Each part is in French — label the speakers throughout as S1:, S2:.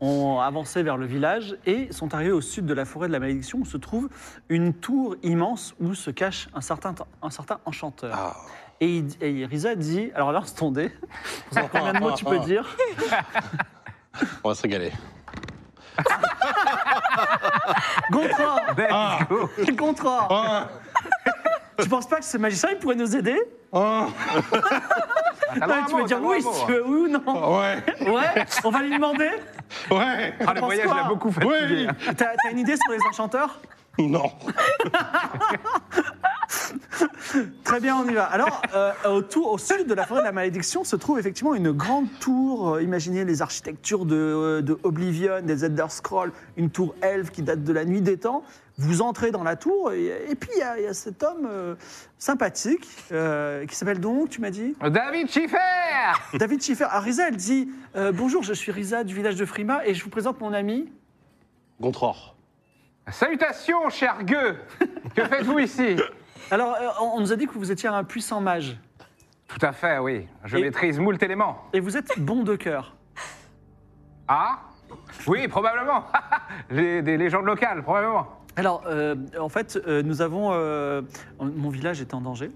S1: ont avancé vers le village et sont arrivés au sud de la forêt de la malédiction où se trouve une tour immense où se cache un certain, un certain enchanteur.
S2: Ah.
S1: Et, il- et Riza dit, alors lance ton dé, combien de mots tu
S2: Ah,
S1: peux dire
S3: On va se régaler.
S1: Gontror
S2: Ah.
S1: Gontror Tu penses pas que ce magicien il pourrait nous aider
S2: T'as
S1: Non,
S2: le droit à
S1: Tu veux
S2: mot,
S1: dire
S2: Ah. t'as le
S1: oui
S2: droit à
S1: si
S2: mot, Ah.
S1: tu veux, oui ou non
S3: Ouais,
S1: Ouais, on va lui demander
S3: ouais,
S2: hein. Ah,
S1: Pense
S2: le voyage
S1: quoi
S2: l'a beaucoup fait.
S3: ouais.
S1: T'as t'as une idée sur les enchanteurs
S3: Non.
S1: Très bien, on y va. Alors, euh, au, tour- au sud de la forêt de la malédiction se trouve effectivement une grande tour. Euh, Imaginez les architectures de, euh, de Oblivion, des Elder Scrolls, une tour elfe qui date de la nuit des temps. Vous entrez dans la tour et, et puis il y a- il y, a cet homme euh, sympathique euh, qui s'appelle donc, tu m'as dit
S2: David Schiffer
S1: David Schiffer. Alors, Risa, elle dit euh, Bonjour, je suis Risa du village de Frima et je vous présente mon ami.
S3: Gontror.
S2: Salutations, cher gueux Que faites-vous ici
S1: Alors, euh, on, on nous a dit que vous étiez un puissant mage
S2: Tout à fait, oui. Je
S1: Et-
S2: maîtrise moult éléments.
S1: et vous êtes bon de cœur.
S2: Ah Oui, probablement. Les, des légendes locales, probablement.
S1: Alors, euh, en fait, euh, nous avons. euh, mon village est en danger.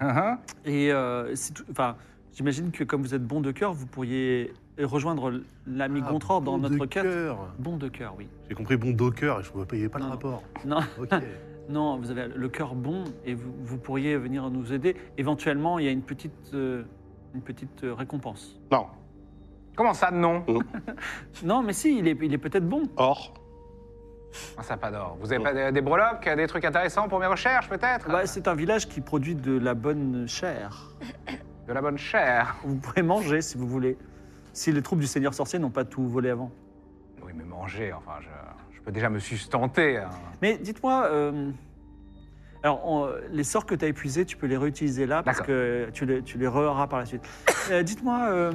S2: Hein, hein.
S1: Et euh, c'est tout- enfin, j'imagine que comme vous êtes bon de cœur, vous pourriez rejoindre l'ami
S4: Ah,
S1: Gontror dans
S4: bon de
S1: notre quête.
S4: cœur.
S1: Bon de cœur, oui.
S4: J'ai compris bon docker, je ne payais pas le
S1: Non.
S4: rapport.
S1: Non,
S4: Ok.
S1: non, vous avez le cœur bon et vous, vous pourriez venir nous aider. Éventuellement, il y a une petite, euh, une petite euh, récompense.
S3: Non.
S2: Comment ça, non
S1: Non, mais si, il est, il est peut-être bon.
S3: Or.
S2: Ah, Ça, pas d'or. Vous avez pas des, des breloques, des trucs intéressants pour mes recherches,
S4: Ah.
S2: peut-être
S1: Bah, c'est un village qui produit de la bonne chair.
S2: De la bonne chair.
S1: Vous pourrez manger si vous voulez. Si les troupes du Seigneur Sorcier n'ont pas tout volé avant.
S2: Oui, mais manger, enfin, je, je peux déjà me sustenter. hein.
S1: Mais dites-moi, euh, alors on- les sorts que tu as épuisés, tu peux les réutiliser là parce
S2: D'accord.
S1: que tu les, tu les reauras par la suite. Euh, dites-moi, euh,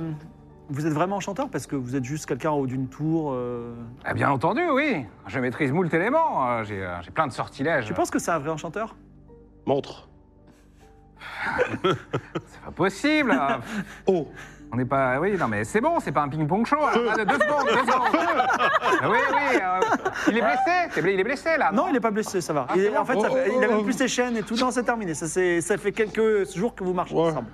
S1: vous êtes vraiment enchanteur parce que vous êtes juste quelqu'un en haut d'une tour. euh,
S2: Ah, bien entendu, oui. Je maîtrise moult éléments. euh, J'ai euh, j'ai plein de sortilèges.
S3: Ah.
S1: Tu penses que c'est un vrai enchanteur
S3: Montre.
S2: C'est pas possible. euh,
S3: Oh.
S2: On n'est pas. Oui, non, mais c'est bon, c'est pas un ping-pong show. alors, pas de- deux secondes, deux secondes. Oui, oui. euh, il est blessé. t'es bl- Il est blessé, là.
S1: Non, il n'est pas blessé, ça va. Il- en fait, ça
S3: Oh,
S1: fait-
S3: oh,
S1: il a
S3: oh,
S1: même
S3: oh.
S1: plus ses chaînes et tout. Non, c'est terminé. Ça, c'est- ça fait quelques jours que vous marchez
S3: Ouais.
S1: ensemble.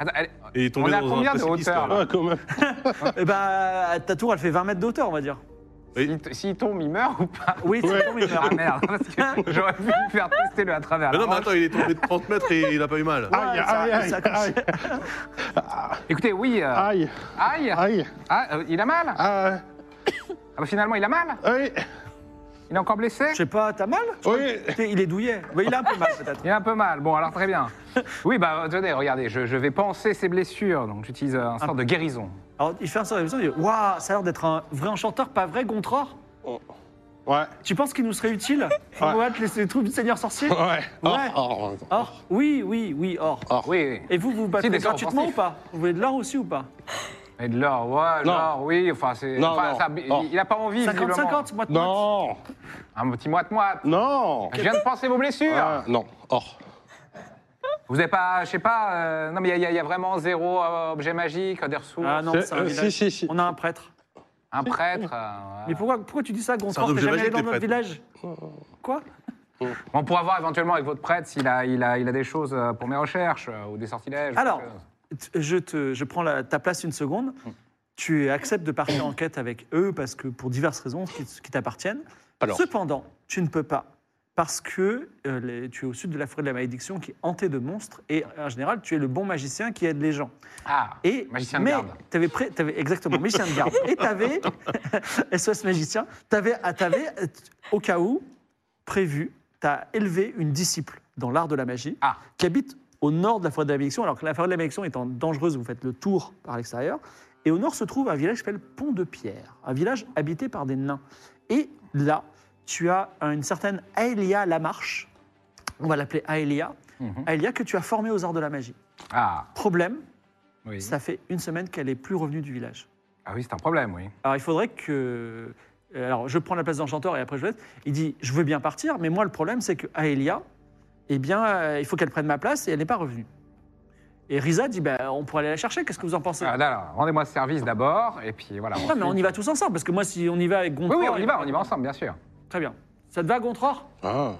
S2: Attends, allez,
S4: Et il est tombé
S2: On a
S4: dans
S2: combien
S4: un
S2: de
S4: précipice,
S2: hauteur,
S4: là.
S3: Ah, quand même.
S1: Eh ben, ta tour, elle fait 20 mètres de hauteur, on va dire.
S2: s'il t- S'il tombe, il meurt ou pas
S1: Oui, c'est tombé, il meurt.
S2: Ah merde, parce que j'aurais pu me faire tester le à travers.
S4: Mais
S2: la
S4: non, mais
S2: roche.
S4: attends, il est tombé de 30 mètres et Ah, il a pas eu mal.
S1: Ouais, ça- ça a accroché.
S2: Écoutez, oui. euh,
S3: Aïe.
S2: aïe.
S3: Aïe.
S2: Ah, euh, il a mal ah,
S3: Ah,
S2: bah, Finalement, il a mal
S3: oui.
S2: Il est encore blessé
S1: Je sais pas, t'as mal
S3: Oui.
S1: Il est douillet. Mais il a un peu mal, peut-être.
S2: Il a un peu mal. Bon, alors très bien. Oui, bah tenez, regardez, je, je vais penser ses blessures. Donc j'utilise euh,
S4: Ah.
S2: un sort de guérison.
S1: Alors, il fait un sort d'émission, il dit Waouh, ça a l'air d'être un vrai enchanteur, pas vrai, Gontror
S3: Ouais.
S1: Tu penses qu'il nous serait utile pour battre les, les troupes du Seigneur Sorcier
S3: Ouais.
S1: Ouais.
S3: Or.
S1: Or Oui, oui, oui, or.
S4: Ah.
S2: Oui, oui.
S1: Et vous, vous vous
S2: Si,
S1: battez
S2: des sorts
S1: gratuitement ou
S2: offensifs.
S1: pas Vous voulez de l'or aussi ou pas
S2: Et de l'or, ouais, de
S3: Non.
S2: l'or, oui. Enfin, c'est.
S3: Non,
S2: enfin,
S3: non.
S2: ça-
S3: Or.
S2: il, il a pas envie. visiblement.
S1: 50-50, moi, moi.
S3: Non.
S2: Un petit moite-moite.
S3: Non.
S2: Je viens de penser vos blessures.
S3: Ah, non. Or.
S2: Vous n'avez pas, je sais pas, euh, non mais il y a- il y, a- il y a vraiment zéro euh, objet magique, des ressources,
S1: Ah non,
S3: C'est-
S1: c'est un
S3: euh,
S1: village.
S3: si, si, si.
S1: On a un prêtre.
S2: un prêtre. euh,
S1: Mais
S2: voilà.
S1: pourquoi, pourquoi tu dis ça,
S4: C'est un
S1: Gontror T'es
S4: objet
S1: jamais allé
S4: magique,
S1: dans
S4: les
S1: notre
S4: prêtres.
S1: village Quoi
S2: On pourra voir éventuellement avec votre prêtre s'il a, il a, il a des choses euh, pour mes recherches euh, ou des sortilèges. ou
S1: Alors,
S2: quelque chose.
S1: t- euh, je, te, je prends la- ta place une seconde.
S2: Mm.
S1: Tu acceptes de partir en quête avec eux parce que pour diverses raisons qui, qui t'appartiennent.
S3: Alors.
S1: Cependant, tu ne peux pas parce que euh, les- tu es au sud de la forêt de la malédiction qui est hantée de monstres et en général, tu es le bon magicien qui aide les gens.
S2: ah,
S1: Et,
S2: magicien de
S1: mais,
S2: garde.
S1: t'avais pré- t'avais- exactement, magicien de ah, garde. Et tu avais, SOS magicien, tu avais, au euh, cas où, prévu, tu as élevé une disciple dans l'art de la magie
S2: Ah.
S1: qui habite au nord de la forêt de la malédiction, alors que la forêt de la malédiction étant dangereuse, vous faites le tour par l'extérieur. Et au nord se trouve un village qui s'appelle Pont de Pierre, un village habité par des nains. Et là, tu as une certaine Aelia Lamarche, on va l'appeler Aelia,
S2: Mhm.
S1: Aelia que tu as formée aux arts de la magie.
S2: Ah,
S1: Problème,
S2: oui.
S1: ça fait une semaine qu'elle est plus revenue du village.
S2: Ah oui, c'est un problème, oui.
S1: Alors il faudrait que. euh, Alors je prends la place d'enchanteur et après je laisse. Il dit Je veux bien partir, mais moi le problème c'est que Aelia, eh bien, euh, il faut qu'elle prenne ma place et elle n'est pas revenue. Et Risa dit bah, On pourrait aller la chercher, qu'est-ce que vous en pensez
S2: Ah, là, là, rendez-moi ce service d'abord, et puis voilà.
S1: Non, Ah, mais on y va tous ensemble, parce que moi si on y va avec
S2: Oui,
S1: Gontror.
S2: oui, on y va, on y va ensemble, bien sûr.
S1: Très bien. Ça te va, Gontror
S3: Ah.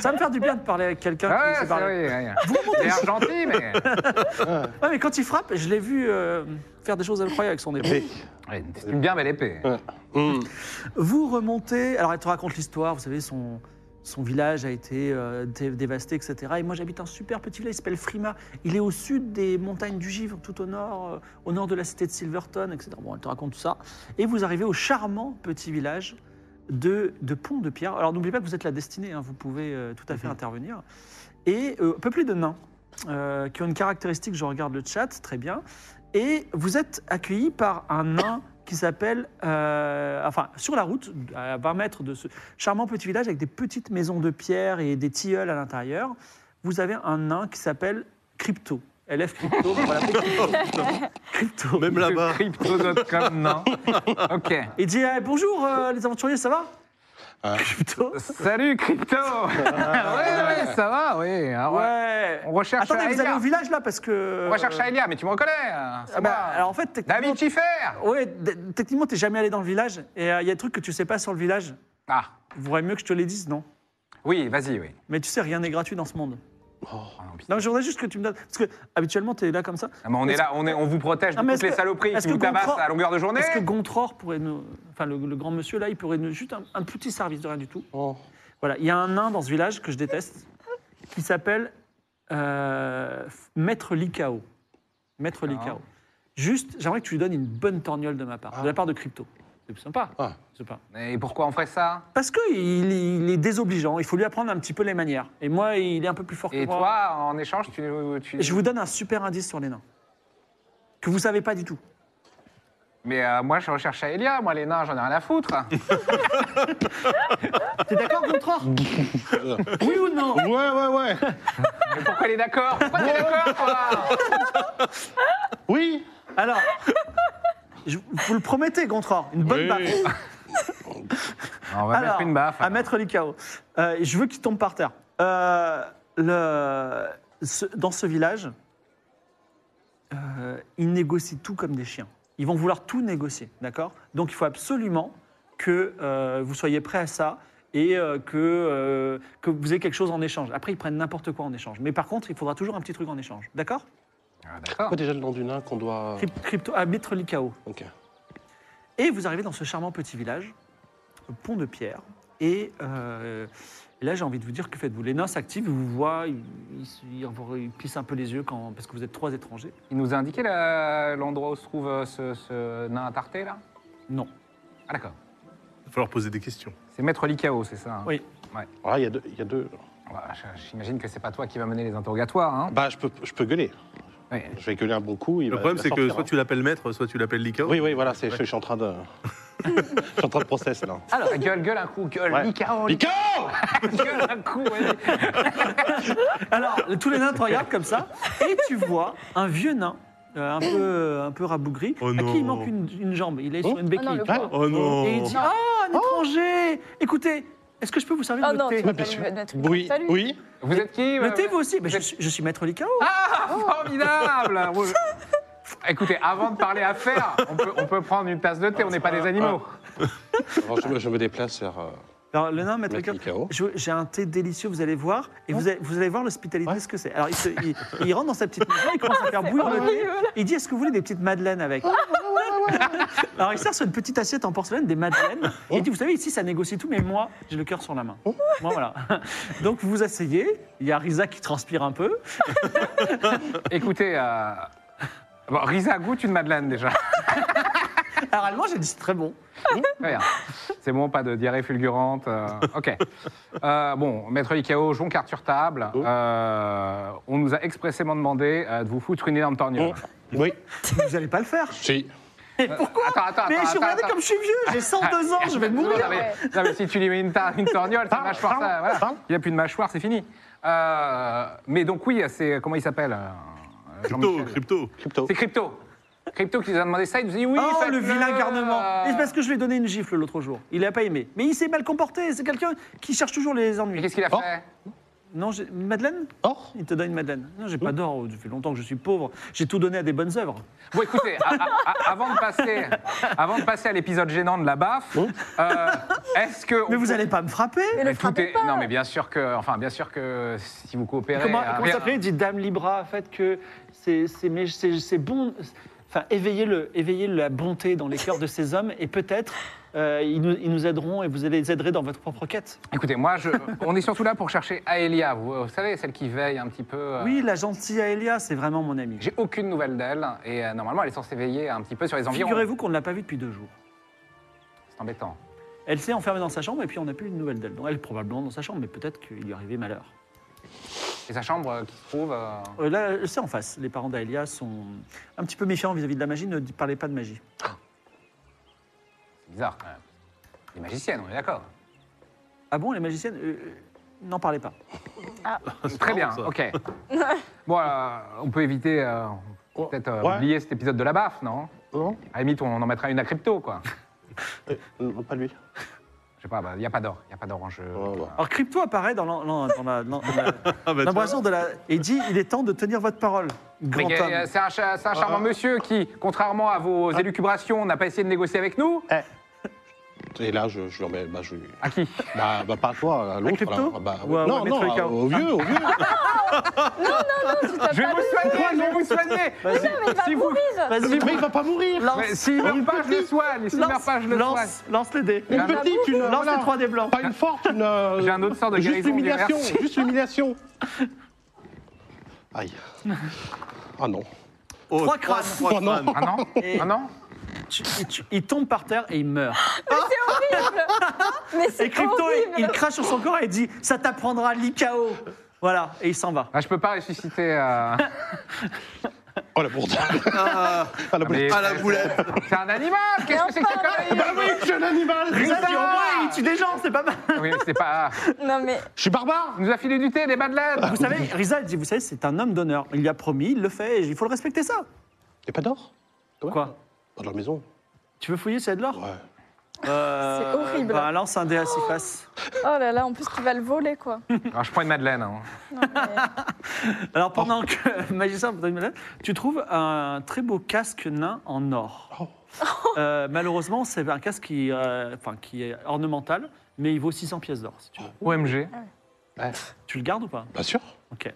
S1: Ça va me faire du bien de parler avec quelqu'un qui
S2: Ah Ouais,
S1: sait
S2: c'est
S1: Ah, parler.
S2: oui, oui. Il a l'air gentil, mais.
S1: Ouais, mais quand il frappe, je l'ai vu euh, faire des choses incroyables avec son épée.
S3: Épée.
S2: Ouais, C'est une bien belle épée.
S3: Ouais. Hmm.
S1: Vous remontez, alors elle te raconte l'histoire, vous savez, son, son village a été euh, dé- dévasté, etc. Et moi j'habite un super petit village, il s'appelle Frima. Il est au sud des montagnes du Givre, tout au nord, euh, au nord de la cité de Silverton, etc. Bon, elle te raconte tout ça. Et vous arrivez au charmant petit village de, de Pont de Pierre. Alors n'oubliez pas que vous êtes la destinée, hein, vous pouvez euh, tout à fait intervenir. Et euh, peuplé de nains, euh, qui ont une caractéristique, je regarde le chat, très bien. Et vous êtes accueilli par un nain qui s'appelle, euh, enfin, sur la route, à 20 mètres de ce charmant petit village avec des petites maisons de pierre et des tilleuls à l'intérieur. Vous avez un nain qui s'appelle Crypto. LF Crypto, on va l'appeler Crypto. Crypto.
S4: Même là-bas.
S2: Cryptonote comme non. Ok.
S1: Il dit eh, Bonjour euh, les aventuriers, ça va
S3: Ah.
S1: Crypto
S2: Salut, Crypto Ouais, ouais, ça va, oui. Ah ouais.
S1: Ouais.
S2: On recherche
S1: Attendez, vous
S2: Aelia.
S1: allez au village là parce que.
S2: On recherche Aelia, mais tu me reconnais. hein, ça
S1: Ah bah,
S2: va.
S1: alors en fait, techniquement,
S2: David Schiffer
S1: ouais, d- techniquement, t'es jamais allé dans le village et euh, il y a des trucs que tu sais pas sur le village.
S2: Ah,
S1: Vaudrait mieux que je te les dise, non
S2: oui, vas-y, oui.
S1: Mais tu sais, rien n'est gratuit dans ce monde.
S2: Ah non, putain.
S1: Non, mais je voudrais juste que tu me donnes. Parce que habituellement, tu es là comme ça.
S2: Ah, mais on est là, on, est, on vous protège de
S1: Ah, mais
S2: toutes
S1: est-ce
S2: les
S1: que-
S2: saloperies
S1: est-ce que
S2: qui vous tabassent
S1: Gontran-
S2: à longueur de journée.
S1: Est-ce que Gontror pourrait nous. Enfin, le, le grand monsieur là, il pourrait nous. Juste un, un petit service de rien du tout.
S3: Oh.
S1: Voilà, il y a un nain dans ce village que je déteste qui s'appelle euh, Maître Likao.
S2: Ah.
S1: Maître Likao. Juste, j'aimerais que tu lui donnes une bonne torgnole de ma part,
S2: Ah.
S1: de la part de Crypto. C'est sympa.
S3: Ah.
S1: C'est sympa.
S2: Et pourquoi on ferait ça
S1: Parce qu'il il est désobligeant, il faut lui apprendre un petit peu les manières. Et moi, il est un peu plus fort que
S2: Et
S1: moi.
S2: toi, en échange, tu. tu-
S1: Et je vous donne un super indice sur les nains. Que vous savez pas du tout.
S2: Mais euh, moi, je recherche Aelia, moi, les nains, j'en ai rien à foutre.
S1: T'es d'accord, Gontror Oui ou non
S3: Ouais, ouais, ouais.
S2: mais pourquoi elle est d'accord Pourquoi t'es d'accord, toi
S3: Oui.
S1: Alors, je- vous le promettez, Gontror, une bonne
S3: Oui.
S1: baffe.
S2: On va
S1: Alors,
S2: mettre une baffe.
S1: à mettre les chaos. Euh, je veux qu'il tombe par terre. Euh, le, ce- dans ce village, euh, ils négocient tout comme des chiens. Ils vont vouloir tout négocier, d'accord Donc il faut absolument que euh, vous soyez prêt à ça et euh, que, euh, que vous ayez quelque chose en échange. Après, ils prennent n'importe quoi en échange. Mais par contre, il faudra toujours un petit truc en échange, d'accord
S2: Ah, d'accord.
S3: Quoi déjà le nom du nain qu'on doit.
S1: Crypt- Crypto, à mettre les chaos.
S3: Ok.
S1: Et vous arrivez dans ce charmant petit village, le pont de pierre. Et euh, là, j'ai envie de vous dire que faites-vous Les nains s'activent, ils vous voient, ils, ils- ils vous- ils plissent un peu les yeux quand, parce que vous êtes trois étrangers.
S2: Il nous a indiqué la- l'endroit où se trouve euh, ce, ce nain tarté, là
S1: Non.
S2: Ah, d'accord.
S4: Il va falloir poser des questions.
S2: C'est Maître Likao, c'est ça hein
S1: Oui.
S3: Ah, il y a deux. il Y a deux.
S2: Bah, je- J'imagine que c'est pas toi qui va mener les interrogatoires. Hein
S3: Bah, je peux, je peux gueuler.
S2: Oui.
S3: Je vais gueuler un bon coup. il
S4: Le
S3: va-
S4: problème,
S3: il va
S4: c'est que
S3: sortir,
S4: soit
S3: hein.
S4: tu l'appelles maître, soit tu l'appelles Lika.
S3: Oui, oui, voilà, c'est, je, je suis en train de. je suis en train de process là.
S2: Alors, gueule, gueule un coup, gueule,
S3: Ouais.
S2: Likao,
S3: Nico
S2: gueule un coup. vas-y.
S1: Alors, tous les nains te regardent comme ça, et tu vois un vieux nain, euh, un, peu, un peu rabougri,
S4: Oh
S1: à qui
S4: non.
S1: il manque une, une jambe. Il est sur une
S5: Oh non,
S1: béquille.
S5: le pauvre.
S4: Oh non
S1: et il dit Ah, un étranger Écoutez, est-ce que je peux vous servir
S5: Oh
S1: de
S5: non,
S1: thé
S5: tu vas pas lui mettre une-
S3: Oui,
S5: Salut.
S3: oui.
S2: Vous êtes qui
S1: Le
S2: euh,
S1: thé, vous aussi Mais je, suis- je suis maître hein. Likao.
S2: Ah, formidable Vous- Écoutez, avant de parler affaires, on peut, on peut prendre une tasse de thé, on n'est pas des animaux.
S3: Alors, je, me- je me déplace vers. euh,
S1: Alors, le nain, maître
S3: Maître
S1: Likao,
S3: Likao.
S1: je- j'ai un thé délicieux, vous allez voir, et vous, allez, vous allez voir l'hospitalité, ce que c'est. Alors, il, se- il- il rentre dans sa petite maison, il commence à faire bouillir le thé, il dit, est-ce que vous voulez des petites madeleines avec Alors, il sert sur une petite assiette en porcelaine des madeleines, et il dit, vous savez, ici, ça négocie tout, mais moi, j'ai le cœur sur la main. Moi, voilà. Donc, vous vous asseyez, il y a Risa qui transpire un peu,
S2: Écoutez, euh... bon, Risa goûte une madeleine déjà.
S1: Alors, allemand, j'ai dit c'est très bon.
S2: Très bien. Ah, C'est bon, pas de diarrhée fulgurante. euh, ok. Euh, bon, maître Ikao, joncarte sur table.
S1: Oh.
S2: Euh, on nous a expressément demandé euh, de vous foutre une énorme
S3: Bon.
S2: torgnole.
S1: Oh.
S3: Oui,
S1: Vous allez pas le faire.
S3: si.
S1: Mais pourquoi
S2: Attends, attends,
S1: Mais je suis
S2: attends,
S1: regardé
S2: attends.
S1: comme je suis vieux, j'ai 102 ans, je vais
S2: Non,
S1: mourir. Hein
S2: mais, non, mais si tu lui mets une, tar- une torgnole, c'est
S3: Parle,
S2: mâchoire,
S3: parle,
S2: ça, voilà.
S3: parle.
S2: Il n'y a plus de mâchoire, c'est fini. Euh, mais donc, oui, c'est. Comment il s'appelle euh,
S4: Crypto,
S2: Jean-Michel
S4: crypto.
S3: Crypto.
S2: C'est Crypto. Crypto qui nous a demandé ça, il nous a dit oui.
S1: Oh, le
S2: faites-le.
S1: vilain garnement
S2: Euh,
S1: Et C'est parce que je lui ai donné une gifle l'autre jour. Il a pas aimé. Mais il s'est mal comporté. C'est quelqu'un qui cherche toujours les
S2: mais
S1: ennuis.
S2: qu'est-ce qu'il a Oh.
S3: Oh.
S2: fait
S1: Non, j'ai- une Madeleine
S3: Or
S1: Il te donne une Madeleine. Non,
S2: Mmh.
S1: j'ai pas d'or. Ça fait longtemps que je suis pauvre. J'ai tout donné à des bonnes œuvres.
S2: Bon, écoutez, a- a- a- avant, de passer, avant de passer à l'épisode gênant de la baffe, euh, est-ce que.
S1: Mais
S2: on
S1: vous
S2: peut-
S1: allez pas me frapper
S2: Mais
S5: le
S2: tout
S5: frappez
S2: est-
S5: pas.
S2: Bah, Non, mais bien sûr que, enfin, bien sûr que si vous coopérez.
S1: Comment,
S2: euh,
S1: comment
S2: rien-
S1: ça s'appelait Il dit Dame Libra, en fait, que c'est c'est- mais c'est- c'est bon. Enfin, éveillez, le, éveillez la bonté dans les cœurs de ces hommes et peut-être euh, ils, nous, ils nous aideront et vous allez les aiderez dans votre propre quête.
S2: Écoutez, moi, je, on est surtout là pour chercher Aelia, vous, vous savez, celle qui veille un petit peu. euh,
S1: Oui, la gentille Aelia, c'est vraiment mon amie.
S2: J'ai aucune nouvelle d'elle, et euh, normalement, elle est censée veiller un petit peu sur les environs.
S1: Figurez-vous qu'on ne l'a pas vue depuis deux jours.
S2: C'est embêtant.
S1: Elle s'est enfermée dans sa chambre et puis on n'a plus de nouvelles d'elle. Donc, Elle est probablement dans sa chambre, mais peut-être qu'il lui est arrivé malheur.
S2: Et sa chambre euh, qui se trouve. euh,
S1: Euh, là, c'est en face. Les parents d'Aelia sont un petit peu méfiants vis-à-vis de la magie. Ne dis- parlez pas de magie.
S2: c'est bizarre quand même. Les magiciennes, on est d'accord.
S1: Ah bon, les magiciennes Euh, euh, N'en parlez pas.
S2: Très bien,
S4: marrant, ça.
S2: ok. bon, euh, on peut éviter. euh, on peut Peut-être euh,
S3: Ouais.
S2: oublier cet épisode de la baffe, non
S3: Non,
S2: À la limite, on en mettra une à crypto, quoi.
S3: non, pas lui.
S2: Je sais pas, il n'y a pas d'or, il n'y a pas euh. d'or en jeu.
S3: Ouais, ouais.
S1: Alors, Crypto apparaît dans l'en- l'en- dans la- l'en- dans la-
S4: Ah, bah,
S1: l'embrasure de la. Et dit il est temps de tenir votre parole,
S2: Mais
S1: grand
S2: il y a-
S1: homme.
S2: il y a- c'est un, cha- c'est un charmant monsieur qui, contrairement à vos élucubrations, n'a pas essayé de négocier avec nous.
S3: Et là, je, je, remets- bah, je,
S2: À qui
S3: bah, bah, pas à toi, à l'autre.
S1: crypto
S3: là. Bah,
S1: Ou à-
S3: non,
S1: ou à
S3: non,
S1: Maître Ah, Ika
S3: au vieux, au vieux.
S2: Je vais vous soigner, je vais vous soigner.
S1: Vas-y.
S5: Mais il va
S2: Si vous-
S5: mourir
S1: Vas-y,
S3: Mais il va pas mourir.
S1: lance,
S2: Mais S'il
S3: Oh,
S2: meurt
S3: une
S2: pas, je le
S3: petite.
S2: soigne. S'il meurt
S1: lance,
S2: pas, je le soigne.
S1: lance, lance les dés.
S3: Une petite, une.
S1: Lance les trois des blancs.
S3: Pas une forte, une. euh,
S2: J'ai un autre sort de
S3: Juste
S2: guérison du
S3: l'humiliation,
S2: merci.
S3: juste l'humiliation. Aïe. Ah non.
S4: Oh,
S1: Trois crânes.
S3: Oh non.
S2: Un an
S1: Et-
S2: Un an
S1: Tu- tu- tu- il tombe par terre et il meurt.
S2: Ah,
S5: Mais c'est
S1: Et Crypto, il,
S5: horrible
S1: il crache sur son corps et dit Ça t'apprendra l'IKO. Voilà, et il s'en va.
S2: ah, Je peux pas ressusciter. euh,
S3: Oh la bourde. Ah la bourde.
S2: mais-
S4: À la boulette.
S2: C'est un animal Qu'est-ce que c'est que
S3: Bah
S2: cette connerie Ah
S3: oui, je suis un animal.
S1: Ça, dit, au moins, il tue des gens, c'est pas mal.
S2: Oui, mais c'est pas.
S5: Non mais,
S3: Je suis barbare.
S2: Il nous a filé du thé, des madeleines
S1: Vous savez, Riza il dit Vous savez, c'est un homme d'honneur. Il lui a promis, il le fait, et il faut le respecter ça.
S3: T'es pas d'or
S1: Quoi
S3: Pas de la maison.
S1: Tu veux fouiller, c'est de l'or
S3: Ouais.
S1: Euh,
S5: C'est horrible.
S1: bah, lance un dé à six faces.
S5: oh là là, en plus tu vas le voler quoi.
S2: Alors, je prends une madeleine. hein.
S1: Alors, pendant que Magicien, pendant une minute, tu trouves un très beau casque nain en or.
S3: Oh.
S1: Euh, malheureusement, c'est un casque qui, euh, enfin, qui est ornemental, mais il vaut 600 pièces d'or. si tu veux.
S2: OMG.
S5: Ah
S1: Tu le gardes ou pas
S3: Bien sûr.
S1: Ok.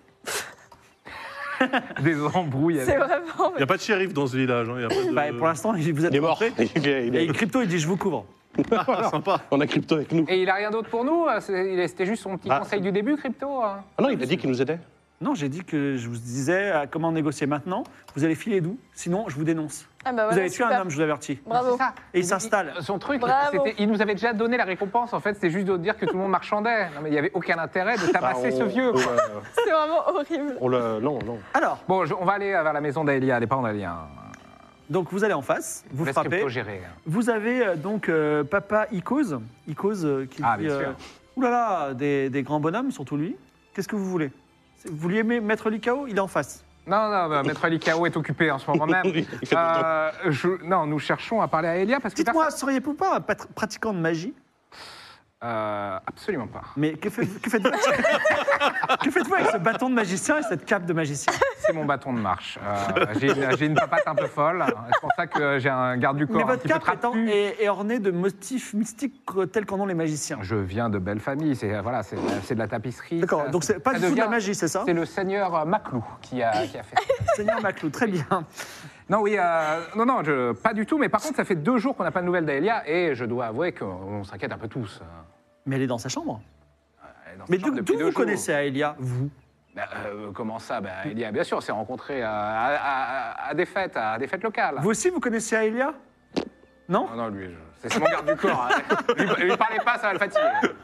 S2: Des embrouilles.
S5: C'est
S2: avec-
S5: vraiment...
S4: Il n'y a pas de shérif dans ce village. Hein. Il Y a pas de...
S1: Bah, pour l'instant, vous êtes
S3: Il est mort.
S1: rentrés.
S3: Il est- il est-
S1: Et Crypto, il dit Je vous couvre.
S4: Ah, sympa.
S3: On a crypto avec nous.
S2: Et il a rien d'autre pour nous euh, c'est- il est- C'était juste son petit
S3: Ah.
S2: conseil du début, crypto hein.
S3: Ah non, il a dit qu'il nous aidait.
S1: Non, j'ai dit que je vous disais euh, comment négocier maintenant. Vous allez filer d'où Sinon, je vous dénonce.
S5: Ah bah
S1: vous
S5: voilà,
S1: avez tué
S5: super.
S1: un homme, je vous avertis.
S5: Bravo.
S2: C'est ça.
S1: Et il s'installe.
S2: Son truc,
S5: Bravo.
S2: c'était- il nous avait déjà donné la récompense, en fait, c'est juste de dire que tout le monde marchandait. Non, mais il n'y avait aucun intérêt de tabasser
S3: Ah, on-
S2: ce vieux. quoi.
S3: euh,
S5: C'est vraiment horrible.
S3: On le. Non, non.
S1: Alors,
S2: Bon, je- on va aller euh, vers la maison d'Aelia, les parents d'Aelia. hein.
S1: donc vous allez en face, vous
S2: Laisse
S1: frappez.
S2: Crypto gérer. hein.
S1: Vous avez euh, donc euh, papa Icos, Icos euh, qui
S2: Ah,
S1: dit,
S2: bien sûr.
S1: Ouh là là, des, des grands bonhommes, surtout lui. Qu'est-ce que vous voulez Vous vouliez me- mettre l'IKO Il est en face.
S2: Non, non, bah, Maître Likao est occupé en ce moment même.
S3: Il fait des
S2: Euh, je- non, nous cherchons à parler à Elia parce que.
S1: Dites-moi, seriez-vous pas un pat- pratiquant de magie
S2: Euh, absolument pas.
S1: Mais que, fait- que faites-vous Que faites-vous avec ce bâton de magicien et cette cape de magicien
S2: C'est mon bâton de marche. Euh, j'ai une- j'ai une papate un peu folle. C'est pour ça que j'ai un garde du corps
S1: Mais
S2: un
S1: votre
S2: petit peu
S1: cape étant-
S2: trapu.
S1: est, est ornée de motifs mystiques euh, tels qu'en ont les magiciens.
S2: Je viens de belle famille. C'est euh, voilà, c'est c'est de la tapisserie.
S1: D'accord,
S2: Ça-
S1: donc c'est pas
S2: ça
S1: du tout de la
S2: devient-
S1: magie, hein c'est ça
S2: C'est le seigneur euh, Maclou qui a, qui a fait ça.
S1: Seigneur Maclou, très bien.
S2: Non, oui, euh, non, non, je- pas du tout. Mais par contre, ça fait deux jours qu'on n'a pas de nouvelles d'Aelia et je dois avouer qu'on s'inquiète un peu tous. euh,
S1: Mais elle est dans sa chambre.
S2: elle est dans sa
S1: Mais
S2: chambre
S1: d'où
S2: depuis
S1: d'où
S2: deux
S1: vous
S2: jours.
S1: connaissez Aelia, vous
S2: Bah, euh, Comment ça bah, Elia, bien sûr, on s'est rencontrés euh, à, à- à- à des fêtes, à des fêtes locales.
S1: Vous aussi, vous connaissez Aelia Non
S2: Non, non, lui, je- c'est c'est mon garde du corps. hein. Lui, lui parlez pas, ça va le fatiguer.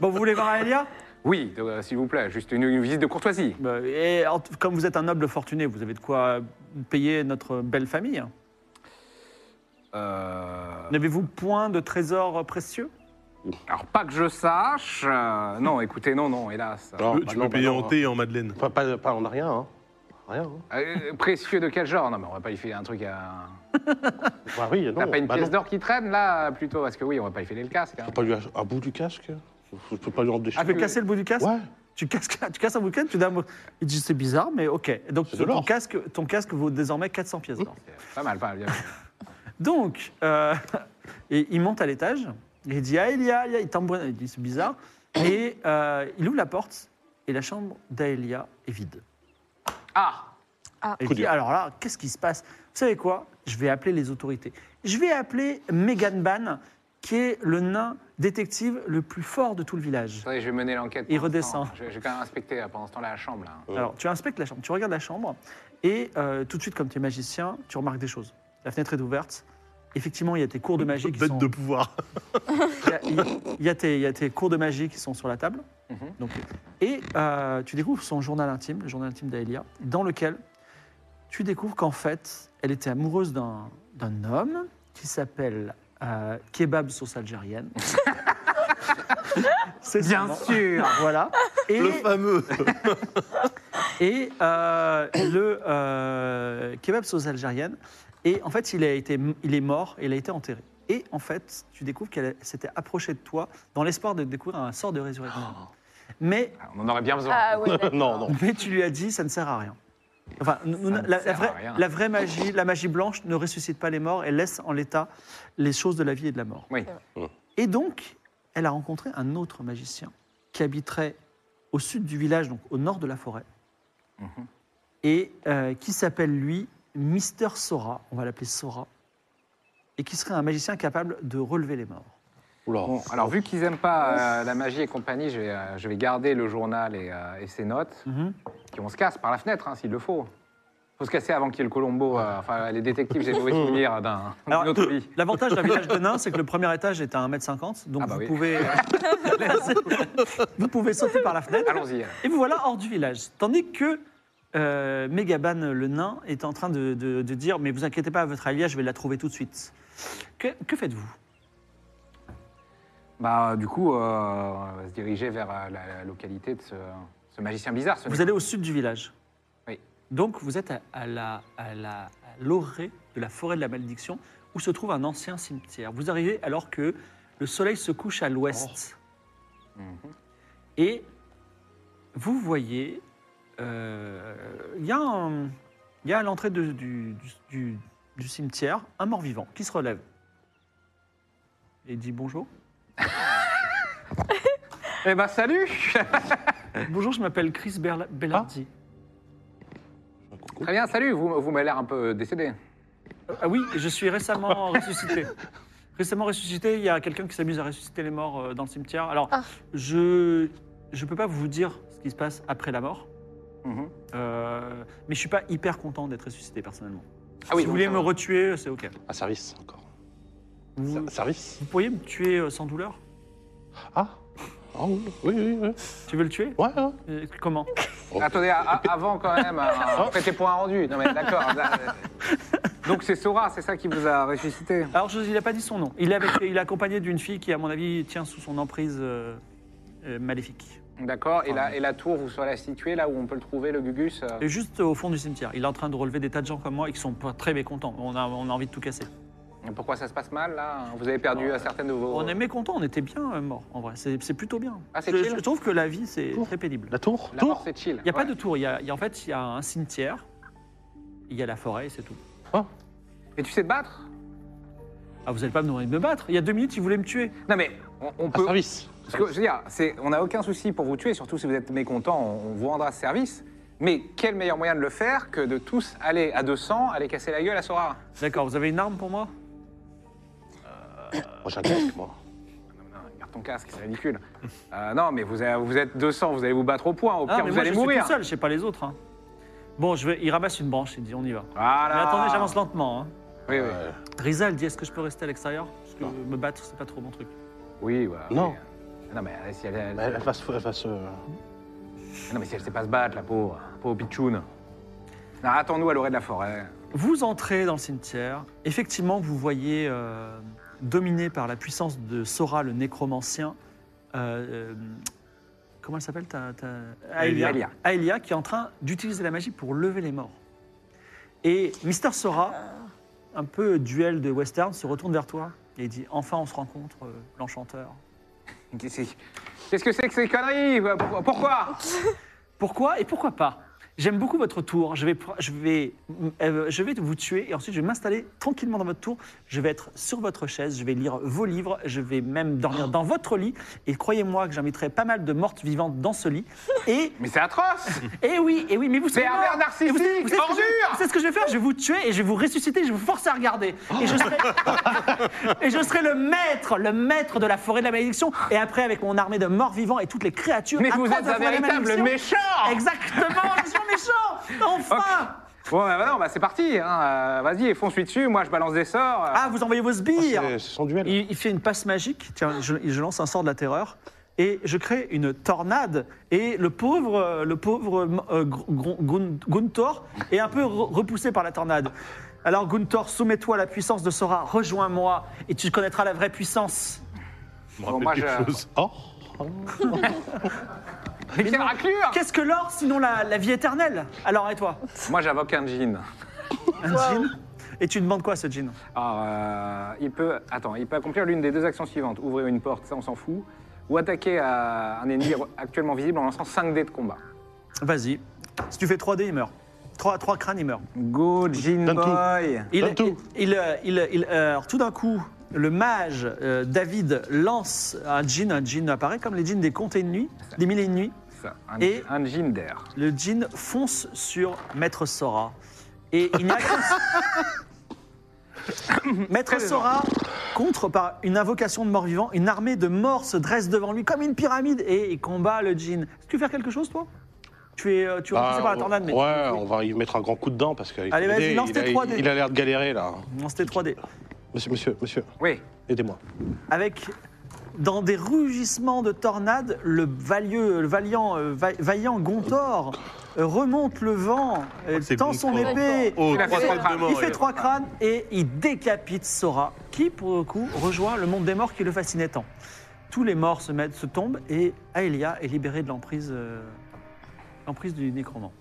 S1: Bon, vous voulez voir Aelia
S2: Oui, donc, euh, s'il vous plaît, juste une, une visite de courtoisie.
S1: Bah, Et en t- comme vous êtes un noble fortuné, vous avez de quoi euh, payer notre belle famille.
S2: Euh,
S1: N'avez-vous point de trésors précieux
S2: Alors, pas que je sache. euh, non, écoutez, non, non, hélas.
S4: Tu
S3: Non,
S4: peux-
S1: Ah,
S3: bah
S4: tu
S3: non,
S4: peux
S3: bah
S4: payer
S3: non,
S4: en
S3: hein.
S4: thé et en madeleine.
S3: Pas, pas, pas- on n'a rien, hein. Rien. Hein.
S2: Euh, précieux de quel genre Non, mais on va pas y filer un truc à.
S3: Bah oui, non.
S2: T'as pas une
S3: bah
S2: pièce
S3: non.
S2: d'or qui traîne là, plutôt Parce que oui, on va pas y filer le casque. hein.
S3: Je peux pas lui ach- un bout du casque Je peux pas lui rendre des
S1: Ah,
S3: choses.
S1: tu peux casser le bout du casque
S3: Ouais.
S1: tu, casses, tu casses un bouquin, tu donnes. Il dit c'est bizarre, mais ok. Donc
S3: C'est de
S1: ton
S3: l'or.
S1: casque, ton casque vaut désormais 400 pièces d'or.
S2: C'est Pas mal, pas mal. bien.
S1: Donc, euh, et il monte à l'étage, et il dit Ah, Elia, Elia, il tambourine, il dit C'est bizarre. Et euh, il ouvre la porte, et la chambre d'Aelia est vide.
S2: Ah
S1: Et il
S3: Coup
S1: dit
S3: dur.
S1: Alors là, qu'est-ce qui se passe Vous savez quoi Je vais appeler les autorités. Je vais appeler Megan Ban, qui est le nain détective le plus fort de tout le village.
S2: Attendez, je vais mener l'enquête.
S1: Il
S2: pendant ce
S1: redescend.
S2: temps. Je, je vais quand même inspecter euh, pendant ce temps-là la chambre. là.
S1: Alors, tu inspectes la chambre, tu regardes la chambre, et euh, tout de suite, comme tu es magicien, tu remarques des choses. La fenêtre est ouverte. Effectivement, il y a tes cours de magie qui
S4: Bête
S1: sont...
S4: de pouvoir.
S1: Il y a- il y a- il y, a tes- il y a tes cours de magie qui sont sur la table.
S2: Mhm.
S1: Donc, et euh, tu découvres son journal intime, le journal intime d'Aelia, dans lequel tu découvres qu'en fait, elle était amoureuse d'un d'un homme qui s'appelle euh, Kebab Sauce Algérienne. C'est son nom.
S2: sûr
S1: Voilà. Et,
S4: Le fameux.
S1: et euh, le euh, Kebab Sauce Algérienne. Et en fait, il, a été, il est mort et il a été enterré. Et en fait, tu découvres qu'elle s'était approchée de toi dans l'espoir de découvrir un sort de résurrection.
S2: Oh.
S1: Mais
S2: On en aurait bien besoin.
S5: Ah oui.
S3: Non, non.
S1: Mais tu lui as dit, ça ne sert à rien. Enfin, nous- nous-
S2: ne
S1: la, la
S2: sert à
S1: vraie,
S2: rien.
S1: la vraie magie, la magie blanche ne ressuscite pas les morts et laisse en l'état les choses de la vie et de la mort.
S2: Oui.
S1: Et donc, elle a rencontré un autre magicien qui habiterait au sud du village, donc au nord de la forêt,
S2: Mhm.
S1: et euh, qui s'appelle lui Mister Sora, on va l'appeler Sora, et qui serait un magicien capable de relever les morts.
S3: Oula.
S2: Bon, alors vu qu'ils aiment pas euh, la magie et compagnie, je vais, euh, je vais garder le journal et, euh, et ses notes.
S1: Mhm.
S2: Puis on se casse par la fenêtre, hein, s'il le faut. Faut se casser avant qu'il y ait le Colombo. euh, enfin, les détectives, j'ai mauvais souvenir d'un
S1: Alors,
S2: d'une autre vie.
S1: L'avantage d'un village de nains, c'est que le premier étage est à 1m50, donc
S2: Ah bah
S1: vous,
S2: oui.
S1: pouvez, vous pouvez sauter par la fenêtre.
S2: Allons-y. alors.
S1: Et vous voilà hors du village. Tandis que euh, Megaban le nain est en train de, de- de dire Mais vous inquiétez pas, votre allié, je vais la trouver tout de suite. Que, que faites-vous
S2: Bah, du coup, euh, on va se diriger vers euh, la, la localité de ce, ce magicien bizarre. ce
S1: Vous
S2: mec.
S1: allez au sud du village.
S2: Oui.
S1: Donc vous êtes à, à la, à, la, à l'orée de la forêt de la malédiction où se trouve un ancien cimetière. Vous arrivez alors que le soleil se couche à l'ouest. Mm-hmm. Et vous voyez, euh, il y a un- il y a à l'entrée de- du, du- du- du cimetière un mort-vivant qui se relève et dit bonjour.
S2: Eh ben, salut
S1: Bonjour, je m'appelle Chris Berla- Bellardi.
S2: Très bien, salut. Vous, vous m'avez l'air un peu décédé.
S1: Ah oui, je suis récemment ressuscité. Récemment ressuscité, il y a quelqu'un qui s'amuse à ressusciter les morts euh, dans le cimetière. Alors,
S5: Ah.
S1: je je peux pas vous dire ce qui se passe après la mort,
S2: Mhm.
S1: euh, mais je suis pas hyper content d'être ressuscité personnellement.
S2: Ah oui,
S1: si vous
S2: donc,
S1: voulez me
S2: euh,
S1: retuer, c'est ok.
S3: Un service, encore. Mmh.
S1: Vous,
S3: Un Service
S1: vous pourriez me tuer euh, sans douleur
S3: Ah Ah oui, oui, oui. oui.
S1: Tu veux le tuer
S3: Ouais, hein. ouais.
S1: Euh, Comment
S2: Attendez, a- a- avant quand même, euh, faites point rendu. Non mais d'accord. là, euh, Donc c'est Sora, c'est ça qui vous a ressuscité.
S1: Alors, je- il a pas dit son nom. Il est, avec- il est accompagné d'une fille qui, à mon avis, tient sous son emprise euh, euh, maléfique.
S2: D'accord. Et la, et la tour, vous serez située là où on peut le trouver, le Gugus. euh,
S1: Et juste au fond du cimetière, il est en train de relever des tas de gens comme moi et qui sont pas très mécontents. On a- on a envie de tout casser.
S2: Pourquoi ça se passe mal là Vous avez perdu euh, certaines de vos.
S1: On est mécontent, on était bien euh, mort en vrai. C'est c'est plutôt bien.
S2: Ah, c'est
S1: je,
S2: chill
S1: je trouve que la vie, c'est
S3: Cool.
S1: très pénible.
S3: La tour
S2: La mort,
S3: Tour
S2: c'est chill.
S1: Il n'y a pas de tour. il Y a, il y a- en fait, il y a un cimetière, il y a la forêt, et c'est tout.
S2: Et tu sais te battre
S1: Ah, vous n'allez pas me demander de me battre. Il y a deux minutes, ils voulaient me tuer.
S2: Non mais on,
S1: Ah,
S2: on
S3: Un
S2: peut.
S3: service.
S2: Parce que, je veux dire, c'est- on n'a aucun souci pour vous tuer, surtout si vous êtes mécontent, on, on vous rendra service. Mais quel meilleur moyen de le faire que de tous aller à 200, aller casser la gueule à Sora
S1: D'accord, vous avez une arme pour moi
S3: Moi, j'ai un casque, moi.
S2: Garde ton casque, c'est ridicule. Euh, non, mais vous, avez- vous êtes 200, vous allez vous battre au point. Au
S1: Ah,
S2: pire,
S1: mais
S2: vous
S1: moi,
S2: allez
S1: je
S2: mourir.
S1: suis tout seul, je sais pas les autres. hein. Bon, je vais, il ramasse une branche, il dit on y va.
S2: Voilà.
S1: Mais attendez, j'avance lentement. hein.
S2: Oui, oui.
S3: Euh,
S1: Rizal dit est-ce que je peux rester à l'extérieur Parce que me battre, c'est pas trop mon truc.
S2: Oui, voilà.
S3: Non.
S2: Mais, euh, non, mais euh, si elle, elle-
S1: Bah,
S3: elle, elle va se. Elle va se-
S2: non, mais si elle sait pas se battre, la pauvre, pauvre pitchoun. Non, attends-nous à l'orée de la forêt.
S1: Vous entrez dans le cimetière. Effectivement, vous voyez, euh, dominé par la puissance de Sora le nécromancien, euh, euh, comment elle s'appelle ta- ta-
S2: Aelia.
S1: Aelia. Aelia, qui est en train d'utiliser la magie pour lever les morts. Et Mister Sora, un peu duel de western, se retourne vers toi et dit Enfin, on se rencontre, euh, l'enchanteur.
S2: Qu'est-ce que- qu'est-ce que c'est que ces conneries Pourquoi- Pourquoi
S1: Pourquoi et pourquoi pas J'aime beaucoup votre tour. Je vais, je, vais, euh, je vais vous tuer et ensuite je vais m'installer tranquillement dans votre tour. Je vais être sur votre chaise, je vais lire vos livres, je vais même dormir dans votre lit. Et croyez-moi que j'inviterai pas mal de mortes vivantes dans ce lit. Et,
S2: Mais c'est atroce
S1: et oui, et oui, mais vous serez
S2: Pervers
S1: morts.
S2: narcissique,
S1: Et vous savez- vous savez ce que je-
S2: ordure
S1: vous savez ce que je vais faire Je vais vous tuer et je vais vous ressusciter, je vais vous forcer à regarder. Et je serai, et je serai le maître, le maître de la forêt de la malédiction. Et après, avec mon armée de morts vivants et toutes les créatures.
S2: Mais vous
S1: atroces
S2: êtes
S1: de la
S2: un
S1: forêt de la
S2: véritable
S1: malédiction.
S2: méchant
S1: Exactement, je suis méchant Enfin
S2: Bon, bah, bah non, bah, c'est parti. hein, euh, Vas-y, fonce-lui dessus. Moi, je balance des sorts. euh.
S1: Ah, vous envoyez vos sbires
S3: C'est c'est son duel.
S1: il, il fait une passe magique, tiens, je, je lance un sort de la terreur, et je crée une tornade, et le pauvre, euh, le pauvre euh, Gr- Gr- Gun- Gunthor est un peu re- repoussé par la tornade. Alors Gunthor, soumets-toi à la puissance de Sora, rejoins-moi, et tu connaîtras la vraie puissance.
S4: Je me
S2: Bon,
S4: rappelle
S2: moi,
S4: quelque
S2: je-
S4: chose. Oh
S2: Mais quelle raclure
S1: Qu'est-ce que l'or, sinon la, la vie éternelle Alors, et toi
S2: Moi, j'invoque un jean.
S1: Un djinn Et tu demandes quoi à ce djinn
S2: Alors, euh, il peut. Attends, il peut accomplir l'une des deux actions suivantes ouvrir une porte, ça, on s'en fout. Ou attaquer euh, un ennemi actuellement visible en lançant 5 dés de combat.
S1: Vas-y, si tu fais 3D, il meurt. 3, 3 crânes, il meurt.
S2: Go, Jean
S3: Donne tout.
S2: Boy
S1: Il,
S3: Donne tout.
S1: il- il, euh, il- il- euh, alors, tout d'un coup, le mage euh, David lance un djinn. Un djinn apparaît comme les djinns des contes et de nuit, des mille et une nuits.
S2: Ça, Un,
S1: Et-
S2: un Jean d'air.
S1: Le djinn fonce sur Maître Sora. Et il n'y a qu'un- Maître Sora contre par une invocation de mort-vivant. Une armée de morts se dresse devant lui comme une pyramide et il combat le djinn. Est-ce que tu veux faire quelque chose, toi Tu es, euh, tu es
S3: Bah,
S1: repoussé par la tornade, mais.
S3: Ouais, on va y mettre un grand coup dedans parce que.
S1: Allez, vas-y,
S3: il-
S1: lance
S3: il
S1: tes
S3: a-
S1: trois dés.
S3: Il a l'air de galérer là.
S1: Lance tes 3D.
S3: Monsieur, monsieur, monsieur,
S2: Oui.
S3: aidez-moi.
S1: avec dans des rugissements de tornades, le, valieux- le valiant, euh, va- vaillant Gontor euh, remonte le vent, euh,
S4: Oh, C'est
S1: tend son
S4: Gontor.
S1: épée,
S4: Oh,
S2: Il a
S4: trois
S2: fait
S4: têtes
S2: trois
S4: de
S2: crânes.
S4: mort.
S1: il fait
S4: il-
S1: trois crânes et il décapite Sora, qui pour le coup rejoint le monde des morts qui le fascinait tant. Tous les morts se, mettent, se tombent et Aelia est libérée de l'emprise euh, l'emprise du nécromant.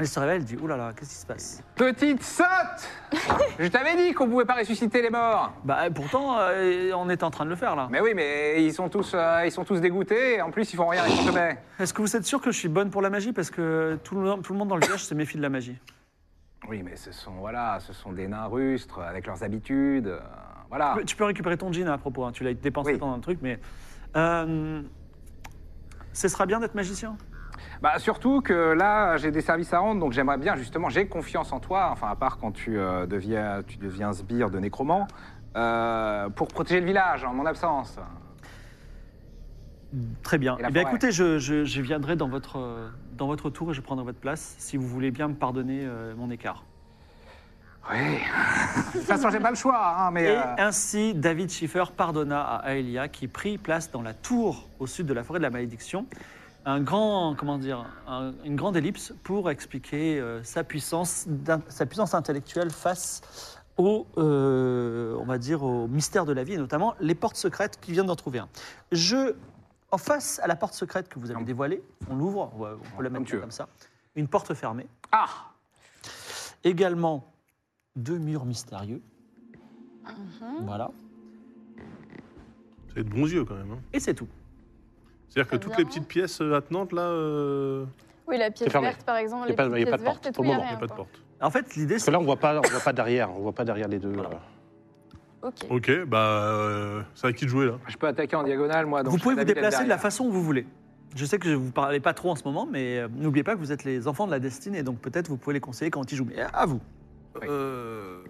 S1: Elle se révèle, elle dit « Ouh là là, qu'est-ce qui se passe
S2: Petite sotte Je t'avais dit qu'on pouvait pas ressusciter les morts ?»
S1: Bah pourtant, euh, on est en train de le faire là.
S2: Mais oui, mais ils sont tous, euh, ils sont tous dégoûtés. et En plus, ils font rien avec le sommet.
S1: Est-ce que vous êtes sûr que je suis bonne pour la magie Parce que tout le, tout le monde dans le village se méfie de la magie.
S2: Oui, mais ce sont voilà, ce sont des nains rustres avec leurs habitudes. euh, voilà.
S1: Tu peux- Tu peux récupérer ton jean à propos, hein, tu l'as dépensé
S2: Oui.
S1: dans un truc, mais. euh, ce sera bien d'être magicien
S2: Bah surtout que là, j'ai des services à rendre, donc j'aimerais bien justement. J'ai confiance en toi. Enfin, à part quand tu euh, deviens, tu deviens sbire de nécromant euh, pour protéger le village en mon absence.
S1: Très bien.
S2: Et la
S1: Eh bien
S2: forêt.
S1: écoutez, je, je- je viendrai dans votre, euh, dans votre tour et je prendrai votre place si vous voulez bien me pardonner euh, mon écart.
S2: Oui. de toute façon, j'ai pas le choix. hein, mais
S1: Et
S2: euh,
S1: ainsi, David Schiffer pardonna à Aelia qui prit place dans la tour au sud de la forêt de la malédiction. Un grand, comment dire, un- une grande ellipse pour expliquer euh, sa, puissance, d'in- sa puissance intellectuelle face au, euh, on va dire, au mystère de la vie, et notamment les portes secrètes qui viennent d'en trouver un. Je, en face à la porte secrète que vous avez dévoilée, on l'ouvre, on va- on peut la
S2: Comme
S1: mettre
S2: tu veux.
S1: comme ça, une porte fermée,
S2: ah,
S1: également deux murs mystérieux. Voilà.
S4: C'est de bons yeux quand même. hein.
S1: Et c'est tout.
S4: C'est-à-dire que
S5: Très
S4: toutes
S5: bien.
S4: les petites pièces euh, attenantes là, euh,
S5: Oui, la pièce
S3: C'est fermé.
S5: verte, par exemple.
S3: Y a
S5: les
S3: pas-
S5: petites
S3: y a pas
S5: pièces
S3: de porte.
S5: vertes et
S3: Pour le
S5: tout, y a
S3: moment,
S4: il n'y
S5: rien,
S4: a pas de
S5: quoi.
S4: porte.
S1: En fait, l'idée,
S3: Parce que
S1: c'est
S3: là, on voit pas, on voit pas derrière, on voit pas derrière les deux.
S1: Voilà.
S5: Ok.
S4: Ok, bah, euh, c'est à qui de jouer là
S2: je peux attaquer en diagonale, moi. donc
S1: vous
S2: je
S1: pouvez vous
S2: serai David
S1: déplacer de la
S2: derrière.
S1: façon que vous voulez. Je sais que je vous parlais pas trop en ce moment, mais euh, n'oubliez pas que vous êtes les enfants de la destinée, donc peut-être vous pouvez les conseiller quand ils jouent. Mais à vous.
S4: Euh,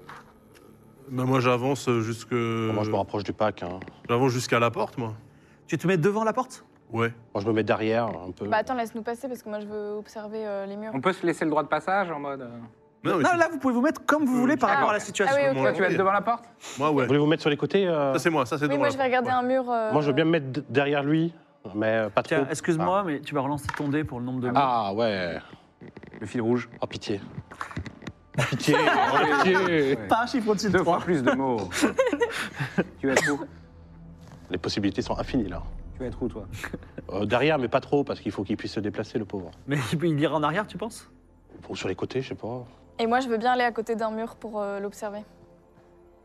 S4: bah, Moi j'avance jusque.
S3: Moi, je me rapproche du pack. hein.
S4: J'avance jusqu'à la porte moi.
S1: Tu te mets devant la porte
S4: Ouais.
S3: Moi, je me mets derrière un peu.
S5: Bah attends, laisse-nous passer parce que moi je veux observer euh, les murs.
S2: On peut se laisser le droit de passage en mode. euh,
S6: Non, mais
S1: Non,
S6: tu-
S1: là, vous pouvez vous mettre comme vous voulez par
S5: Ah,
S1: rapport à la
S2: ouais.
S1: situation.
S5: Ah oui, ok.
S6: Moi,
S2: Toi, tu vas être devant la porte
S6: Moi, ouais.
S3: Voulez-vous mettre sur les côtés euh,
S6: Ça, c'est moi, ça, c'est
S5: Oui,
S6: devant
S5: moi
S6: la
S5: je vais
S6: porte,
S5: regarder
S6: ouais.
S5: un mur. euh,
S3: Moi, je veux bien me mettre d- derrière lui, mais euh, pas trop.
S1: Tiens, excuse-moi,
S2: Ah.
S1: mais tu vas relancer ton dé pour le nombre de mots.
S3: Ah ouais.
S2: Le fil rouge.
S3: Oh pitié. Oh, pitié.
S2: Ah, oui.
S1: Pas un chiffre au-dessus de
S2: Deux
S1: 3.
S2: fois plus de mots. tu vas être où
S3: les possibilités sont infinies là.
S2: Tu vas être où, toi
S3: Euh, derrière, mais pas trop, parce qu'il faut qu'il puisse se déplacer, le pauvre.
S1: Mais il peut il ira en arrière, tu penses
S3: Ou sur les côtés, je sais pas.
S5: Et moi je veux bien aller à côté d'un mur pour euh, l'observer.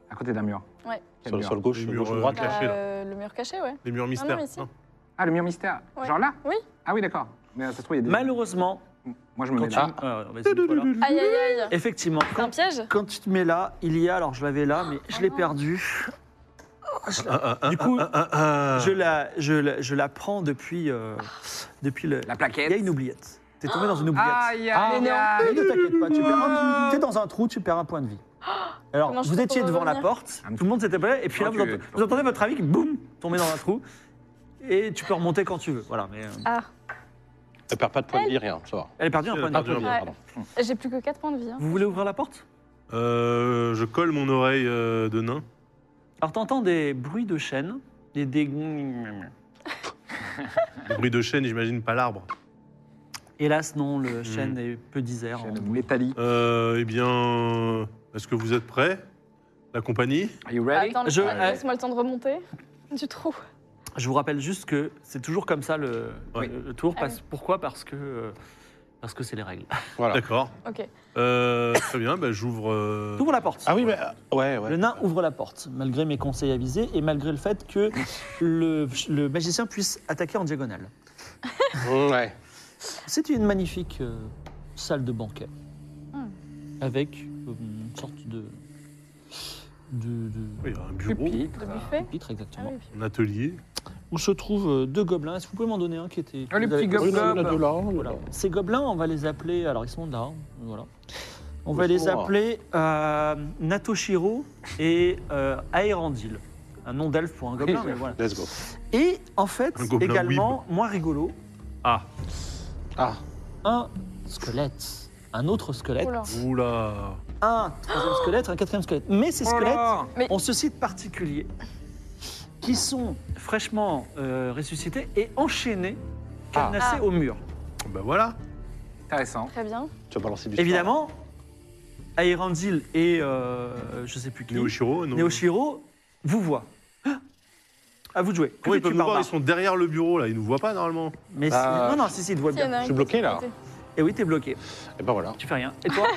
S2: À côté d'un mur.
S5: Ouais.
S2: Quel
S3: Sur le,
S2: mur
S3: sur le gauche,
S6: Les
S3: sur le
S6: murs,
S3: gauche,
S6: euh,
S3: droite.
S6: clair.
S3: là.
S6: Caché, là.
S5: Euh, le mur caché, ouais.
S6: Les murs mystères. Hein.
S5: ici.
S6: non.
S2: Ah, le mur mystère.
S5: Ouais.
S2: Genre là
S5: Oui.
S2: Ah oui, d'accord. Mais euh, ça se trouve, il y a des...
S1: Malheureusement,
S2: Moi, je me
S1: quand
S2: mets
S1: tu...
S2: là.
S1: Ah, vas-y, voilà.
S5: Aïe aïe aïe.
S1: Effectivement,
S5: C'est un
S1: quand,
S5: piège
S1: quand tu te mets là, il y a, alors je l'avais là, mais je l'ai
S5: non.
S1: perdu. Ah, je la-
S6: Ah, ah, ah,
S1: Du coup,
S6: ah, ah, ah.
S1: je, la, je, la, je la prends depuis, euh, depuis le...
S2: La
S1: Il
S2: plaquette.
S1: y a une oubliette. T'es tombé dans une oubliette.
S2: Aïe, aïe,
S1: Mais Ah, non,
S2: aïe. Oh.
S1: mais ne t'inquiète pas, tu perds un- t'es dans un trou, tu perds un point de vie. Alors,
S5: Comment je
S1: vous
S5: fais
S1: étiez
S5: pour
S1: devant la
S5: revenir
S1: porte, tout le monde s'était prêt, et puis là,
S2: Ah,
S1: vous,
S2: tu-
S1: ent-
S2: tu peux
S1: vous entendez votre avis qui, boum, tomber dans un trou, et tu peux remonter quand tu veux. Voilà, mais euh,
S5: Ah,
S3: Ne perds pas de points de vie, rien, ça va.
S1: elle est perdue un
S6: Elle a
S1: point de
S3: Ah,
S1: vie.
S6: perdu
S3: point de vie,
S5: Ouais.
S3: pardon.
S5: j'ai plus que 4 points de vie. hein.
S1: Vous voulez ouvrir la porte
S6: Euh, je colle mon oreille euh, de nain.
S1: Alors, t'entends des bruits de chaînes, des... des...
S6: Le bruit de chaîne, j'imagine pas l'arbre.
S1: Hélas, non, le chêne
S2: Hmm.
S1: est peu disert.
S2: J'ai le métallique.
S6: Euh, eh bien, est-ce que vous êtes prêts La compagnie
S2: Are you ready
S5: Attends,
S1: Je-
S5: laisse-
S1: euh,
S5: laisse-moi le temps de remonter du trou.
S1: Je vous rappelle juste que c'est toujours comme ça le,
S6: Ouais.
S1: le- le tour.
S5: Ah
S1: parce- Pourquoi Parce que euh, parce que c'est les règles.
S3: Voilà.
S6: D'accord.
S5: Ok.
S6: Euh, très bien, bah, j'ouvre. euh,
S1: T'ouvres la porte.
S3: Ah oui, mais. euh, Ouais, ouais.
S1: Le nain ouvre la porte, malgré mes conseils avisés et malgré le fait que le, le magicien puisse attaquer en diagonale.
S3: Mmh, ouais.
S1: C'est une magnifique euh, salle de banquet.
S2: Hmm.
S1: Avec euh, une sorte de. de. de
S6: oui, un bureau,
S2: Pupitre.
S5: De buffet.
S1: pupitre, exactement.
S5: Ah oui.
S6: un atelier.
S1: Où se trouvent euh, deux gobelins. Est-ce que vous pouvez m'en donner un qui était.
S2: Ah, les
S1: vous avez-
S2: petits gobelins.
S3: Oui, non, il y en a deux là, il y en a
S1: Voilà.
S3: deux
S1: Ces gobelins, on va les appeler. Alors, ils sont là. Voilà. On va
S3: Ils
S1: les
S3: sont là.
S1: appeler euh, Natoshiro et euh, Aerandil. Un nom d'elfe pour un gobelin,
S2: Oui,
S1: mais voilà.
S3: là. Let's go.
S1: Et en fait,
S6: Un gobelin
S1: également, moins rigolo,
S6: Ah,
S3: Ah,
S1: un squelette, un autre squelette,
S5: Oula.
S6: oula.
S1: un troisième squelette, un quatrième squelette. Mais ces
S2: Oh
S1: squelettes
S2: là
S5: Mais-
S1: ont ce site particulier qui sont fraîchement euh, ressuscités et enchaînés, cadenassés
S5: Ah.
S1: au mur.
S6: Bah voilà.
S2: Intéressant.
S5: Très bien.
S3: tu vas balancer du star.
S1: Évidemment, Aerandil et euh, je sais plus qui,
S6: Neoshiro, non
S1: Neoshiro, vous voient. Ah, À vous de jouer. Que
S6: Comment ils
S1: fais-tu,
S6: peuvent nous voir
S1: barbare
S6: Ils Ah. sont derrière le bureau, là. Ils nous voient pas, normalement.
S1: Mais si-
S3: Bah,
S1: Non, non, si, si, ils te voient
S5: Tiens, il y en a
S1: bien.
S5: un
S3: suis
S5: qui
S3: bloqué,
S5: s'est
S2: Ah.
S3: là.
S5: pointé.
S1: Et oui, t'es bloqué.
S3: Et ben voilà.
S1: Tu fais rien. Et toi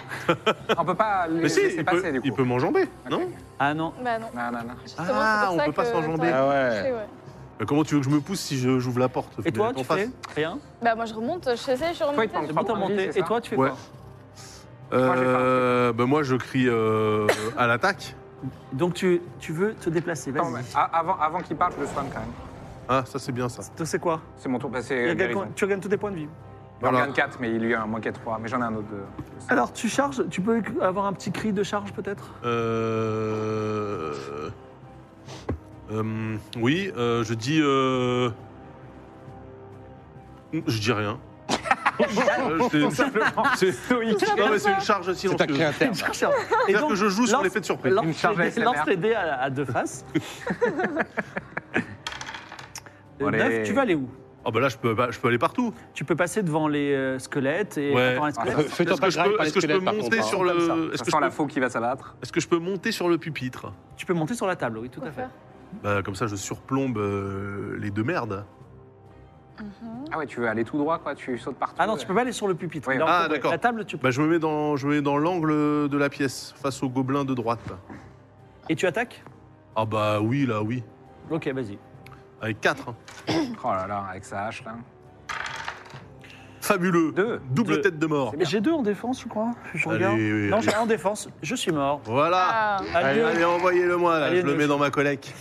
S2: On peut pas le
S6: Mais si,
S2: laisser
S6: il
S2: passer,
S6: peut,
S2: du coup.
S6: il peut m'enjamber, non
S1: Ah non.
S5: Bah non.
S2: Non, non, non.
S5: Justement,
S6: Ah,
S5: c'est pour
S6: on
S5: ça
S6: peut pas
S5: que
S6: s'enjamber.
S5: t'as
S3: Ah ouais.
S5: touché, ouais.
S6: Mais Comment tu veux que je me pousse si je- j'ouvre la porte Faut
S1: Et toi,
S6: bien
S1: tu
S6: qu'on
S1: fais
S6: fasse.
S1: rien
S5: Bah moi je remonte, j'essaie, je
S2: Toi, il
S5: remonte.
S2: te
S1: C'est
S2: manque trois
S1: bon, t'as
S2: points de vie,
S1: remonté.
S2: c'est
S1: Et
S2: ça
S1: toi, tu fais
S6: Ouais.
S1: quoi
S2: Moi, je vais faire un truc.
S6: Euh, bah, moi, je crie euh, à l'attaque.
S1: Donc tu, tu veux te déplacer,
S2: Attends,
S1: vas-y.
S2: mais a- avant avant qu'il parle, je le soigne quand même.
S6: Ah, ça, c'est bien, ça.
S1: Toi, c'est quoi
S2: C'est mon tour
S1: Il
S2: passé.
S1: regarde
S2: guérison.
S1: quand- Tu regagnes tous tes points de vie.
S2: Il en
S6: Voilà.
S2: gagne 4, mais il lui a un moins 4-3. Mais j'en ai un autre de.
S1: Alors tu charges, tu peux avoir un petit cri de charge peut-être
S6: Euh... euh, Oui, euh, je dis. euh, Je dis rien. Euh, c'est- c'est- Non, mais c'est une charge
S3: C'est un
S6: silencieuse.
S3: créateur.
S1: Et
S6: C'est-à-dire que je joue sur
S1: lance-
S6: l'effet de surprise.
S1: Lance,
S2: Une charge
S1: les,
S2: ASMR.
S1: lance les dés à, à deux faces. Euh,
S2: Allez.
S1: Neuf, tu vas aller où
S6: Ah bah là, je peux, bah, je peux aller partout.
S1: Tu peux passer devant les euh, squelettes et
S6: Ouais.
S1: devant les
S2: Ah,
S1: squelettes.
S3: Fais-toi
S6: Est-ce que
S3: pas
S6: je
S3: grave
S6: peux,
S3: par les
S6: est-ce que je peux
S3: squelettes, par
S6: monter
S3: contre.
S6: sur
S3: hein.
S6: le, est-ce
S2: Ça
S6: que
S2: sent
S6: je
S2: la
S6: peux,
S2: faux qui va s'abattre.
S6: est-ce que je peux monter sur le pupitre
S1: Tu peux monter sur la table, oui, tout
S5: Quoi
S1: à fait.
S5: faire
S6: Bah comme ça, je surplombe euh, les deux merdes.
S2: Ah ouais, tu veux aller tout droit, quoi. Tu sautes partout.
S1: Ah non, tu peux pas aller sur le pupitre.
S2: Ouais.
S1: Il est en
S6: Ah,
S1: cours.
S6: d'accord.
S1: La table, tu peux.
S6: Bah je me mets dans, je me mets dans l'angle de la pièce face au gobelin de droite. là.
S1: Et tu attaques
S6: Ah bah oui, là, oui,
S1: Ok, vas-y.
S6: avec hein. 4.
S2: Oh là là, avec sa hache, là.
S6: Fabuleux.
S2: Deux.
S6: Double
S1: Deux.
S6: tête de mort.
S1: J'ai deux en défense, je crois. Je
S6: Allez,
S1: regarde.
S6: oui,
S1: non,
S6: allez.
S1: j'ai un en défense. Je suis mort.
S6: Voilà.
S5: Ah.
S6: Allez,
S1: Adieu.
S6: envoyez-le moi là,
S1: Allez,
S6: je le
S1: nous-
S6: mets dans ma collecte.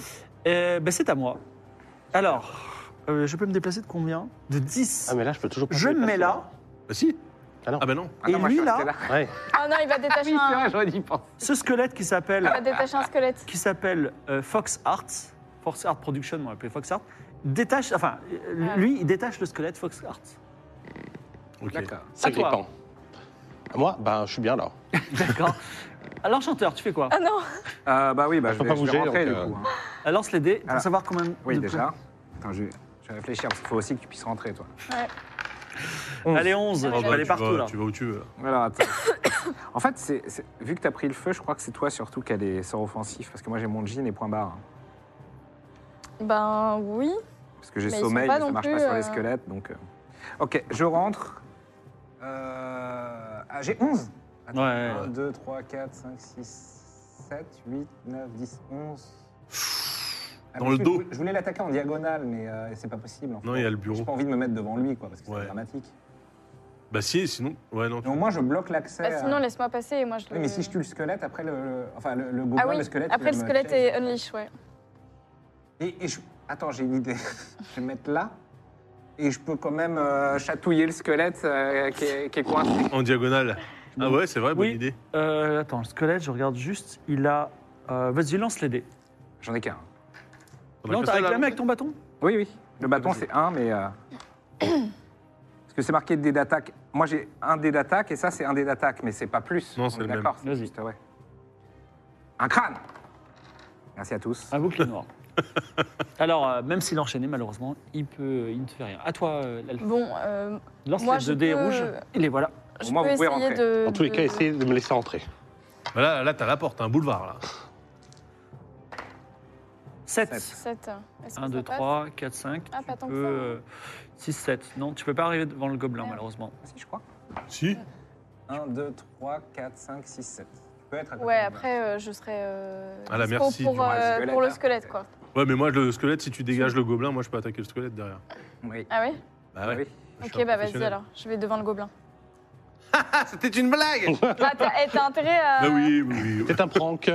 S1: Euh, ben, c'est à moi. Alors, euh, je peux me déplacer de combien De 10.
S3: Ah, mais là, je peux toujours pas
S1: je me mets
S3: déplacer,
S1: là,
S6: Bah si.
S3: Ah non.
S6: bah non.
S2: Ah non,
S1: Et
S2: moi, je
S1: lui,
S2: suis resté
S1: là
S3: hein. Ouais.
S5: Oh non, il va
S2: Ah oui,
S5: détacher
S2: c'est
S5: un...
S2: vrai, j'aurais dû y penser.
S1: ce squelette qui s'appelle
S5: il va détacher un squelette.
S1: qui s'appelle euh, Fox Arts, Fox Art Production, on l'appelait Fox Art, détache, enfin, euh, lui, il détache le squelette Fox Art.
S6: Ok. Oh,
S2: D'accord.
S3: C'est
S1: À toi.
S3: grippant. Moi, ben, je suis bien là.
S1: D'accord. Alors, l'enchanteur, tu fais quoi
S5: Ah non
S2: Euh, bah oui, bah,
S3: Je
S2: je,
S3: peux
S2: vais,
S3: pas
S2: je vais
S3: bouger,
S2: rentrer
S3: donc,
S2: du
S3: euh,
S2: coup. hein.
S1: Alors, Ah, Lance les dés pour
S2: Alors.
S1: savoir combien
S2: Oui,
S1: de
S2: déjà. Attends, je, vais- je vais réfléchir parce qu'il faut aussi que tu puisses rentrer, toi.
S5: Ouais.
S1: points. Allez, 11,
S5: Ah,
S1: tu
S5: bah,
S1: peux aller partout
S6: vas,
S1: là.
S6: Tu vas où tu veux.
S2: Alors, attends. en fait, c'est- c'est- vu que t'as pris le feu, je crois que c'est toi surtout qui a des sorts offensifs parce que moi j'ai mon jean et point barre. hein.
S5: Ben oui.
S2: Parce que j'ai
S5: Mais ils sont
S2: sommeil,
S5: pas
S2: mais ça
S5: non
S2: marche
S5: plus,
S2: pas sur
S5: euh,
S2: les squelettes donc. euh. Ok, je rentre. Euh, ah, j'ai 11
S1: Ouais, ouais,
S2: 1,
S1: ouais.
S2: 2, 3, 4, 5, 6, 7, 8, 9, 10, 11.
S6: Dans le dos.
S2: Ah, Je voulais l'attaquer en diagonale, mais euh, c'est pas possible. en fait.
S6: Non, il y a le
S2: J'ai
S6: bureau.
S2: pas envie de me mettre devant lui, quoi, parce que c'est
S6: Ouais.
S2: dramatique.
S6: Bah si, sinon. Ouais, non. tu-
S2: Mais au moins, je bloque l'accès.
S5: Bah, sinon,
S2: à-
S5: laisse-moi passer et moi je.
S2: Oui,
S5: le-
S2: mais si je tue le squelette, après le, le- enfin, le, le bobo,
S5: Ah oui,
S2: le squelette.
S5: après
S2: il
S5: le
S2: va me
S5: squelette
S2: chase.
S5: et Unleash, ouais.
S2: Et, et je- Attends, j'ai une idée. je vais me mettre là. Et je peux quand même euh, chatouiller le squelette euh, qui, est, qui est coincé.
S6: En diagonale. Ah ouais, c'est vrai, bonne
S1: Oui.
S6: idée.
S1: Euh, attends, le squelette, je regarde juste, il a. euh, Vas-y, lance les dés.
S2: J'en ai qu'un.
S6: On a
S1: Non,
S6: que
S1: t'as
S6: ça, là.
S1: réclamé avec ton bâton
S2: Oui, oui. Le bâton, c'est un, mais. euh, Parce que c'est marqué dé d'attaque. Moi, j'ai un dé d'attaque et ça, c'est un dé d'attaque, mais c'est pas plus.
S6: Non, c'est
S2: On est
S6: le même.
S2: D'accord, c'est
S1: Vas-y.
S2: juste, ouais. Un crâne Merci à tous.
S1: Un bouclier noir. Alors, euh, même s'il enchaîné, malheureusement, il, peut, il ne fait rien. À toi, euh, l'alpha.
S5: Bon, euh,
S1: lance
S5: moi,
S1: les
S5: je
S1: deux dés
S5: peux-
S1: rouges. Et les voilà.
S5: je
S2: moins,
S5: peux
S2: vous pouvez
S5: essayer
S2: rentrer.
S5: de.
S3: En tous les
S5: de-
S3: cas, essayez de me laisser rentrer.
S6: Bah là, là t'as la porte, un boulevard là.
S1: 7.
S2: Sept.
S5: Sept. Est-ce que
S1: 1,
S5: ça
S1: 2,
S5: passe
S1: 3, 4, 5.
S5: Ah, pas tant que ça, hein.
S1: 6, 7. euh, Non, tu peux pas arriver devant le gobelin,
S5: Merde.
S1: malheureusement.
S2: Ah, Si, je crois.
S6: Si
S2: 1, 2, 3, 4, 5, 6, 7. Tu peux être à côté
S5: Ouais,
S2: du
S5: après, euh, je serai. euh,
S6: Ah, la
S5: dispo
S6: merci
S5: Pour,
S6: du reste.
S5: euh,
S2: Squelette,
S5: pour le
S2: hein.
S5: squelette, quoi.
S6: Ouais, mais moi, le squelette, si tu dégages le gobelin, moi, je peux attaquer le squelette derrière.
S2: gobelin. Oui.
S5: Ah oui
S6: Bah ouais.
S2: oui.
S6: je suis
S5: Ok,
S6: un
S5: bah vas-y
S6: professionnel.
S5: alors. Je vais devant le gobelin.
S6: Ah, C'était une blague
S5: Ah, t'as eh, t'as intérêt à.
S6: Bah oui, oui, oui.
S3: C'est un prank.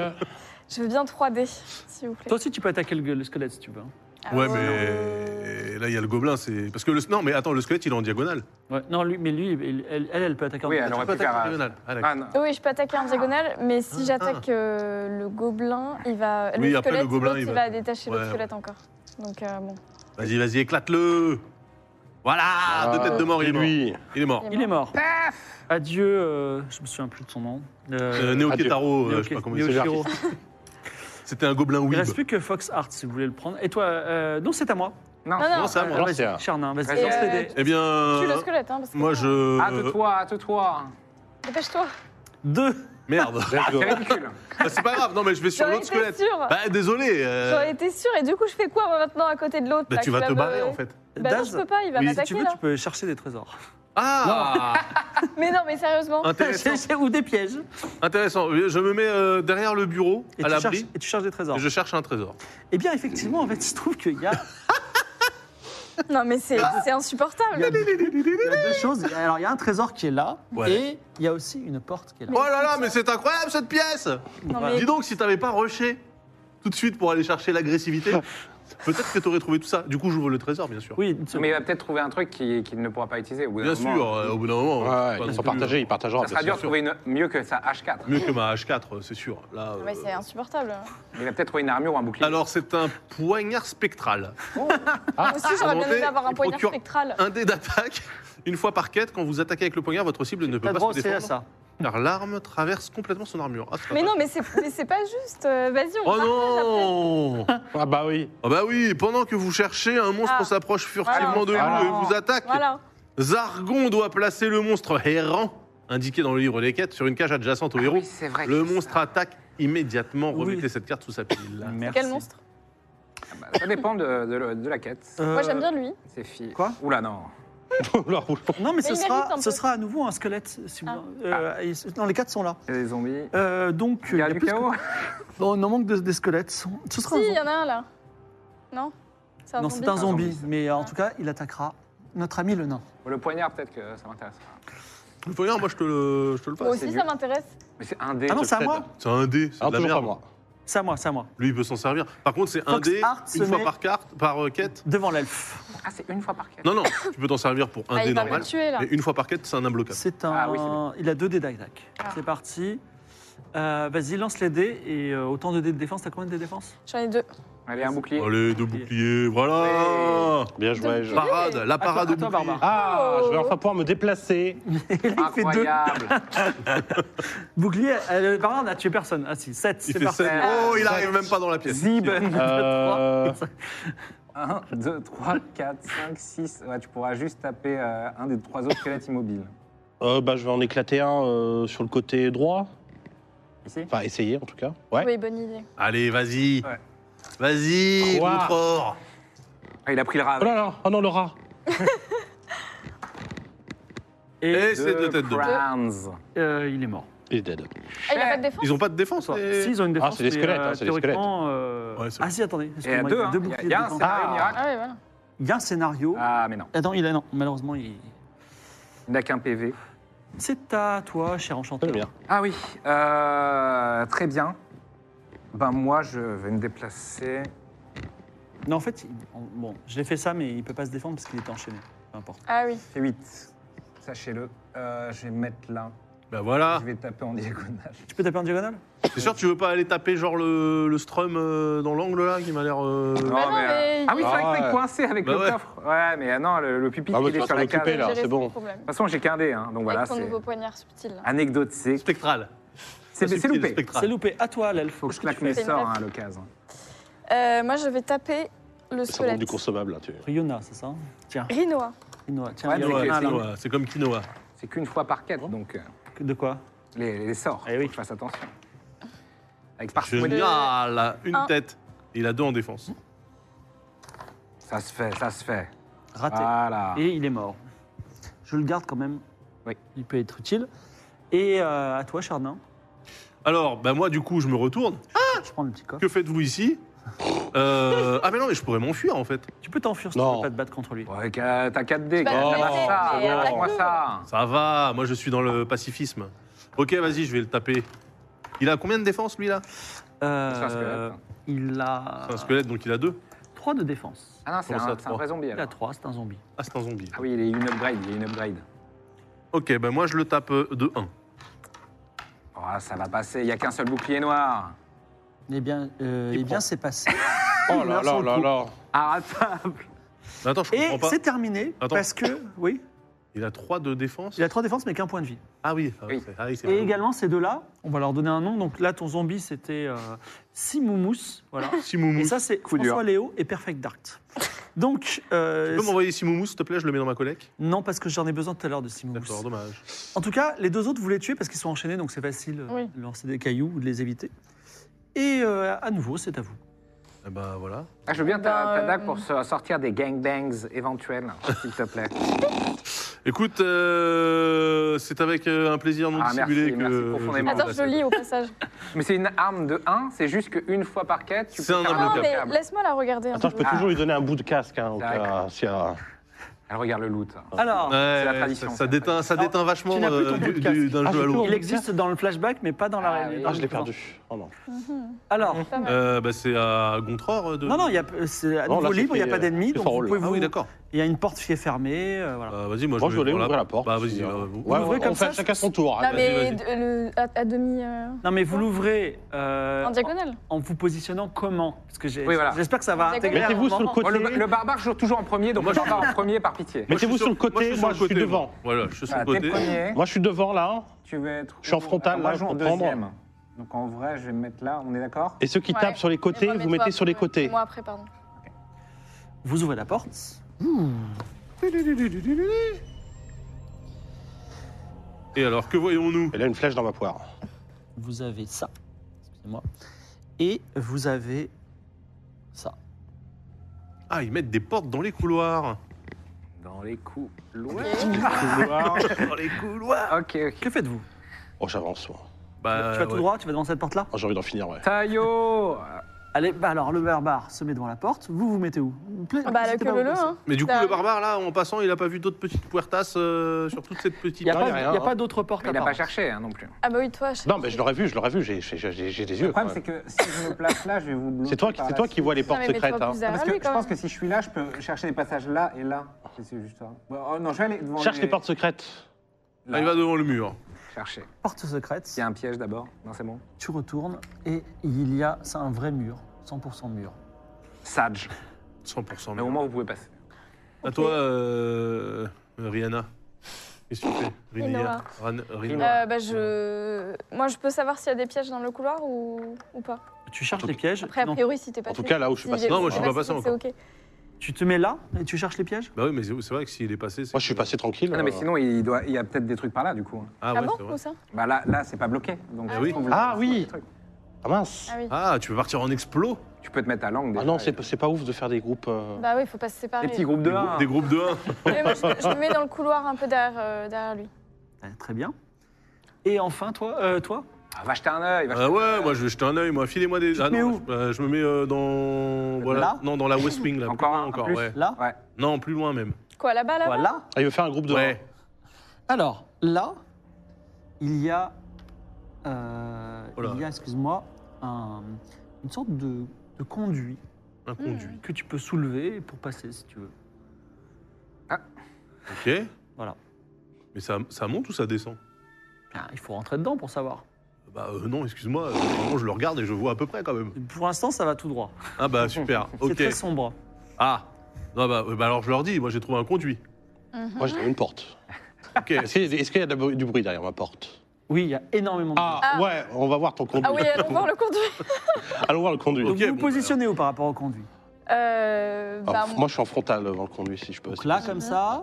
S5: Je veux bien 3D, s'il vous plaît.
S1: Toi aussi, tu peux attaquer le, le squelette si tu veux. hein.
S5: Ah
S6: Ouais,
S5: euh,
S6: mais là, il y a le gobelin, c'est. Parce que le. Non, mais attends, le squelette, il est en diagonale.
S1: Ouais. Non, lui, mais lui, il- elle, elle, elle peut attaquer en
S2: Oui,
S1: même
S2: elle
S1: temps.
S2: aurait
S6: Pas
S2: pu
S6: attaquer en
S2: faire. euh,
S6: diagonale. Ah, d'accord.
S2: Ah, non.
S5: Oui, je peux attaquer en diagonale, mais
S6: Ah,
S5: si j'attaque euh, le gobelin, il va.
S6: Oui,
S5: le
S6: après, le
S5: squelette,
S6: gobelin,
S5: l'autre,
S6: il
S5: il
S6: va-
S5: va détacher
S6: Ouais,
S5: le
S6: ouais.
S5: squelette encore. Donc, euh, bon.
S6: Vas-y, vas-y, éclate-le Voilà Deux têtes de mort, il est mort.
S3: lui.
S6: Il est mort.
S1: Il est mort. Adieu, euh, je me souviens plus de son nom. Euh,
S6: Euh, Neo
S3: Adieu.
S6: Ketaro,
S1: Neo-
S6: euh, je sais pas comment il
S1: Neo
S6: s'appelle.
S1: Shiro.
S6: C'était un gobelin
S1: Il
S6: weeb.
S1: reste plus que Fox Art si vous voulez le prendre. Et toi, euh, non, c'est à moi.
S2: Non,
S5: Non, non,
S6: Non, c'est à moi.
S1: Euh,
S3: c'est
S1: vas-y,
S3: à-
S1: Charnin, vas-y,
S2: Vas-y.
S1: lance les
S5: Euh,
S1: dés.
S6: Eh bien.
S5: Tue le squelette, hein, parce que.
S6: Moi, je.
S2: Ah, Hâte-toi, hâte-toi.
S5: Dépêche-toi.
S1: Deux.
S6: Merde
S3: Let's go.
S2: C'est ridicule.
S6: Bah, C'est pas grave, non, mais je vais sur
S5: J'aurais
S6: l'autre
S5: été
S6: squelette.
S5: sûre.
S6: Bah, désolé euh,
S5: J'aurais été sûre. Et du coup, je fais quoi, moi, maintenant, à côté de l'autre
S6: Bah,
S5: là,
S6: tu
S5: qui
S6: vas
S5: va
S6: te
S5: me-
S6: barrer, en fait.
S5: Bah non,
S1: Daz,
S5: je peux pas, il va
S1: oui, si
S5: m'attaquer
S1: tu veux,
S5: là.
S1: tu peux chercher des trésors.
S6: Ah
S5: Mais non, mais sérieusement.
S6: Intéressant.
S1: Ou des pièges.
S6: Intéressant. Je me mets euh, derrière le bureau,
S1: Et
S6: à
S1: tu, cherches,
S6: l'abri,
S1: et tu cherches des trésors.
S6: et je cherche un trésor.
S1: Eh bien, effectivement, en fait, il se trouve qu'il y a,
S5: Non, mais c'est
S6: Ah
S5: c'est
S1: il y a
S5: insupportable.
S1: il y a deux choses. Alors, il y a un trésor qui est là,
S6: Ouais.
S1: et il y a aussi une porte qui est là.
S6: Oh là là, mais c'est incroyable cette pièce
S5: Non,
S6: Dis donc, si t'avais pas rushé tout de suite pour aller chercher l'agressivité, peut-être que t'aurais trouvé tout ça. Du coup, j'ouvre le trésor, bien sûr.
S1: Oui, une seconde.
S2: Mais il va peut-être trouver un truc qu'il qu'il ne pourra pas utiliser. Au bout d'un
S6: Bien
S2: moment.
S6: sûr, euh, au bout d'un moment.
S3: Ouais,
S6: c'est
S3: ouais,
S6: pas
S3: ils
S6: non
S3: sont
S6: plus- euh,
S3: partagés, ils partagera.
S2: Ça sera
S3: Oh, bien
S2: dur
S3: sûr.
S2: de trouver une... mieux que sa H4.
S6: Mieux que ma H4, c'est sûr. Là,
S5: mais Ah c'est
S6: euh,
S5: insupportable.
S2: Mais Il a peut-être trouvé une armure ou un bouclier.
S6: Alors, c'est un poignard spectral.
S5: Moi aussi, j'aurais bien
S6: Remontez,
S5: aimé avoir un
S6: il
S5: poignard
S6: procure- Hein
S5: spectral.
S6: Un dé d'attaque. Une fois par quête, quand vous attaquez avec le poignard, votre cible ne peut
S1: T'as
S6: pas
S1: droit
S6: se
S1: au CA,
S6: défendre.
S1: ça.
S6: Car l'arme traverse complètement son armure. Ah, c'est pas
S5: Mais
S6: mal.
S5: non, mais c'est mais c'est pas juste. Euh, Vas-y, on
S6: Oh
S5: va
S6: non
S3: Ah bah oui.
S6: Ah bah oui, pendant que vous cherchez, un monstre
S5: Ah.
S6: s'approche furtivement
S5: Voilà.
S6: de vous
S5: Voilà.
S6: et vous attaque.
S5: Voilà.
S6: Zargon doit placer le monstre errant, indiqué dans le livre des quêtes, sur une cage adjacente au
S2: Ah
S6: héros.
S2: oui, c'est vrai.
S6: le
S2: que
S6: monstre
S2: ça-
S6: attaque immédiatement.
S1: Oui.
S6: Remettez cette carte sous sa pile.
S3: Mm.
S1: Merci.
S5: Quel monstre
S2: Ah bah, Ça dépend de, de- de la quête.
S1: Euh,
S5: Moi, j'aime bien lui.
S2: C'est fi.
S1: quoi
S2: Oula, non.
S3: Oula, oula.
S1: Non, mais
S5: Mais
S1: ce
S5: il mérite
S1: sera,
S5: un
S1: ce
S5: peu.
S1: sera à nouveau un squelette. Si vous...
S5: Ah.
S1: euh, et- Non, les quatre sont là.
S2: Il y a des zombies.
S1: Euh, donc,
S2: Il y a du
S1: plus
S2: chaos.
S1: que- Non, il en manque de- des squelettes. Ce sera un
S5: Si, il
S1: zombie.
S5: y en a un là. Non C'est un
S1: Non,
S5: zombie.
S1: c'est un zombie,
S2: Un zombie.
S1: mais euh, en tout cas, il attaquera notre ami le nain.
S2: Le poignard, peut-être que ça m'intéresse.
S6: Le poignard, moi je te le, je te le
S5: Moi
S6: passe.
S5: aussi,
S2: c'est
S5: ça
S2: nul.
S5: m'intéresse.
S2: Mais c'est un dé.
S1: Ah non,
S2: je
S1: c'est à
S2: sais.
S1: moi
S6: C'est un dé, c'est
S3: Ah,
S6: de la
S3: toujours
S6: merde.
S3: pas moi.
S1: C'est à moi, c'est à moi.
S6: Lui, il peut s'en servir. Par contre, c'est un
S1: Fox
S6: dé
S1: Hart se
S6: une fois
S1: met-
S6: par carte, par euh, quête.
S1: Devant l'elfe.
S2: Ah, c'est une fois par quête.
S6: Non, non, tu peux t'en servir pour un
S5: Ah,
S6: dé
S5: il va me
S6: normal.
S5: tuer là.
S6: Mais une fois par quête, c'est un imbloquable.
S1: C'est un.
S2: Ah oui, c'est bien.
S1: il a deux dés d'attaque.
S5: Ah.
S1: C'est parti. Euh, Vas-y, lance les dés et euh, autant de dés de défense. T'as combien de dés de défense
S5: J'en ai deux.
S2: Allez, un bouclier.
S6: Allez, deux boucliers, voilà
S3: Bien joué. Je...
S6: Parade, la parade
S1: à
S6: au
S1: toi,
S6: bouclier.
S1: Barbara.
S3: Ah, je vais enfin pouvoir me déplacer.
S2: Incroyable.
S1: Bouclier, euh, Barbara n'a tué personne. Ah si, 7,
S6: Il
S1: c'est
S6: fait
S1: parfait.
S6: sept. Oh,
S2: Ah.
S6: il arrive même pas dans la pièce.
S1: Zib,
S3: Euh,
S2: 1, 2, 3, 4, 5, 6. Ouais, tu pourras juste taper euh, un des trois autres squelettes immobiles.
S3: euh, bah, je vais en éclater un euh, sur le côté droit.
S2: Ici
S3: Enfin, essayer en tout cas. Ouais.
S5: Oui, bonne idée.
S6: Allez, vas-y.
S2: Ouais.
S6: Vas-y,
S3: Trois.
S6: mon fort.
S2: Ah, il a pris le rat.
S3: Oh là là, oh non, le rat.
S1: Et
S6: Et c'est deux têtes de loup.
S2: crowns.
S1: euh, il est mort.
S3: Il est dead.
S5: Ah, il a pas de défense
S6: Ils ont pas de défense, hein. les-
S1: Si, ils ont une défense.
S3: c'est des
S1: mais,
S3: squelettes, hein, c'est des
S1: théoriquement, euh,
S6: Ouais, c'est
S1: ah
S6: bon.
S1: si, attendez.
S2: Et à
S1: excusez-moi,
S2: deux, hein.
S1: deux
S2: il y
S1: boucliers
S2: a- il y
S1: de
S2: a un
S1: défense.
S2: scénario miracle.
S5: Ah oui, voilà.
S1: Il y a un scénario.
S2: Ah, mais non.
S1: Attends, il a non. Malheureusement, il...
S2: Il n'a qu'un PV.
S1: c'est à toi, cher enchanteur.
S3: Très bien.
S2: Ah oui, euh, très bien. Ben moi, je vais me déplacer.
S1: Non, en fait, il- on- bon, je l'ai fait ça, mais il peut pas se défendre parce qu'il était enchaîné. Peu importe.
S5: Ah oui.
S2: C'est 8. Sachez-le. Euh, je vais me mettre là.
S6: Ben voilà.
S2: Je vais taper en diagonale.
S1: Tu peux taper en diagonale
S6: T'es sûr que tu veux pas aller taper genre le, le strum euh, dans l'angle là qui m'a l'air. euh,
S5: Bah non, mais-
S2: Ah oui, c'est vrai
S3: Ah
S2: que t'es
S3: ouais.
S2: coincé avec
S6: Bah
S2: le
S6: ouais.
S2: coffre. Ouais, mais ah non, le, le pupitre,
S3: Ah ouais,
S2: il
S3: de
S2: est
S3: toute façon,
S2: sur la
S3: on est
S2: cave.
S3: occupé,
S2: De
S3: là.
S2: toute
S5: Gérer
S3: c'est
S5: son
S3: bon.
S5: problème.
S2: façon, j'ai qu'un dé, hein, donc voilà,
S5: Avec ton
S2: c'est Ah.
S5: nouveau poignard subtil.
S2: anecdotique.
S6: Spectral.
S2: C'est c'est
S6: Subtil,
S2: loupé.
S6: spectral.
S1: C'est loupé. À toi, l'elfe.
S2: Faut que je claque mes
S5: fais une
S2: sorts hein,
S5: passe.
S2: à l'occasion.
S5: Euh, moi, je vais taper le
S3: Ça rend
S5: squelette.
S3: du consommable. Là, tu...
S1: Riona, c'est ça Tiens,
S5: Rhinoa.
S1: Rinoa. Tiens,
S2: Ouais,
S1: il y a
S2: donc,
S6: Quinoa,
S1: Riona,
S2: c'est- Ah,
S1: là.
S6: quinoa, C'est comme quinoa.
S2: C'est qu'une fois par quête, donc euh,
S1: De quoi
S2: les, les sorts.
S1: Eh oui.
S2: Faut que je fasse attention. Avec parcimonie.
S6: Génial. Une
S5: Un.
S6: tête. Et il a deux en défense.
S2: Ça se fait, ça se fait.
S1: Raté.
S2: Voilà.
S1: Et Ah, il est mort. Je le garde quand même.
S2: Oui.
S1: Il peut être utile. Et euh, à toi, Chardin.
S6: Alors, ben moi du coup, je me retourne.
S1: Je prends le petit coffre.
S6: Que faites-vous ici Euh, Ah, mais non, mais je pourrais m'enfuir en fait.
S1: Tu peux t'enfuir si tu
S3: Non.
S1: veux pas te battre contre lui.
S2: Ouais, qu'à- t'as 4 dés.
S5: Bah,
S2: gars.
S3: mais
S2: Lâche
S3: non,
S2: ça,
S3: mais
S2: lâche-moi
S5: attaque-le.
S2: ça.
S6: Ça va, moi je suis dans le pacifisme. Ok, vas-y, je vais le taper. Il a combien de défense lui là
S1: Euh,
S2: C'est un squelette.
S1: il a
S6: C'est un squelette donc il a deux.
S1: 3 de défense.
S2: Ah non, c'est
S6: Comment ça,
S2: un, c'est un
S6: trois
S2: vrai zombie.
S1: Il a
S2: alors.
S1: 3, c'est un zombie.
S6: Ah, c'est un zombie.
S2: Ah oui, il est une upgrade, il est une upgrade.
S6: Ok, ben moi je le tape euh, de 1.
S2: Oh, ça va passer, il n'y a qu'un seul bouclier noir.
S1: Eh bien, euh, eh bien c'est passé.
S3: Oh là
S1: Merci
S3: là
S1: beaucoup.
S3: là là.
S5: Ah,
S2: Arratable.
S6: Mais attends, je
S1: Et
S6: comprends pas.
S1: c'est terminé
S6: Attends.
S1: parce que, oui,
S6: Il a 3 de défense
S1: il a 3 défenses mais qu'un point de vie.
S6: Ah oui, ah,
S2: Oui.
S6: c'est- ah oui, c'est
S1: Et
S6: vrai.
S1: également, ces deux-là, on va leur donner un nom. Donc là, ton zombie, c'était euh, Simoumous. Voilà. Et
S6: Simoumous.
S1: ça, c'est
S2: Coup dur.
S1: François Léo et Perfect Dark. Donc,
S6: Tu
S1: euh,
S6: peux m'envoyer Simoumous, s'il te plaît, je le mets dans ma collecte
S1: non, parce que j'en ai besoin tout à l'heure de
S6: D'accord,
S1: Simoumous.
S6: dommage.
S1: En tout cas, les deux autres, vous les tuez parce qu'ils sont enchaînés, donc c'est facile euh,
S5: Oui.
S1: de lancer des cailloux ou de les éviter. Et euh, à nouveau, c'est à vous.
S6: Eh ben voilà.
S2: Ah, je veux bien ta, ta
S5: Ben,
S2: dague
S5: euh,
S2: pour se- sortir des gangbangs éventuels, s'il te plaît.
S6: Écoute, euh, c'est avec euh, un plaisir non
S2: Ah, merci,
S6: dissimulé que.
S2: merci profondément.
S6: je vous
S5: Attends, je
S6: remercie.
S5: lis au passage.
S2: Mais c'est une arme de 1, c'est juste qu'une fois par quête, tu
S6: C'est
S2: peux
S6: un
S2: faire
S6: Ah,
S5: Non,
S6: imblocable.
S5: mais
S2: imblocable.
S5: laisse-moi la regarder un
S3: Attends, je
S5: peu. Ah,
S3: peux toujours lui donner un bout de casque hein, au
S2: D'accord.
S3: cas s'il y a.
S2: Elle regarde le loot.
S1: Alors,
S3: Euh,
S6: Ouais,
S2: C'est la
S6: ouais,
S2: tradition,
S6: ça-
S2: c'est
S6: Ça
S2: la
S6: déteint, ça
S1: tradition.
S6: déteint vachement
S1: Tu n'as plus ton
S6: euh,
S1: bout de
S6: du-
S1: casque.
S6: du- d'un
S3: Ah,
S6: jeu à
S3: j'ai
S6: l'autre.
S1: il existe dans le flashback, mais pas dans la
S2: Ah,
S1: réalité.
S2: oui.
S3: Ah, je l'ai perdu. Oh non.
S1: Alors,
S5: Pas mal.
S6: Euh, bah, c'est à Gontror euh, de.
S1: non, non, il y a- c'est à
S3: Non, là,
S1: nouveau
S3: c'est
S1: libre, il n'y a
S3: fait,
S1: pas
S3: euh,
S1: d'ennemis,
S3: c'est
S1: donc
S3: fort
S1: vous
S3: rôle.
S1: pouvez
S6: Ah
S1: vous-
S6: oui, d'accord.
S1: Il y a une porte qui est fermée, euh, voilà.
S6: Euh, Vas-y, moi
S3: Moi, je voulais
S6: vais
S3: ouvrir la porte.
S6: Bah, vas-y,
S3: Euh,
S6: euh, vous-
S3: ouais,
S1: vous ouvrez
S3: on
S1: comme
S3: fait
S1: ça,
S3: chacun son tour.
S5: Non,
S3: hein.
S5: mais
S6: vas-y.
S5: de- le- à, à demi. euh,
S1: Non, mais vous l'ouvrez euh,
S5: en diagonale.
S1: en vous positionnant comment Parce que j'ai-
S2: Oui, voilà.
S1: j'espère que ça va
S5: En
S1: intégrer.
S5: diagonale.
S3: Mettez-vous
S1: un
S3: sur le
S1: moment.
S2: Bon,
S3: côté.
S2: Oh, le, le barbare joue toujours en premier, donc le barbare en premier par pitié.
S6: Moi, je
S3: Mettez-vous
S6: suis
S3: sur le côté, moi, je suis
S6: côté,
S3: devant.
S6: Voilà, je suis sur
S2: Ah, T'es
S6: le côté.
S2: premier,
S3: Moi, je suis devant là. hein.
S2: tu vas être.
S3: je suis en frontal,
S2: Alors, moi,
S3: là,
S2: je joue en
S3: pour prendre.
S2: deuxième. Donc en vrai, je vais me mettre là, on est d'accord
S3: Et ceux qui
S5: Ouais. Ah,
S3: tapent sur les
S5: Et
S3: côtés,
S5: moi,
S3: vous
S5: mets-toi
S3: mettez sur les
S5: après-
S3: côtés.
S5: Moi après, pardon.
S1: Vous ouvrez la porte.
S6: Et alors, que voyons-nous
S3: Elle a une flèche dans ma poire.
S1: Vous avez ça. Excusez-moi. Et vous avez ça.
S6: Ah, ils mettent des portes dans les couloirs.
S2: Dans les coups. lourds.
S6: dans les couloirs
S2: Ok, ok.
S1: Que faites-vous
S3: Oh, j'avance. moi.
S6: Bah,
S1: Tu vas tout
S6: ouais.
S1: droit, tu vas devant cette porte-là
S3: Oh, J'ai envie d'en finir, ouais.
S2: Tayo
S1: Allez, bah alors le barbare se met devant la porte. Vous vous mettez où Vous pla-
S5: Ah Bah, la
S1: n'hésitez
S5: queue
S1: pas à
S5: le
S1: vous
S5: le,
S1: placer.
S5: hein.
S6: Mais du coup,
S5: Là.
S6: le barbare, là, en passant, il a pas vu d'autres petites puertas euh, sur toute cette petite.
S1: Il n'y a,
S3: Non,
S1: pas-
S3: il y a rien,
S1: il y a
S3: hein.
S1: pas d'autre porte
S2: Mais
S1: à
S2: il n'a
S1: part.
S2: pas cherché hein, non plus.
S5: Ah, bah oui, toi. je-
S3: Non, mais je l'aurais vu, je l'aurais vu. J'ai j'ai- j'ai- j'ai des
S2: Le
S3: yeux. quand
S2: problème, c'est
S3: même.
S2: que si je me place là, je vais vous bloquer.
S3: C'est toi, qui-
S2: par
S3: c'est
S2: la
S3: toi qui
S2: suite.
S3: vois les
S5: Non,
S3: portes
S5: mais mets-toi
S3: secrètes. hein.
S5: plus
S2: Parce
S5: derrière
S2: que
S5: lui,
S2: je
S5: Ah, quand
S2: pense que
S5: même.
S2: si je suis là, je peux chercher les passages là et là. C'est juste ça. Bon, oh non, je vais aller devant
S3: Cherche
S2: les...
S3: les portes secrètes.
S6: Ah, il va devant le mur.
S2: Je Cherchez.
S1: Porte secrète.
S2: Il y a un piège d'abord. Non, c'est bon.
S1: Tu retournes et il y a, c'est un vrai mur, 100% mur.
S2: Sage.
S1: Ah
S6: 100%.
S2: Le
S6: Mais
S2: moment où vous pouvez passer.
S6: À toi, euh, Rihanna. Qu'est-ce que tu fais
S5: Rinoa.
S6: Ran- Rinoa.
S5: Euh, bah, je... Moi, je peux savoir s'il y a des pièges dans le couloir ou, ou pas.
S1: Tu cherches les pièges.
S5: Après, a
S1: non.
S5: priori, si t'es pas
S3: En tout
S5: sûr.
S3: cas, là où je suis
S5: Si
S3: passé.
S5: il est-
S6: Non, moi, je
S5: si
S6: suis
S5: il
S6: pas
S5: est
S6: passé
S5: c'est ok.
S1: Tu te mets là et tu cherches les pièges
S6: Bah oui, mais c'est c'est vrai que s'il est passé. c'est
S3: Moi, je suis
S6: que-
S3: passé tranquille.
S2: Ah non, mais
S3: euh.
S2: sinon, il, doit, il y a peut-être des trucs par là, du coup. hein.
S6: Ah,
S5: Ah
S6: ouais,
S5: bon,
S6: c'est
S5: où
S6: vrai.
S5: ça
S2: Bah là, là c'est pas bloqué. Donc,
S6: Ah
S2: je
S6: oui.
S2: trouve que-
S3: Ah oui. Ah mince.
S5: Ah oui.
S6: Ah, tu veux partir en explos
S2: Tu peux te mettre à l'angle.
S3: Ah
S2: déjà,
S3: non,
S2: et-
S3: c'est c'est pas ouf de faire des groupes. euh,
S5: Bah oui, il faut pas se séparer.
S2: Des petits groupes hein. de
S6: Des groupes-
S2: un.
S6: Des groupes de 1.
S5: Mais moi, je, je me mets dans le couloir un peu derrière, euh, derrière lui.
S1: Ah, Très bien. Et enfin, toi, euh, toi
S2: Ah, va jeter un œil. va
S3: Euh,
S2: jeter
S6: Ah ouais, moi je vais jeter un œil, moi filez-moi des.
S1: te
S6: ah
S1: mets
S6: non,
S1: où
S6: je, euh, je me mets euh, dans. Voilà.
S1: Là
S6: non, dans la West Wing là.
S2: Encore
S6: Plus
S2: un,
S6: loin, encore,
S2: plus.
S6: ouais.
S1: là,
S2: Ouais.
S6: Non, plus loin même.
S5: Quoi, là-bas, là-bas
S1: toi, là.
S3: Ah, il veut faire un groupe de.
S6: Ouais.
S1: Alors là, il y a, euh,
S6: Oh là.
S1: il y a, excuse-moi, un- une sorte de, de conduit
S6: Un conduit.
S1: que tu peux soulever pour passer si tu veux.
S6: Ok.
S1: Mmh. Voilà.
S6: Mais ça, ça monte ou ça descend
S1: Ah, il faut rentrer dedans pour savoir.
S6: Bah euh, non, excuse-moi, euh, vraiment, je le regarde et je vois à peu près quand même.
S1: Pour l'instant, ça va tout droit.
S6: Ah bah super,
S1: C'est
S6: ok.
S1: très sombre.
S6: Ah non, bah, euh, bah, alors je leur dis, moi j'ai trouvé un conduit.
S3: Moi, j'ai une porte.
S6: Ok.
S3: Est-ce qu'il y a- est-ce qu'il y a de la bruit- du bruit derrière ma porte
S1: Oui, il y a énormément de.
S3: ah,
S5: Ah.
S3: ouais, on va voir ton conduit.
S5: Ah oui, allons voir le conduit.
S3: Allons voir le conduit.
S1: Donc
S6: Ok,
S1: vous vous
S6: bon,
S1: positionnez où par rapport au conduit
S5: Euh,
S3: Ah,
S5: bah,
S3: f- moi, je suis en frontal devant le conduit, si je peux.
S1: Donc
S3: si
S1: là,
S3: possible.
S1: comme ça.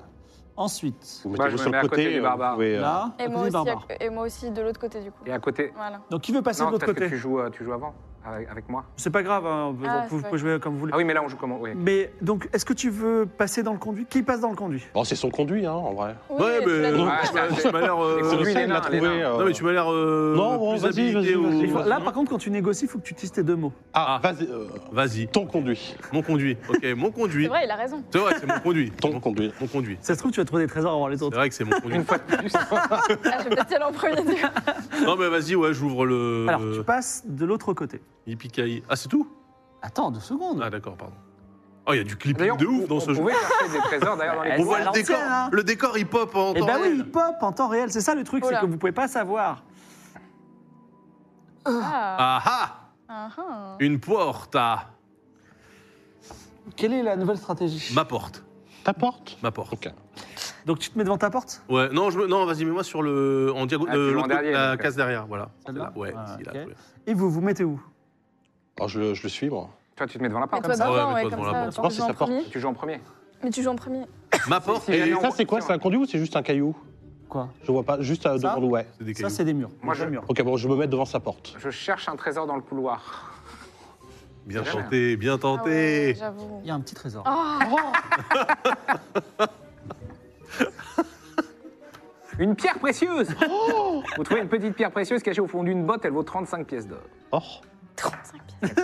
S1: Ensuite,
S3: Vous
S2: Moi, je
S3: mettez-vous
S2: me
S3: sur
S2: mets
S3: le
S2: à côté
S3: côté.
S2: des
S3: euh,
S2: barbares.
S3: vous pouvez, euh,
S1: là,
S5: et,
S1: à côté
S5: moi
S1: des
S5: aussi,
S1: barbares.
S5: à- et moi aussi de l'autre côté, du coup.
S2: Et à côté.
S5: Voilà.
S1: Donc qui veut
S3: Ah,
S1: passer
S2: Non,
S1: de l'autre
S2: peut-être que
S1: côté
S2: tu joues, euh, tu joues avant, avec, avec moi.
S1: C'est pas grave, hein, vous-
S5: Ah,
S1: vous
S5: c'est
S1: pouvez jouer comme vous voulez.
S2: Ah oui, mais là, on joue comment Oui.
S1: Mais donc, est-ce que tu veux passer dans le conduit Qui passe dans le conduit
S3: Bon, c'est son conduit, hein, en vrai.
S5: Oui,
S6: ouais,
S5: tu
S6: mais
S5: l'as dit.
S6: euh,
S2: Ouais,
S6: tu m'as-
S2: c'est-
S6: tu m'as l'air. euh,
S2: c'est celui-
S3: Celui-là,
S2: les
S3: il l'a
S2: nains, les
S3: trouvé.
S2: nains.
S3: euh,
S6: Non mais tu m'as l'air. euh,
S3: Non, bon,
S6: plus
S3: vas-y,
S6: habilité
S3: vas-y,
S6: au-
S3: vas-y.
S1: Il faut- Là, par contre, quand tu négocies, il faut que tu utilises tes deux mots.
S3: Ah, vas-y. euh,
S6: Vas-y.
S3: Ton conduit.
S6: Mon conduit. Ok, mon
S5: C'est
S6: conduit.
S5: vrai, il a raison.
S6: C'est vrai, c'est mon conduit.
S3: Ton
S6: Mon-
S3: conduit.
S6: Mon conduit.
S1: Ça se trouve, tu vas trouver des trésors avant les
S6: C'est
S1: autres.
S6: vrai que c'est mon conduit.
S2: Une fois de plus.
S5: Ah, je vais peut-être y aller en premier. du coup.
S6: Non mais vas-y, ouais, j'ouvre le.
S1: Alors, tu passes de l'autre côté.
S6: Yippee-ki-yay. Ah c'est tout
S1: Attends deux secondes.
S6: Ah d'accord, pardon. Oh, il y a du clipping
S2: D'ailleurs,
S6: de ouf dans
S2: on-
S6: ce
S2: on
S6: jeu.
S2: pouvait chercher des trésors d'ailleurs dans les
S6: On
S1: Ouais,
S6: voit le
S1: l'ancienne,
S6: décor,
S1: hein.
S6: le décor il pop en
S1: Eh
S6: temps
S1: ben oui,
S6: réel.
S1: il pop en temps réel. C'est ça le truc,
S5: Oula.
S1: c'est que vous pouvez pas savoir.
S5: Ah.
S6: Ah ah
S5: Ah, ah.
S6: Une porte à
S1: Quelle est la nouvelle stratégie
S6: ma porte,
S3: Ta porte
S6: ma porte.
S3: Ok.
S1: Donc, tu te mets devant ta porte
S6: Ouais, non, je me- non, vas-y, mets-moi sur le en diagonale,
S2: Ah, tu vois en
S6: la
S2: dernier, donc,
S6: case derrière, voilà.
S1: Celle-là
S6: Ouais,
S1: Ah,
S6: il a
S1: ok.
S6: trouvé.
S1: et vous vous mettez où
S3: Alors, je, le- je le suis, moi.
S2: Toi, tu te mets devant la
S5: Mais
S2: porte
S5: toi
S2: comme ça.
S6: Ouais,
S5: d'avant,
S6: mais
S5: ouais,
S6: toi
S5: comme
S6: devant la
S5: ça.
S6: porte.
S5: tu
S3: Non, c'est
S5: joues en
S3: sa porte.
S5: premier.
S2: Tu joues en premier.
S5: Mais tu joues en premier.
S6: Ma porte.
S2: si,
S6: et-
S3: Et
S2: jamais on-
S3: ça, c'est quoi
S2: si,
S3: C'est un conduit ou c'est juste un caillou
S1: Quoi
S3: Je vois pas. Juste
S1: Ça
S3: euh, devant le ouais.
S6: C'est des
S1: Ça,
S6: cailloux.
S1: c'est des murs.
S2: Moi,
S1: Des
S2: je-
S1: murs.
S3: Ok, bon, je vais me mettre devant sa porte.
S2: Je cherche un trésor dans le couloir.
S6: Bien
S2: c'est jamais,
S6: tenté, bien
S5: Ah ouais,
S6: tenté.
S5: J'avoue.
S1: Il y a un petit trésor.
S5: Ah.
S2: Une pierre précieuse
S6: Oh
S2: Vous trouvez une petite pierre précieuse cachée au fond d'une botte, elle vaut 35 pièces d'or.
S3: Or
S5: 35 pièces.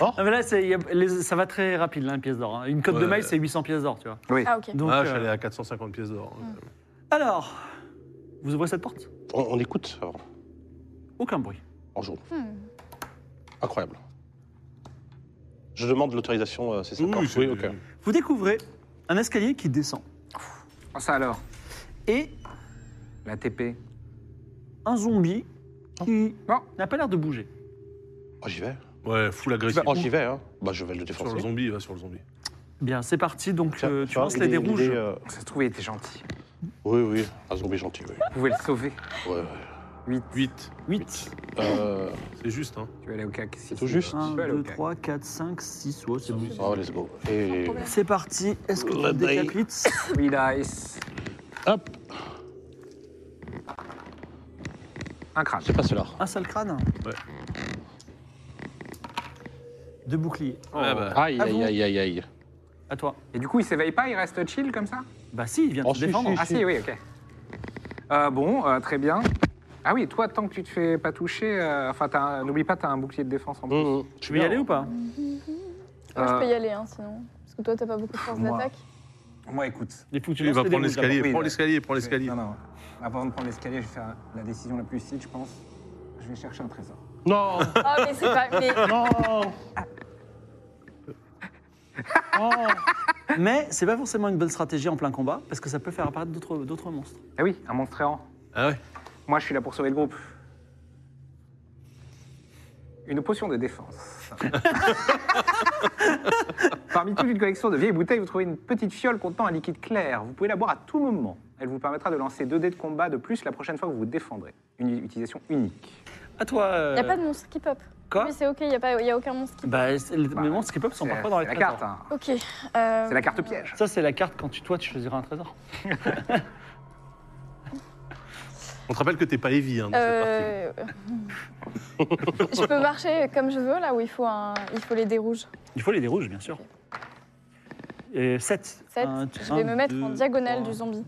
S1: Ah, mais là, c'est- il y a- les- ça va très rapide, là, une pièce d'or. hein. Une cote de
S6: Ouais.
S1: maille, c'est 800 pièces d'or, tu vois.
S2: Oui.
S5: Ah, ok.
S1: Donc,
S6: ah,
S1: euh, hmm.
S6: je suis allé à 450 pièces d'or. Euh,
S1: alors, vous ouvrez cette porte
S3: on, on écoute. alors.
S1: Aucun bruit.
S3: En jour.
S5: Hmm.
S3: Incroyable. Je demande l'autorisation, euh, c'est ça
S6: Oui,
S3: porte.
S6: c'est-
S3: Oui, ok.
S1: Vous découvrez un escalier qui descend
S2: Ah, Ça alors
S1: et
S2: La TP.
S1: un zombie qui
S2: Non.
S1: n'a pas l'air de bouger.
S3: Oh, j'y vais.
S6: Ouais, full
S3: J'y vais.
S6: agressif.
S3: Oh, j'y vais, hein. Bah, je vais le
S6: Sur le
S3: défoncer.
S6: zombie, va sur le zombie.
S1: Bien, c'est parti. Donc,
S3: Tiens,
S1: euh,
S3: tu
S1: tu
S3: vois,
S1: lances
S3: il
S1: les
S3: est-
S1: dés
S3: il est,
S1: rouges.
S3: euh,
S2: Ça se trouve, il était gentil.
S3: Oui, oui. Un zombie gentil, oui.
S2: Vous pouvez le sauver.
S3: Ouais.
S2: 8.
S6: 8,
S1: 8,
S3: Euh,
S6: c'est juste, hein.
S2: Tu vas aller au CAC. si,
S3: C'est tout
S2: si.
S3: juste.
S2: Tu
S1: 1,
S2: peux aller au
S1: 2,
S2: CAC.
S1: 3, 4, 5, 6. Ouais, c'est bon.
S3: oh, let's go. Et
S1: C'est parti. Est-ce que
S3: Le
S1: tu
S3: dé.
S1: décapites
S2: Oui, nice.
S3: hop,
S2: Un crâne.
S3: c'est pas cela.
S1: un seul crâne
S6: Ouais.
S1: Deux boucliers.
S6: Ouais, bah.
S3: Aïe,
S1: Ah bon
S3: aïe, aïe, aïe, aïe.
S1: À toi.
S2: Et du coup, il s'éveille pas, il reste chill comme ça
S1: Bah si, il vient de
S3: Oh,
S1: se
S3: si,
S1: défendre.
S2: Ah si, oui, ok. Euh, bon, euh, très bien. Ah oui, toi, tant que tu te fais pas toucher, euh, enfin, t'as un- n'oublie pas, t'as un bouclier de défense en plus.
S3: Mmh, mmh.
S1: Tu veux y aller ou pas
S5: Moi, je
S2: Euh,
S5: peux y aller, hein, sinon. Parce que toi, t'as pas beaucoup de force
S2: Moi.
S5: d'attaque.
S2: Moi, écoute.
S1: Il faut que tu
S6: Il
S1: lances
S6: va
S1: les
S6: prendre
S1: dés rouges
S6: l'escalier,
S2: d'abord.
S6: prends
S2: Oui,
S6: l'escalier, prends l'escalier.
S2: Non, non. Avant de prendre l'escalier, je vais faire la décision la plus lucide, je pense. Je vais chercher un trésor.
S3: Non,
S5: Ah, mais c'est pas. Mais...
S3: non. Oh.
S1: d'abord. Mais c'est pas
S2: Eh
S1: forcément une bonne stratégie en plein combat, parce que ça peut faire apparaître d'autres d'autres monstres.
S2: Ah oui, un monstre errant.
S6: Ah ouais
S2: Moi, je suis là pour sauver le groupe. Une potion de défense. Parmi toute une collection de vieilles bouteilles, vous trouvez une petite fiole contenant un liquide clair. Vous pouvez la boire à tout moment. Elle vous permettra de lancer deux dés de combat de plus la prochaine fois que vous vous défendrez. Une utilisation unique.
S1: À toi. euh,
S5: Il n'y a pas de monstre qui pop.
S1: Quoi
S5: Oui, c'est ok, il n'y a, pas- y a aucun monstre qui pop.
S1: Bah, c'est- les monstres qui peuvent sont
S2: C'est-
S1: parfois dans les
S2: c'est la
S1: trésors.
S2: carte. hein.
S5: Ok. euh,
S2: C'est la carte piège.
S1: Ça, c'est la carte quand tu, toi, tu choisiras un trésor.
S6: On te rappelle que t'es pas Evie. Hein, dans cette
S5: euh, je peux marcher comme je veux là où il faut, un... il faut les dés rouges.
S1: Il faut les dés rouges, bien sûr. Et 7.
S5: 7. je vais me mettre en diagonale du zombie.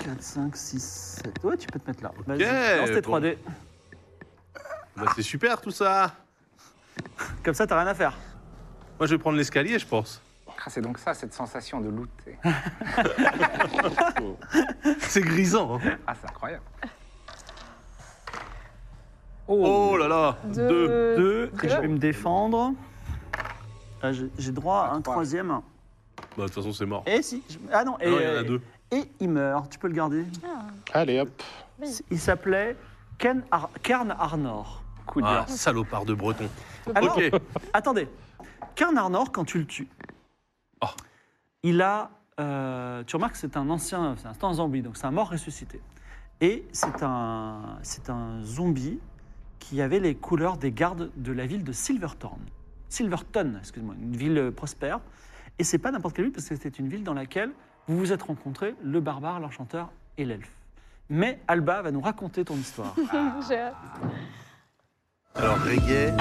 S1: 4, 5, 6, 7. Ouais, tu peux te mettre là. Vas-y, lance
S6: Vas-y,
S1: tes
S6: lance tes
S1: 3D.
S6: partie. Bah, c'est super tout ça.
S1: Comme ça, t'as rien à faire.
S6: Moi, je vais prendre l'escalier, je pense.
S2: Ah, C'est donc ça, cette sensation de looter.
S6: C'est grisant. hein.
S2: Ah, c'est incroyable.
S6: Oh là là.
S5: Deux.
S6: Deux.
S2: Euh,
S1: 2,
S5: Deux.
S1: je vais me défendre. Ah, j'ai j'ai droit à un
S2: trois.
S1: troisième.
S6: Bah, de toute façon, c'est mort.
S1: Et si. je- Ah non, et,
S6: Non, il y en a deux.
S1: et il meurt. Tu peux le garder.
S2: Ah
S3: Allez, hop.
S1: Il s'appelait Ken Ar- Kern Arnor.
S2: Coup dur.
S6: Ah, salopard de breton.
S1: Alors,
S6: Ok.
S1: attendez. Kern Arnor, quand tu le tues,
S6: Oh.
S1: il a. euh, tu remarques que c'est un ancien. C'est un, c'est un zombie, donc c'est un mort ressuscité. Et c'est un, c'est un zombie qui avait les couleurs des gardes de la ville de Silverton. Silverton, excuse-moi, une ville euh, prospère. Et c'est pas n'importe quelle ville, parce que c'était une ville dans laquelle vous vous êtes rencontrés, le barbare, l'enchanteur et l'elfe. Mais Alba va nous raconter ton histoire.
S5: J'ai hâte.
S6: Alors, reggae.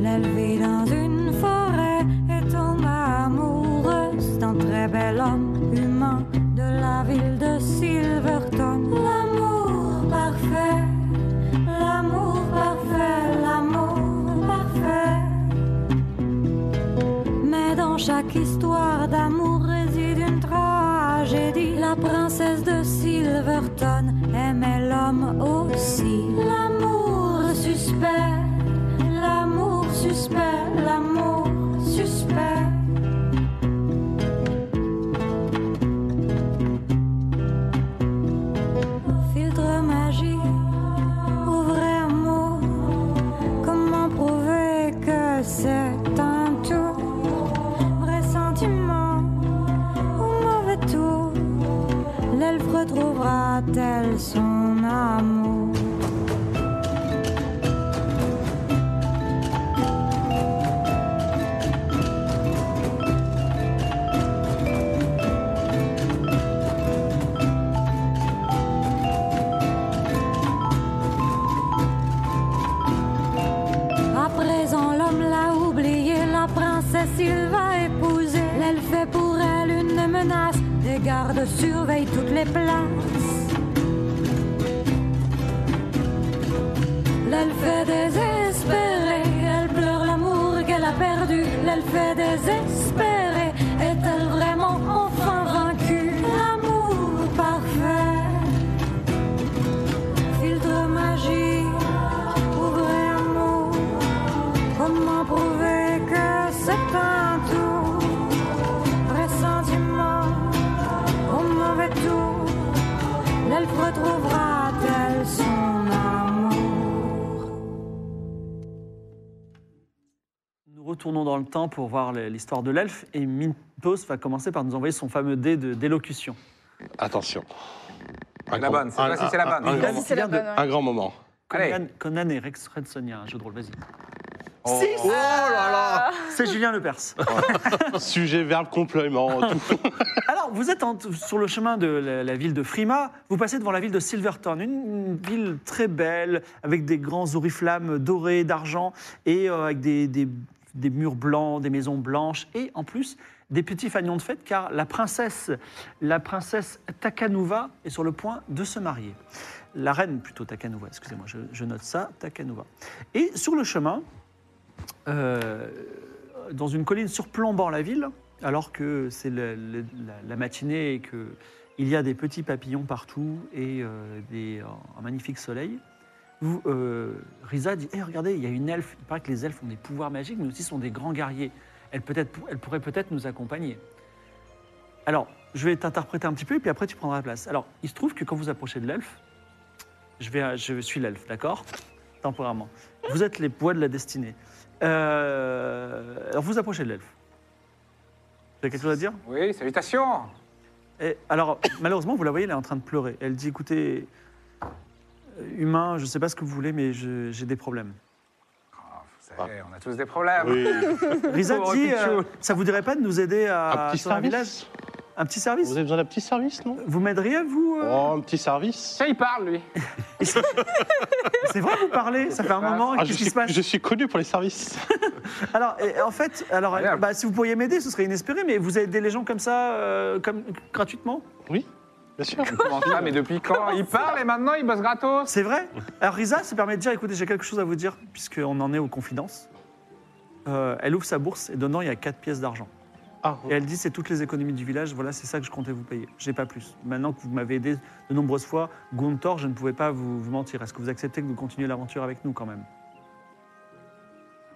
S7: La levée dans une forêt et tombe amoureuse d'un très bel homme humain de la ville de Silverton. L'amour parfait, l'amour parfait, l'amour parfait. Mais dans chaque histoire d'amour réside une tragédie. La princesse de Silverton aimait l'homme aussi. L'amour suspect, l'amour suspect, l'amour suspect. Filtre magique, ouvrez un mot. Comment prouver que c'est un tout Vrai sentiment ou mauvais tour L'elfe retrouvera-t-elle son amour À présent, l'homme l'a oublié, la princesse il va épouser. L'elfe est pour elle une menace, des gardes surveillent toutes les places. L'elfe est désespérée, elle pleure l'amour qu'elle a perdu. L'elfe est désespérée, est-elle vraiment enfin vaincue L'amour parfait filtre magique, ouvrez un mot. Comment prouver que c'est un tour Pressentiment, au mauvais tour, l'elfe retrouvera-t-elle son amour
S1: Nous retournons dans le temps pour voir les- l'histoire de l'elfe et Mintos va commencer par nous envoyer son fameux dé de- d'élocution.
S3: Attention. Un
S2: la
S3: grand-
S2: bonne, cette
S3: un-
S2: fois-ci,
S3: un-
S2: c'est la
S3: un-
S2: bonne.
S3: Un,
S5: Vas-y,
S3: grand,
S5: c'est la
S1: Regarde.
S5: bonne. ouais.
S3: un grand moment.
S2: Allez.
S1: Conan, Conan et Rex Redsonia, un jeu de rôle, vas-y.
S2: Oh.
S1: Six.
S5: Ah,
S1: C'est Julien Lepers.
S3: Sujet, verbe, complément, tout.
S1: Alors, vous êtes en- sur le chemin de la, la ville de Frima, vous passez devant la ville de Silverton, une, une ville très belle, avec des grands oriflammes dorés, d'argent, et euh, avec des, des- des murs blancs, des maisons blanches, et en plus des petits fanions de fête, car la princesse, la princesse Takanuva est sur le point de se marier. La reine, plutôt Takanuva, excusez-moi, je, je note ça, Takanuva. Et sur le chemin, euh, dans une colline surplombant la ville, alors que c'est le- le- la, la matinée et que il y a des petits papillons partout et euh, des- un magnifique soleil. Vous, euh, Risa dit Eh, Regardez, il y a une elfe. Il paraît que les elfes ont des pouvoirs magiques, mais aussi sont des grands guerriers. Elle, peut être, elle pourrait peut-être nous accompagner. Alors, je vais t'interpréter un petit peu, et puis après, tu prendras la place. Alors, il se trouve que quand vous approchez de l'elfe, je, vais, je suis l'elfe, d'accord Temporairement. Vous êtes les poids de la destinée. Euh, alors, vous approchez de l'elfe. Vous avez quelque chose à dire
S2: Oui, salutations
S1: et alors, malheureusement, vous la voyez, elle est en train de pleurer. Elle dit écoutez, euh, humain, je ne sais pas ce que vous voulez, mais je- j'ai des problèmes.
S2: Ah, Vous savez, on a tous des problèmes.
S6: Oui.
S1: Risa
S2: Pauvre
S1: dit
S2: Pichou.
S1: euh, ça vous dirait pas de nous aider à
S3: Un petit
S1: sur un village
S3: service
S1: Un petit service
S3: Vous
S1: Vous,
S3: avez besoin d'un petit service, non
S1: m'aideriez, vous euh
S3: Oh, un petit service
S2: Ça, il parle, lui.
S1: C'est vrai, vous parlez Ça fait un
S2: Ah,
S1: moment.
S3: Ah, je,
S1: Qu'est-ce qui
S3: suis,
S1: se passe
S3: je suis connu pour les services.
S1: Alors, et- en fait, alors,
S2: Incroyable.
S1: bah, si vous pourriez m'aider, ce serait inespéré, mais vous aidez les gens comme ça, euh, comme, gratuitement
S3: Oui, bien sûr.
S2: Comment ça, mais depuis quand Il parle et maintenant il bosse gratos.
S1: C'est vrai Alors Risa se permet de dire, écoutez, j'ai quelque chose à vous dire, puisqu'on en est aux confidences. Euh, elle ouvre sa bourse et dedans, il y a 4 pièces d'argent.
S3: Ah,
S1: Et elle dit, c'est toutes les économies du village, voilà, c'est ça que je comptais vous payer. J'ai pas plus. Maintenant que vous m'avez aidé de nombreuses fois, Gunthor, je ne pouvais pas vous, vous mentir. Est-ce que vous acceptez que vous continuez l'aventure avec nous quand même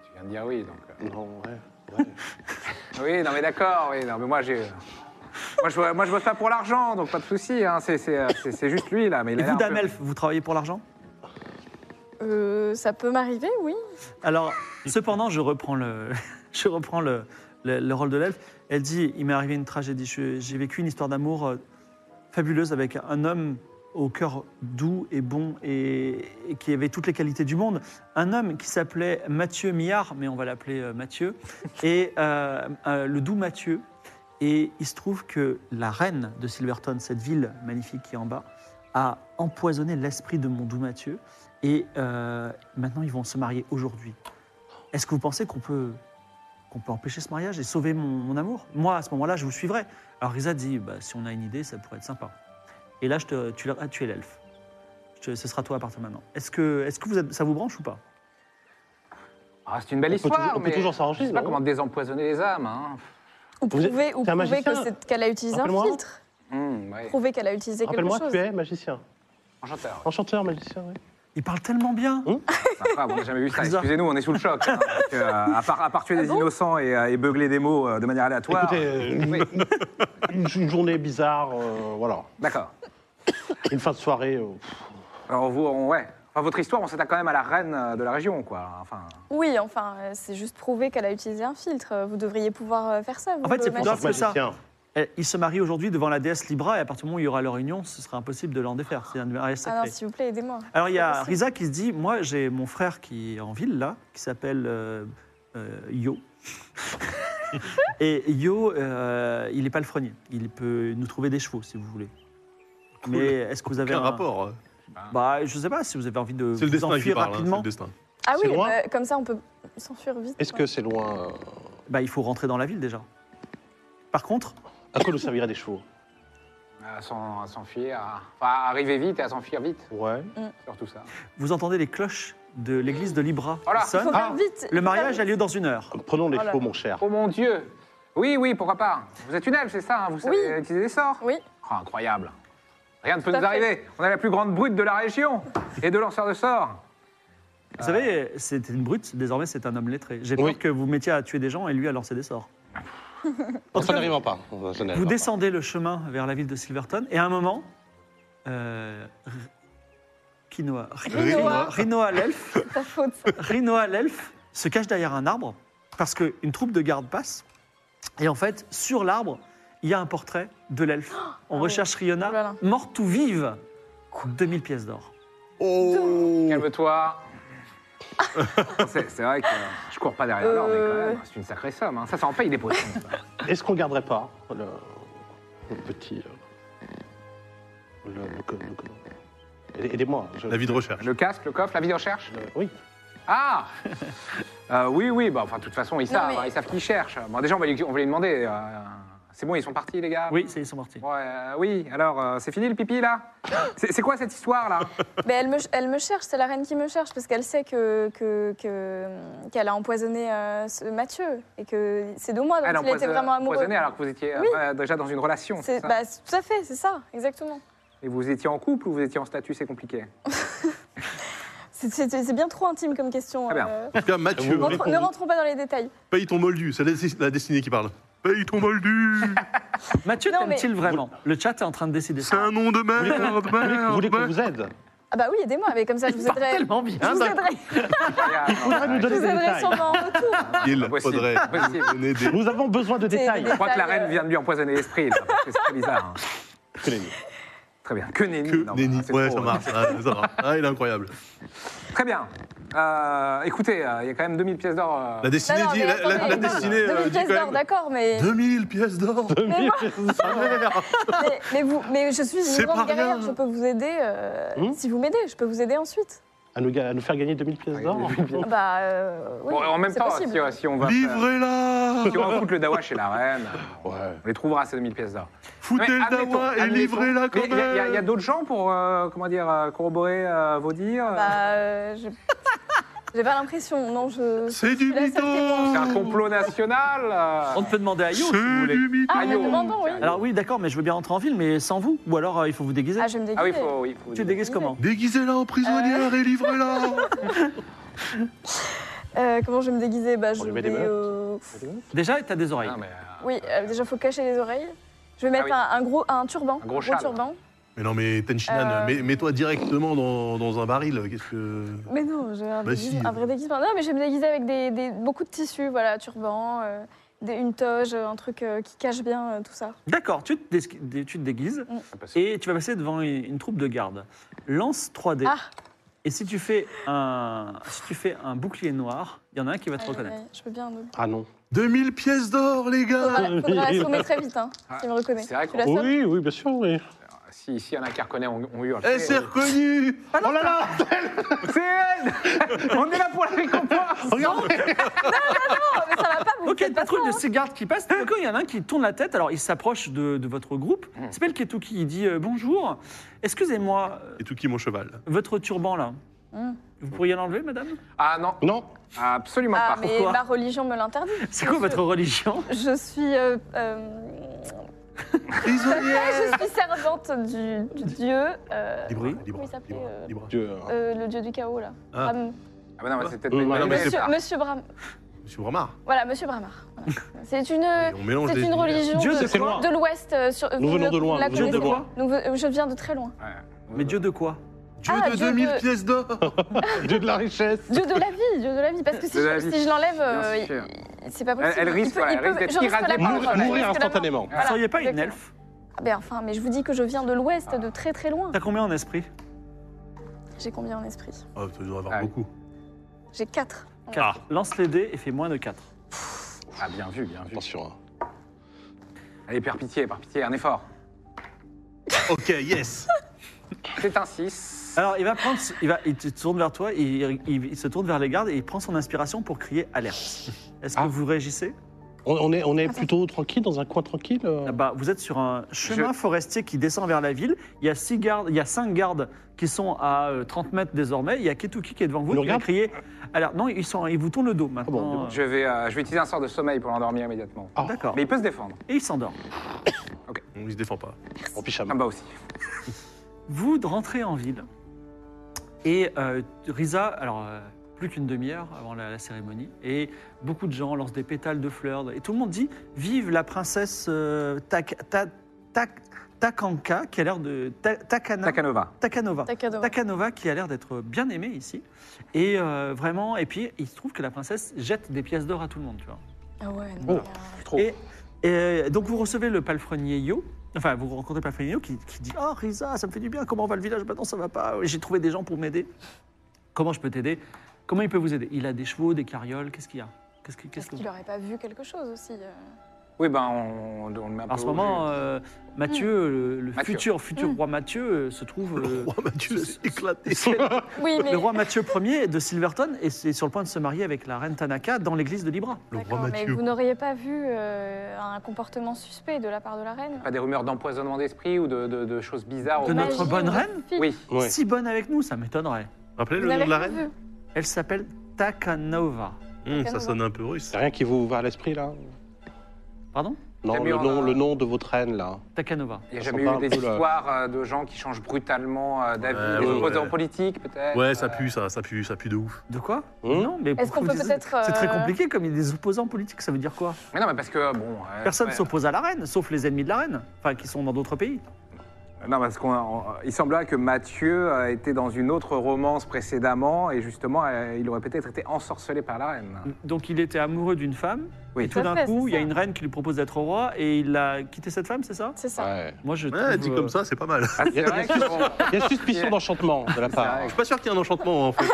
S2: Tu viens de dire oui, donc. euh,
S3: non, ouais, ouais.
S2: Oui, non, mais d'accord, oui, non, mais moi j'ai. euh, Moi je, moi je bosse pas pour l'argent, donc pas de souci. Hein. C'est, c'est, euh, c'est- c'est juste lui là. Mais il
S1: Et
S2: a
S1: vous,
S2: l'air un peu-
S1: Damelf, vous travaillez pour l'argent
S5: Euh, ça peut m'arriver, oui.
S1: Alors, cependant, je reprends le, je reprends le, le- le rôle de l'elfe. Elle dit Il m'est arrivé une tragédie. Je- J'ai vécu une histoire d'amour euh, fabuleuse avec un homme au cœur doux et bon et, et qui avait toutes les qualités du monde. Un homme qui s'appelait Mathieu Millard, mais on va l'appeler euh, Mathieu, et euh, euh, le doux Mathieu. Et il se trouve que la reine de Silverton, cette ville magnifique qui est en bas, a empoisonné l'esprit de mon doux Mathieu. Et euh, maintenant, ils vont se marier aujourd'hui. Est-ce que vous pensez qu'on peut, qu'on peut empêcher ce mariage et sauver mon, mon amour Moi, à ce moment-là, je vous suivrai. Alors Risa dit, bah, si on a une idée, ça pourrait être sympa. Et là, je te, tu, l'as- tu es l'elfe. Je te- Ce sera toi à partir de maintenant. Est-ce que, est que vous êtes- ça vous branche ou pas
S2: Ah, c'est une
S3: On
S2: belle
S3: peut
S2: histoire,
S3: toujours- on peut
S2: mais
S3: toujours s'arranger,
S2: Je sais pas
S3: non
S2: comment désempoisonner les âmes. Hein.
S5: Ou
S3: Vous êtes-
S5: prouver, ou
S3: t'es un
S5: prouver
S3: magicien
S5: que c'est- qu'elle a utilisé un
S3: Rappelle-moi.
S5: filtre.
S2: Hum, ouais.
S5: Prouver qu'elle a utilisé quelque
S3: Rappelle-moi,
S5: chose.
S3: tu es magicien.
S2: Enchanteur.
S3: Enchanteur, magicien, oui.
S1: Il parle tellement bien
S2: Enfin, on n'a jamais vu ça.
S1: Bizarre.
S2: Excusez-nous, on est sous le choc. hein, parce que, euh, à, part, à part tuer des innocents et, euh, et beugler des mots euh, de manière aléatoire.
S3: Ah Écoutez, euh,
S2: Oui,
S3: une, une journée bizarre, euh, voilà.
S2: d'accord.
S3: Une fin de soirée. euh,
S2: Alors vous, on- ouais. Enfin, votre histoire, on s'attaque quand même à la reine euh, de la région, quoi. Enfin,
S5: Oui, enfin, euh, c'est juste prouver qu'elle a utilisé un filtre. Euh, Vous devriez pouvoir euh, faire ça. vous,
S1: En fait, c'est
S5: euh,
S1: plus
S5: Mathieu.
S1: grave que ça.
S3: magicien.
S1: Eh, Ils se marient aujourd'hui devant la déesse Libra et à partir du moment où il y aura leur union, ce sera impossible de l'en défaire. C'est un mariage
S5: Ah non,
S1: sacré.
S5: s'il vous plaît, aidez-moi.
S1: Alors il y a
S5: Merci.
S1: Risa qui se dit, moi j'ai mon frère qui est en ville là, qui s'appelle euh, euh, Yo. Et Yo, euh, il est palefrenier. Il peut nous trouver des chevaux si vous voulez. Mais est-ce que vous avez
S6: Quel rapport euh,
S1: Bah je sais pas si vous avez envie de
S6: C'est le
S1: vous
S6: destin qui
S1: enfuir
S6: parle. hein, c'est
S1: rapidement.
S6: le destin.
S5: Ah
S3: C'est
S5: oui,
S3: loin
S5: bah, comme ça, on peut s'enfuir vite.
S3: Est-ce que c'est loin euh,
S1: bah il faut rentrer dans la ville déjà. Par contre,
S3: À quoi nous serviraient des chevaux
S2: à s'en- à s'enfuir, à... enfin, à arriver vite et à s'enfuir vite
S3: Ouais.
S2: sur tout ça.
S1: vous entendez les cloches de l'église de Libra. qui
S2: Voilà.
S5: Oh Il faut
S1: sonnent.
S3: Ah
S5: faire vite.
S1: Le mariage a lieu dans une heure.
S3: Prenons les
S5: Voilà.
S3: chevaux, mon cher.
S2: Oh mon Dieu Oui, oui, pourquoi pas Vous êtes une elfe, c'est ça hein Vous savez
S5: Oui.
S2: utiliser des sorts
S5: Oui,
S2: Oh, Incroyable Rien ne peut
S5: Tout à
S2: nous
S5: fait.
S2: arriver On a la plus grande brute de la région Et de lanceurs de sorts
S5: Ah.
S1: Vous savez, c'était une brute, désormais c'est un homme lettré. J'ai peur
S3: Oui.
S1: que vous mettiez à tuer des gens et lui à lancer des sorts. En tout
S3: Ça
S1: cas,
S3: n'arrivera pas. Ça n'arrivera
S1: vous
S3: pas.
S1: descendez le chemin vers la ville de Silverton et à un moment, euh, R- Quinoa,
S5: Rinoa.
S1: Rinoa l'elfe,
S5: c'est ta faute.
S1: Rinoa l'elfe se cache derrière un arbre parce qu'une troupe de gardes passe et en fait, sur l'arbre, il y a un portrait de l'elfe. On
S5: ouais.
S1: recherche
S5: Oh là là.
S1: Riona, morte ou vive, 2000 pièces d'or.
S6: Oh
S2: Calme-toi C'est c'est vrai que je cours pas derrière l'or, mais
S5: Euh.
S2: quand même, c'est une sacrée somme. hein. Ça, ça en paye des potions. ça.
S3: Est-ce qu'on garderait pas le, le petit. euh, Le. le, co- le co- Aidez- Aidez-moi. je-
S6: La vie de recherche.
S2: Le casque, le coffre, la vie de recherche
S3: le- oui.
S2: Ah Euh, Oui, oui, bah, enfin, de toute façon, ils
S5: Non,
S2: savent,
S5: mais-
S2: hein, ils savent qui cherchent. Bon, déjà, on va, lui, on va lui demander euh, C'est bon, ils sont partis, les gars
S1: Oui, ça y est, ils sont partis.
S2: Bon, euh, oui, alors, euh, c'est fini le pipi, là C'est c'est quoi cette histoire, là
S5: Mais elle me, elle me cherche, c'est la reine qui me cherche parce qu'elle sait que que- que- qu'elle a empoisonné euh, ce Mathieu et que c'est de moi dont
S2: Elle
S5: il était vraiment amoureux.
S2: empoisonnée alors que vous étiez euh,
S5: Oui.
S2: euh, déjà dans une relation.
S5: C'est-
S2: c'est ça
S5: bah, c'est- tout à fait, c'est ça, exactement.
S2: Et vous étiez en couple ou vous étiez en statut, c'est compliqué.
S5: C'est- C'est c'est bien trop intime comme question.
S2: Ah bien.
S5: euh.
S6: En tout cas, Mathieu,
S5: Rentrons- ne rentrons pas dans les détails.
S6: paye ton moldu. C'est la, la destinée qui parle. Paye ton moldu
S1: Mathieu,
S5: Non,
S1: t'aime-t-il vraiment Le chat est en train de décider
S6: C'est
S1: ça.
S6: un nom de merde,
S3: Vous voulez
S6: merde,
S3: qu'on
S6: merde.
S3: vous aide
S5: Ah bah oui, aidez-moi, mais comme ça je vous aiderai.
S1: Tellement bien.
S5: Je vous
S1: d'un-
S5: aiderai,
S2: Regarde,
S3: faudrait nous
S2: non,
S5: je
S3: donner-
S5: vous
S3: des
S5: aiderai
S3: détails.
S5: sûrement en retour.
S6: Il
S2: Possible,
S6: faudrait
S2: possible.
S6: donner des...
S3: Nous avons besoin de
S5: Des-
S3: détails.
S5: des-
S2: Je crois que la reine
S5: euh,
S2: vient de lui empoisonner l'esprit, là, parce que c'est très bizarre. hein.
S3: Que nenni.
S2: Très bien. Que nenni.
S6: Que
S2: non,
S6: nenni.
S2: bah, c'est
S6: Ouais,
S2: trop,
S6: ça
S2: hein.
S6: marche. ouais, ça marche. Ah, il est incroyable.
S2: Très bien. Euh, écoutez, euh, il y a quand même 2000 pièces d'or. euh,
S6: La destinée
S5: Non, non,
S6: dit.
S5: mais
S6: La, la-
S5: attendez,
S6: la
S5: attendez.
S6: destinée euh,
S5: 2000
S6: dit
S5: pièces d'or,
S6: quand même.
S5: d'accord, mais,
S6: 2000 pièces d'or
S5: mais moi,
S6: Ah, merde.
S5: mais, mais vous, mais je suis
S6: C'est
S5: une grande
S6: pas rien.
S5: guerrière, je peux vous aider. euh,
S3: Hmm
S5: si vous m'aidez, je peux vous aider ensuite.
S3: à nous, ga- à nous faire gagner 2000 pièces d'or.
S5: Ah Bah, euh, oui,
S2: bon, en même
S5: c'est
S2: temps, si,
S5: possible.
S2: si on va. faire-
S6: Livrez-la
S2: Si on va foutre le dawa chez la reine,
S3: Ouais.
S2: on les trouvera ces 2000 pièces d'or.
S6: Foutez
S2: Mais
S6: le
S2: admettons,
S6: dawa et
S2: admettons.
S6: livrez-la
S2: Mais
S6: quand
S2: Il y a- il y a- il y a
S6: même
S2: d'autres gens pour euh, comment dire, euh, corroborer euh, vos dires
S5: Bah, euh, je- j'ai pas l'impression, non, je.
S6: C'est du
S5: je suis la seule témoin.
S2: C'est
S6: mytho
S2: un complot national euh.
S1: On peut demander à Yo si vous
S6: C'est
S1: voulez.
S6: du mytho
S5: Ah, mais
S2: Aïe, oh.
S5: demandons, oui.
S1: Alors oui, d'accord, mais je veux bien entrer en ville, mais sans vous. Ou alors euh, il faut vous déguiser.
S5: Ah, je vais me déguiser.
S2: Ah oui, faut, oui, faut
S1: tu te déguises comment
S6: Déguisez-la en prisonnière et livrez-la
S5: Euh, comment je vais me déguiser Bah, je
S3: lui
S5: vais.
S3: met des meufs.
S5: euh,
S1: Déjà, t'as des oreilles.
S2: Non, mais, euh,
S5: Oui, euh, déjà, faut cacher les oreilles. Je vais mettre
S2: oui.
S5: un, un gros un turban.
S2: Un gros châle.
S5: turban.
S6: Mais non, mais Tenchinan,
S5: Euh.
S6: mets- mets-toi directement dans, dans un baril. Qu'est-ce que.
S5: Mais non, j'ai un,
S6: Bah
S5: déguise-
S6: si.
S5: un vrai déguisement. Non, mais je vais me déguiser avec des, des- beaucoup de tissus, voilà, turban, euh, des- une toge, euh, un truc euh, qui cache bien euh, tout ça.
S1: D'accord, tu te, dés- dé- tu te déguises et tu vas passer devant une, une troupe de gardes. Lance 3D.
S5: Ah.
S1: Et si tu fais un si tu fais un bouclier noir, il y en a un qui va te
S5: Ouais,
S1: reconnaître.
S5: ouais, je peux bien.
S3: Ah,
S5: Il
S6: 2000 pièces d'or, les gars
S5: faudra, faudra assommer très vite, hein, s'il me reconnaît.
S2: C'est vrai
S5: Tu l'assommes
S3: Oui, oui, bien sûr, oui.
S2: Si, si y en a qui reconnaît, on, on hurle.
S6: Eh, c'est reconnu
S3: Oh là là
S2: C'est elle On est là pour la récompense
S3: Regardez
S5: Oh, mais ça va pas, vous
S1: Ok,
S5: faites
S1: t'as
S5: pas hein.
S1: trouvé
S5: ça,
S1: de ces gardes qui passent. D'accord, il y en a un qui tourne la tête, alors il s'approche de, de votre groupe. Il s'appelle Ketuki, il dit euh, Bonjour, excusez-moi, euh,
S6: Et tout qui, mon cheval
S1: votre turban là,
S5: Mm.
S1: vous pourriez l'enlever, madame
S2: Ah non,
S3: Non,
S2: absolument
S5: Ah,
S2: pas.
S5: mais
S1: Pourquoi
S5: ma religion me l'interdit.
S1: C'est quoi votre religion
S5: Je suis. euh, euh,
S6: Prisonnière
S5: je suis servante du, du dieu. euh,
S6: Libra,
S1: Oui.
S6: Libra,
S5: Comment il s'appelait,
S6: Libra,
S5: euh,
S6: Libra.
S3: Dieu.
S5: euh, le dieu du chaos, là.
S6: Ah.
S5: Bram-
S2: Ah bah non, mais c'est peut-être
S3: Mmh,
S2: une
S3: ouais,
S2: bonne
S3: non, mais
S2: idée.
S6: c'est-
S5: Monsieur, Monsieur Bram.
S6: Monsieur Bramar.
S5: Voilà, Monsieur Bramar. Voilà. C'est une.
S6: On mélange
S5: Euh, C'est
S6: les
S5: une
S6: univers.
S5: religion
S1: Dieu
S5: de,
S1: de quoi
S5: de l'ouest. euh, sur-
S3: Nous
S5: vous
S3: venons
S5: ne-
S3: de loin,
S5: la
S3: nous venons de
S5: connaissez
S3: loin.
S5: pas. Nous ve- je viens de très loin.
S1: Mais Dieu de quoi
S6: Dieu
S5: Ah,
S6: de
S5: Dieu
S6: 2000
S5: de-
S6: pièces d'or
S3: Dieu de la richesse.
S5: Dieu de la vie, Dieu de la vie. Parce que si,
S2: De la
S5: je,
S2: vie.
S5: si je l'enlève,
S2: Bien
S5: euh, il-
S2: sûr.
S5: il- c'est pas possible.
S2: Elle- elle risque, voilà, elle risque d'être
S5: je risque la
S2: irradiée par le
S5: mort,
S2: soleil.
S5: je risque
S3: Mourir
S5: la mort.
S3: instantanément.
S1: Vous seriez pas une
S5: exactement.
S1: elfe
S5: Ah ben enfin, mais je vous dis que je viens de l'ouest,
S2: Ah.
S5: de très très loin.
S1: T'as combien en esprit
S5: J'ai combien en esprit
S6: Oh, tu dois avoir
S2: Ah oui.
S6: beaucoup.
S5: J'ai 4.
S1: Quatre. Lance les dés et fais moins de 4.
S2: Ah bien vu, bien vu.
S3: Attention. hein.
S2: Allez, par pitié, par pitié, un effort.
S6: Ok, yes
S2: C'est un 6.
S1: Alors il va prendre, il va, il se tourne vers toi, il, il- il se tourne vers les gardes et il prend son inspiration pour crier alerte. Est-ce que
S2: Ah.
S1: vous réagissez
S3: On, on est, on est plutôt tranquille, dans un coin tranquille euh,
S1: Ah bah, vous êtes sur un chemin forestier qui descend vers la ville. Il y a six gardes, il y a cinq gardes qui sont à euh, 30 mètres désormais. Il y a Ketuki qui est devant vous.
S3: Ils nous
S1: qui va
S3: regardent
S1: crier. Alors non, ils sont, ils vous tournent le dos
S3: bon,
S1: maintenant.
S2: Je vais, euh, je vais utiliser un sort de sommeil pour l'endormir immédiatement.
S3: Ah.
S1: D'accord.
S2: Mais il peut se défendre.
S1: Et ils s'endorment.
S6: On il se défend pas.
S3: en pyjama.
S2: Ah bah aussi.
S1: Vous rentrez en ville et euh, Risa, alors euh, plus qu'une demi-heure avant la, la cérémonie, et beaucoup de gens lancent des pétales de fleurs et tout le monde dit Vive la princesse euh, Tak- Ta- Tak- Takanka qui a l'air de Ta- Takana-
S2: Takanova.
S1: Takanova.
S5: Takado.
S1: Takanova qui a l'air d'être bien aimée ici. Et euh, vraiment, et puis il se trouve que la princesse jette des pièces d'or à tout le monde, tu vois.
S5: Ah ouais,
S2: Oh.
S5: non. euh,
S2: Trop.
S1: Et, et donc vous recevez le palefrenier Yo, enfin vous rencontrez le palefrenier Yo qui, qui dit « Oh Risa, ça me fait du bien, comment va le village Maintenant ça va pas, j'ai trouvé des gens pour m'aider. Comment je peux t'aider Comment il peut vous aider Il a des chevaux, des carrioles, qu'est-ce qu'il y a Qu'est-ce que- qu'est-ce
S5: Est-ce
S1: que-
S5: qu'il aurait pas vu quelque chose aussi euh
S2: Oui, ben on, on le met un peu
S1: En ce
S2: au
S1: moment,
S6: Oh,
S2: jus.
S1: euh, Mathieu, le, le
S2: Mathieu.
S1: futur futur roi Mathieu euh, se trouve.
S6: Le
S1: euh,
S6: roi Mathieu s'est éclaté.
S1: c'est-
S5: Oui, mais,
S1: le roi Mathieu Ier de Silverton et c'est sur le point de se marier avec la reine Tanaka dans l'église de Libra.
S6: Le
S5: D'accord,
S6: roi
S5: mais
S6: Mathieu.
S5: vous n'auriez pas vu euh, un comportement suspect de la part de la reine
S2: Pas des rumeurs d'empoisonnement d'esprit ou de, de- de choses bizarres.
S1: De
S2: au-
S1: notre
S5: Magie
S1: bonne
S5: magnifique.
S1: reine
S2: Oui.
S5: bah,
S3: Ouais.
S1: Si bonne avec nous, ça m'étonnerait.
S6: Rappelez
S5: Vous
S6: le nom
S5: n'avez
S6: de la
S5: rien
S6: reine
S5: vu
S1: Elle s'appelle Takanova.
S6: Hum, Ça
S5: Takanova.
S6: sonne un peu russe.
S3: C'est rien qui vous va à l'esprit, là
S1: Pardon
S3: Non,
S2: Camille,
S3: le
S2: on
S3: nom,
S2: a-
S3: le nom de votre reine, là.
S1: Takanova.
S2: Il n'y a
S3: Ça
S2: jamais
S3: sent pas
S2: eu
S3: un
S2: des
S3: peu le-
S2: histoires euh, de gens qui changent brutalement euh, d'avis,
S6: Ouais,
S2: des
S6: ouais,
S2: opposants
S6: ouais.
S2: politiques peut-être.
S6: Ouais, ça
S2: euh,
S6: pue, ça, ça pue, ça pue de ouf.
S1: De quoi
S2: Mmh.
S3: Hum
S1: Non, mais
S5: Est-ce qu'on
S1: pourquoi
S5: peut
S1: vous disiez-
S5: peut-être,
S1: C'est très
S5: euh,
S1: compliqué comme il y a des opposants politiques, ça veut dire quoi
S2: Mais non, mais parce que bon. euh,
S1: Personne ne
S2: ouais.
S1: s'oppose à la reine, sauf les ennemis de la reine, enfin qui sont dans d'autres pays.
S2: Non, parce qu'on, on- il semblerait que Mathieu euh, était dans une autre romance précédemment et justement, euh, il aurait peut-être été ensorcelé par la reine.
S1: Donc il était amoureux d'une femme.
S2: Oui.
S1: Et tout
S5: Tout à
S1: d'un
S5: fait,
S1: coup,
S5: c'est
S1: il y a
S5: ça.
S1: une reine qui lui propose d'être roi et il a quitté cette femme, c'est ça
S5: C'est ça.
S3: Ouais.
S1: Moi, je
S6: Ouais,
S1: trouve,
S6: dit
S1: euh,
S6: comme ça, c'est pas mal.
S2: Ah, c'est vrai que bon,
S3: Il y a suspicion d'enchantement de la part.
S2: vrai.
S6: Je suis pas sûr qu'il y ait un enchantement, en fait.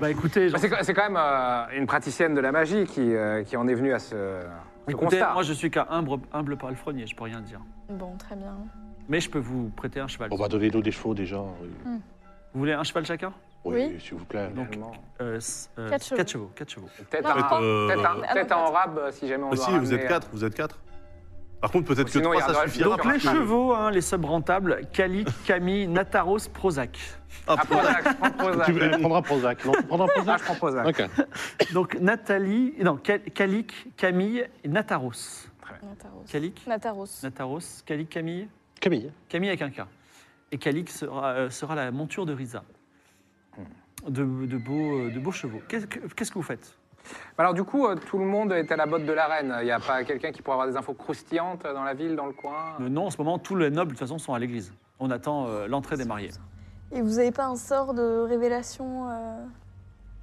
S1: Bah écoutez, j'en-
S2: c'est, quand- c'est quand même euh, une praticienne de la magie qui, euh, qui en est venue à ce, ce
S1: écoutez,
S2: constat.
S1: moi je suis qu'un humble, humble palefrenier, je peux rien dire.
S5: Bon, très bien.
S1: Mais je peux vous prêter un cheval.
S3: Bon, bah, donnez-nous des chevaux, déjà. Oui,
S1: Vous voulez un cheval chacun
S3: Oui,
S5: Oui.
S3: s'il vous plaît.
S1: Donc,
S2: Finalement.
S1: euh, s- euh,
S5: Quatre chevaux.
S1: quatre chevaux. Quatre chevaux.
S2: peut-être,
S5: Non,
S2: un,
S5: peut-être,
S6: euh,
S2: peut-être un-
S5: Ah non,
S2: peut-être un rab euh, si jamais on
S6: Ah, Mais
S2: doit
S6: Bah si, vous êtes
S2: ramener,
S6: quatre, vous êtes quatre. Par contre, peut-être que
S2: Sinon, il y
S6: trois,
S2: aura
S6: ça
S2: le
S6: suffira.
S2: Donc,
S1: Les chevaux, hein, les subs rentables, Cali, Camille, Nataros, Prozac.
S2: euh, Ah, Prozac, je prends Prozac.
S3: Tu veux tu prendras Prozac, non Tu prendras
S2: Ah,
S3: Prozac
S2: je prends Prozac.
S3: Ok.
S1: Donc Nathalie, non, Cal- Calic, Camille et Nataros.
S5: Nataros.
S1: Calic,
S5: Nataros.
S1: Nataros, Calic, Camille,
S3: Camille.
S1: Camille avec un K. Et Calic sera, euh, sera la monture de Risa. De, de beaux, euh, de beaux chevaux. Qu'est-ce que qu'est-ce que vous faites
S2: Alors du coup, euh, tout le monde est à la botte de la reine. Il n'y a pas quelqu'un qui pourrait avoir des infos croustillantes dans la ville, dans le coin
S1: Euh, Non, en ce moment, tous les nobles, de toute façon, sont à l'église. On attend euh, l'entrée des mariés.
S5: Et vous n'avez pas un sort de révélation euh,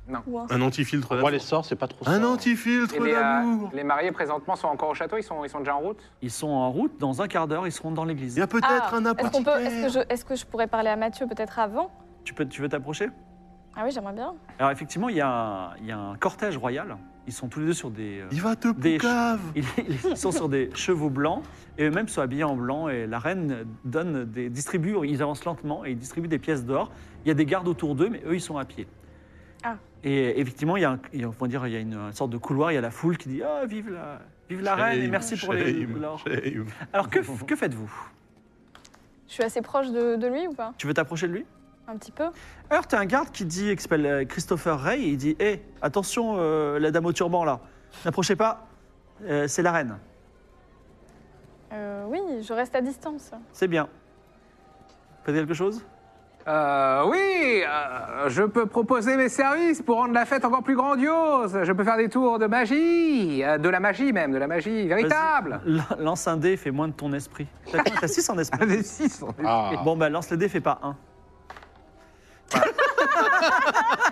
S2: Non.
S5: ou un-
S6: Un antifiltre
S3: Moi, les
S6: d'amour.
S3: sorts, c'est pas trop ça.
S6: Un antifiltre
S2: Et les, euh,
S6: d'amour.
S2: les mariés présentement sont encore au château, ils sont, ils sont déjà en route
S1: Ils sont en route, dans un quart d'heure, ils seront dans l'église.
S6: Il y a peut-être
S5: Ah,
S6: un
S5: Est-ce qu'on peut- est-ce que
S6: apothicaire.
S5: je, est-ce que je pourrais parler à Mathieu peut-être avant
S1: Tu, peux, tu veux t'approcher
S5: Ah oui, j'aimerais bien.
S1: Alors, effectivement, il y, a un, il y a un cortège royal. Ils sont tous les deux sur des. euh,
S6: Il va te
S1: Des
S6: poucave.
S1: Ils, ils sont sur des chevaux blancs et eux-mêmes sont habillés en blanc. Et la reine donne des distribue, ils avancent lentement et ils distribuent des pièces d'or. Il y a des gardes autour d'eux, mais eux ils sont à pied.
S5: Ah.
S1: Et effectivement, il y a, un- il y a- comment dire, il y a une, sorte de couloir. Il y a la foule qui dit ah vive la vive la reine et
S6: Shame,
S1: merci pour les
S6: shame,
S1: l'or.
S6: shame.
S1: Alors que, que faites-vous
S5: Je suis assez proche de, de lui ou pas
S1: Tu veux t'approcher de lui
S5: Un petit peu.
S1: Alors t'as un garde qui dit qui s'appelle euh, Christopher Ray et il dit hé attention euh, la dame au turban là n'approchez pas euh, c'est la reine
S5: Euh, oui, je reste à distance.
S1: c'est bien. Faites quelque chose
S2: Euh, oui, euh, je peux proposer mes services pour rendre la fête encore plus grandiose. Je peux faire des tours de magie, euh, de la magie même, de la magie véritable.
S1: Vas-y, Lance un dé, fait moins de ton esprit. T'as combien T'as 6 en esprit.
S2: Des six. on est-
S3: Ah.
S1: Bon, bah lance le dé, fais pas 1.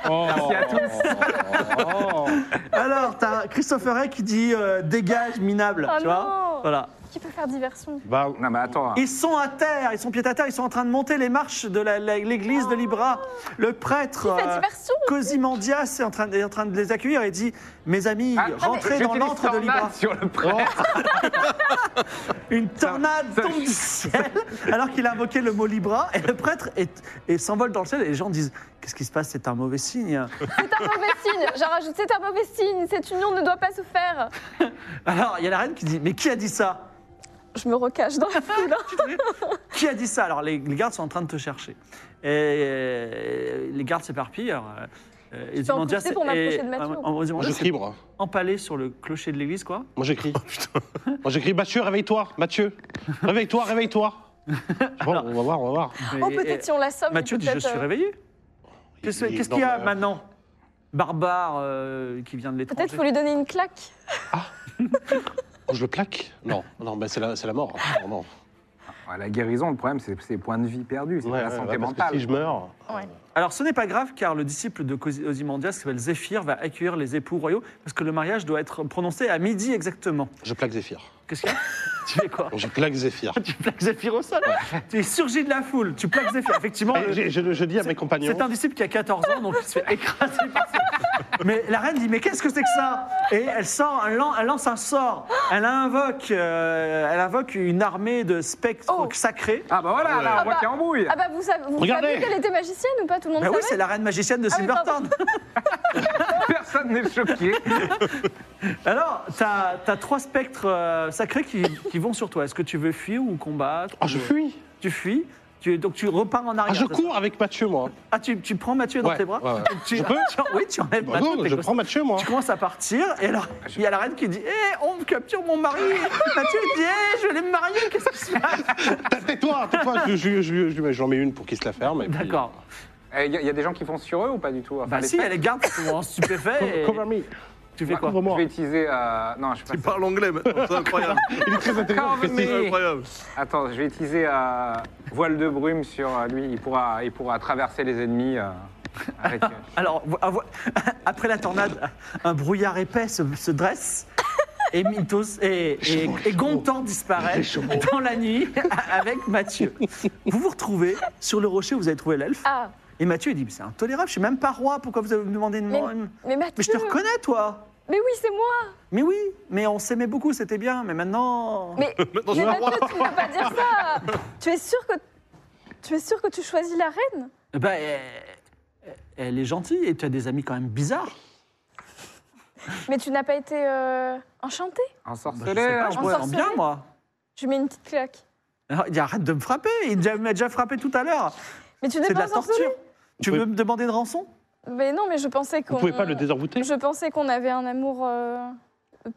S2: Merci à tous.
S1: Alors, t'as Christopher Ray qui dit euh, dégage, minable.
S2: Ah
S5: Oh
S1: tu vois
S5: non
S1: Voilà.
S5: Qui peut faire diversion
S3: Bah,
S2: Non mais attends,
S1: Ils sont à terre, ils sont pieds à terre, ils sont en train de monter les marches de la- la- l'église de Libra. Le prêtre.
S5: Faire
S1: euh,
S5: diversion
S1: Cosimandias est en, train, est en train de les accueillir et dit Mes amis,
S2: Ah,
S1: rentrez dans
S2: j'utilise
S1: l'antre de
S2: Tornade
S1: Libra.
S2: sur le prêtre.
S1: Une tornade
S2: ça-
S1: tombe du ciel alors qu'il a invoqué le mot Libra et le prêtre est- et s'envole dans le ciel et les gens disent Qu'est-ce qui se passe C'est un mauvais signe.
S5: C'est un mauvais signe J'en rajoute, c'est un mauvais signe Cette union ne doit pas se faire
S1: Alors, il y a la reine qui dit Mais qui a dit ça
S5: Je me recache dans la foule.
S1: Qui a dit ça Alors, les, les gardes sont en train de te chercher. Et euh, les gardes s'éparpillent. alors, euh, euh, et
S5: peux en
S1: Zimandias
S5: profiter pour
S1: est-
S5: m'approcher de Mathieu,
S1: euh,
S5: ou
S1: en-
S3: moi,
S1: Zimandias
S3: j'écris,
S1: est
S3: moi.
S1: empalé sur le clocher de l'église, quoi.
S3: Moi, j'écris. moi, j'écris. Mathieu, réveille-toi. Mathieu, réveille-toi, réveille-toi. Bon, on va voir, on va voir.
S5: Oh,
S1: Et-
S5: peut-être
S1: et-
S5: si on la somme,
S1: Mathieu dit Je
S5: peut-être,
S1: suis
S5: euh,
S1: réveillé. Qu'est-ce
S3: Il-
S1: qu'est-ce
S3: non,
S1: qu'il y a
S3: mais-
S1: maintenant Barbare euh, qui vient de
S5: Peut-être
S1: l'étranger.
S5: faut lui donner une claque.
S3: Oh, je le plaque Non, non, mais c'est la, c'est la mort. Non, non.
S2: Ah, Ouais, La guérison, le problème, c'est c'est les points de vie perdus, c'est
S3: Ouais,
S2: la
S3: ouais,
S2: santé
S3: ouais, parce que
S2: mentale.
S3: si je meurs,
S5: Ouais.
S1: Alors ce n'est pas grave car le disciple de Cosi- Ozymandias, qui s'appelle Zéphyr, va accueillir les époux royaux parce que le mariage doit être prononcé à midi exactement.
S3: Je plaque Zéphyr.
S1: Qu'est-ce qu'il y a Tu fais quoi
S3: Bon, Je plaque Zéphyr.
S1: Tu plaques Zéphyr au sol Tu surgis de la foule, tu plaques Zéphyr. Effectivement,
S3: Et Je, je- je dis à mes compagnons.
S1: c'est un disciple qui a 14 ans, donc il se fait écraser par ça. Mais la reine dit, mais qu'est-ce que c'est que ça Et elle sort, elle lan- elle lance un sort. Elle invoque, euh, elle invoque une armée de spectres
S5: Oh.
S1: sacrés.
S2: Ah bah voilà, là, on
S5: Ah
S2: voit
S5: bah-
S2: qu'il y a embrouille.
S5: Ah bah vous savez, vous
S3: Regardez.
S5: saviez qu'elle était magicienne ou pas Tout le monde
S1: Ben oui,
S5: savait
S1: c'est la reine magicienne de
S5: Ah oui, pardon.
S1: Silverthorn.
S2: Personne n'est choqué.
S1: Alors, t'as as trois spectres euh, sacrés qui, qui vont sur toi. Est-ce que tu veux fuir ou combattre
S3: Ah, je
S1: ou-
S3: fuis.
S1: Tu fuis, tu, donc tu repars en
S3: Ah,
S1: arrière.
S3: je cours avec Mathieu, moi.
S1: Ah, tu, tu prends Mathieu dans
S3: Ouais,
S1: tes bras
S3: ouais, ouais.
S1: Tu-
S3: Je peux
S1: tu- Oui, tu enlèves
S3: Bah
S1: Mathieu.
S3: non,
S1: t'es
S3: je
S1: costaud.
S3: prends Mathieu, moi.
S1: Tu commences à partir, et alors, il y a la reine qui dit Hé, on me capture mon mari Mathieu, il dit Hé, je vais me marier, qu'est-ce qui se passe
S3: Tais-toi, tais-toi. Je, je, je, je- j'en mets une pour qu'il se la ferme. et puis-
S1: D'accord.
S2: Il Eh, y, a- y a des gens qui foncent sur eux ou pas du tout Enfin,
S1: Bah,
S2: les
S1: si,
S2: spectres.
S1: elle les garde sont en stupéfait. et-
S3: Cover me.
S1: Tu fais quoi
S2: Je
S3: Couvre-moi.
S2: vais utiliser. euh, Non, je sais
S6: Il
S2: pas.
S6: parle anglais maintenant, c'est incroyable.
S3: Il est très intelligent.
S2: Cover
S3: Christy.
S2: me.
S6: incroyable.
S2: Attends, je vais utiliser euh, voile de brume sur euh, lui. Il pourra, il pourra traverser les ennemis euh, avec. euh,
S1: Alors, vo- avo- après la tornade, un brouillard épais se, se dresse. Et Mythos et, et, et Gontran disparaissent dans la nuit avec Mathieu. Vous vous retrouvez sur le rocher où vous avez trouvé l'elfe.
S5: Ah,
S1: Et Mathieu il dit Mais c'est intolérable, je suis même pas roi, pourquoi vous avez demandé de
S5: mais,
S1: moi
S5: mais Mathieu.
S1: Mais je te reconnais, toi
S5: Mais oui, c'est moi.
S1: Mais oui, mais on s'aimait beaucoup, c'était bien, mais maintenant.
S5: Mais,
S6: Maintenant, je
S5: mais
S6: vais
S5: Mathieu,
S6: voir.
S5: tu ne peux pas dire ça. tu es sûr que tu es sûr que tu choisis la reine
S1: Bah, elle, elle est gentille et tu as des amis quand même bizarres.
S5: Mais tu n'as pas été euh, enchantée
S2: Ensorcelé,
S1: Bah, je sais pas, je
S2: hein.
S1: me sens bien,
S5: ensorcelé.
S1: moi.
S5: Je lui mets une petite claque.
S1: Alors, il dit, arrête de me frapper, il déjà- il m'a déjà frappé tout à l'heure.
S5: Mais tu n'es
S1: C'est de
S5: pas
S1: la torture.
S5: ensorcelée.
S1: Tu
S3: Vous
S1: veux me demander une rançon
S5: Mais non, mais je pensais qu'on.
S3: Vous pouvez pas le désenvoûter
S5: Je pensais qu'on avait un amour euh,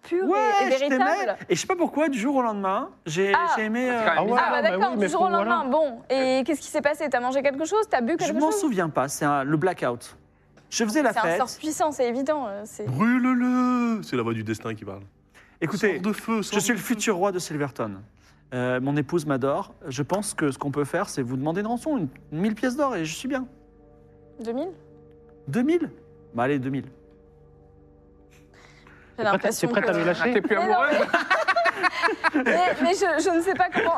S5: pur et-
S1: Ouais,
S5: et,
S1: je t'aimais.
S5: véritable.
S1: Et je sais pas pourquoi, du jour au lendemain, j'ai
S5: Ah.
S1: j'ai aimé.
S2: Parce
S1: euh,
S2: que-
S3: Ah ouais,
S5: Ah
S3: bah
S5: bah d'accord,
S3: oui, mais
S5: du jour au
S3: faut- voilà.
S5: lendemain. Bon, et qu'est-ce qui s'est passé T'as mangé quelque chose T'as bu
S1: je
S5: quelque
S1: m'en
S5: chose
S1: souviens pas, c'est un- le blackout. Je faisais la
S5: C'est un
S1: fête.
S5: sort puissant, c'est évident. euh, C'est
S6: Brûle-le C'est la voix du destin qui parle.
S1: Écoutez,
S6: Sors de feu, sors
S1: je suis
S6: de
S1: le
S6: feu.
S1: futur roi de Silverton. Euh, mon épouse m'adore. Je pense que ce qu'on peut faire, c'est vous demander une rançon, une, 1000 pièces d'or, et je suis bien.
S5: 2000
S1: 2000 Bah allez, 2000.
S5: J'ai l'impression
S3: T'es prête à
S5: que-
S3: nous
S2: Ah,
S3: lâcher
S2: T'es plus
S5: Mais non,
S2: amoureuse
S5: Mais, mais je, je ne sais pas comment.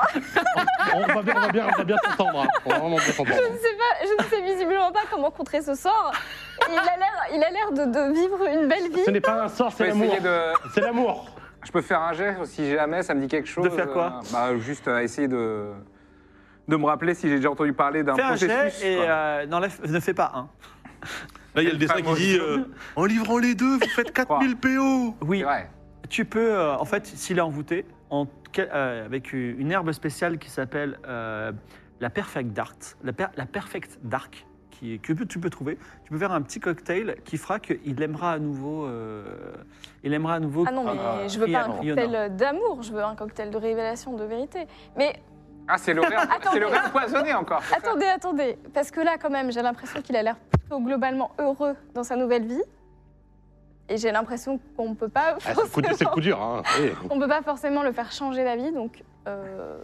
S3: on va, bien, on, va bien, on va bien s'entendre. hein. On va vraiment bien s'entendre.
S5: Je ne sais pas. Je ne sais visiblement pas comment contrer ce sort. Et il a l'air, il a l'air de, de vivre une belle
S3: Ce
S5: vie.
S3: n'est pas un sort,
S2: Je
S3: c'est
S2: peux
S3: l'amour.
S2: essayer de.
S3: C'est l'amour.
S2: Je peux faire un geste si jamais ça me dit quelque chose.
S1: De faire quoi
S2: euh, Bah juste euh, essayer de de me rappeler si j'ai déjà entendu parler d'un
S1: Fais un jet
S2: processus.
S1: et
S2: quoi.
S1: euh, n'enlève- ne fais pas un.
S6: Là, il y a le dessin qui dit euh, En livrant les deux, vous faites 4000 PO
S1: Oui,
S2: C'est vrai.
S1: tu peux, euh, en fait, s'il est envoûté, en, quel- euh, avec u- une herbe spéciale qui s'appelle euh, la Perfect Dart, la, per- la Perfect Dark, qui, que tu peux trouver, tu peux faire un petit cocktail qui fera qu'il aimera à nouveau. euh, il aimera à nouveau.
S5: Ah non, mais
S2: Ah,
S5: je veux pas
S1: Ian,
S5: un
S1: Ian, non.
S5: cocktail euh, d'amour. Je veux un cocktail de révélation, de vérité. Mais
S2: Ah c'est l'horaire, c'est
S5: Attendez.
S2: l'horaire empoisonné encore.
S5: attendez, attendez, parce que là, quand même, j'ai l'impression qu'il a l'air plutôt globalement heureux dans sa nouvelle vie. Et j'ai l'impression qu'on ne peut pas
S3: Ah, c'est le coup dur- c'est le
S5: forcément-
S3: coup dur. Hein. Eh,
S5: on peut pas forcément le faire changer d'avis, donc. euh,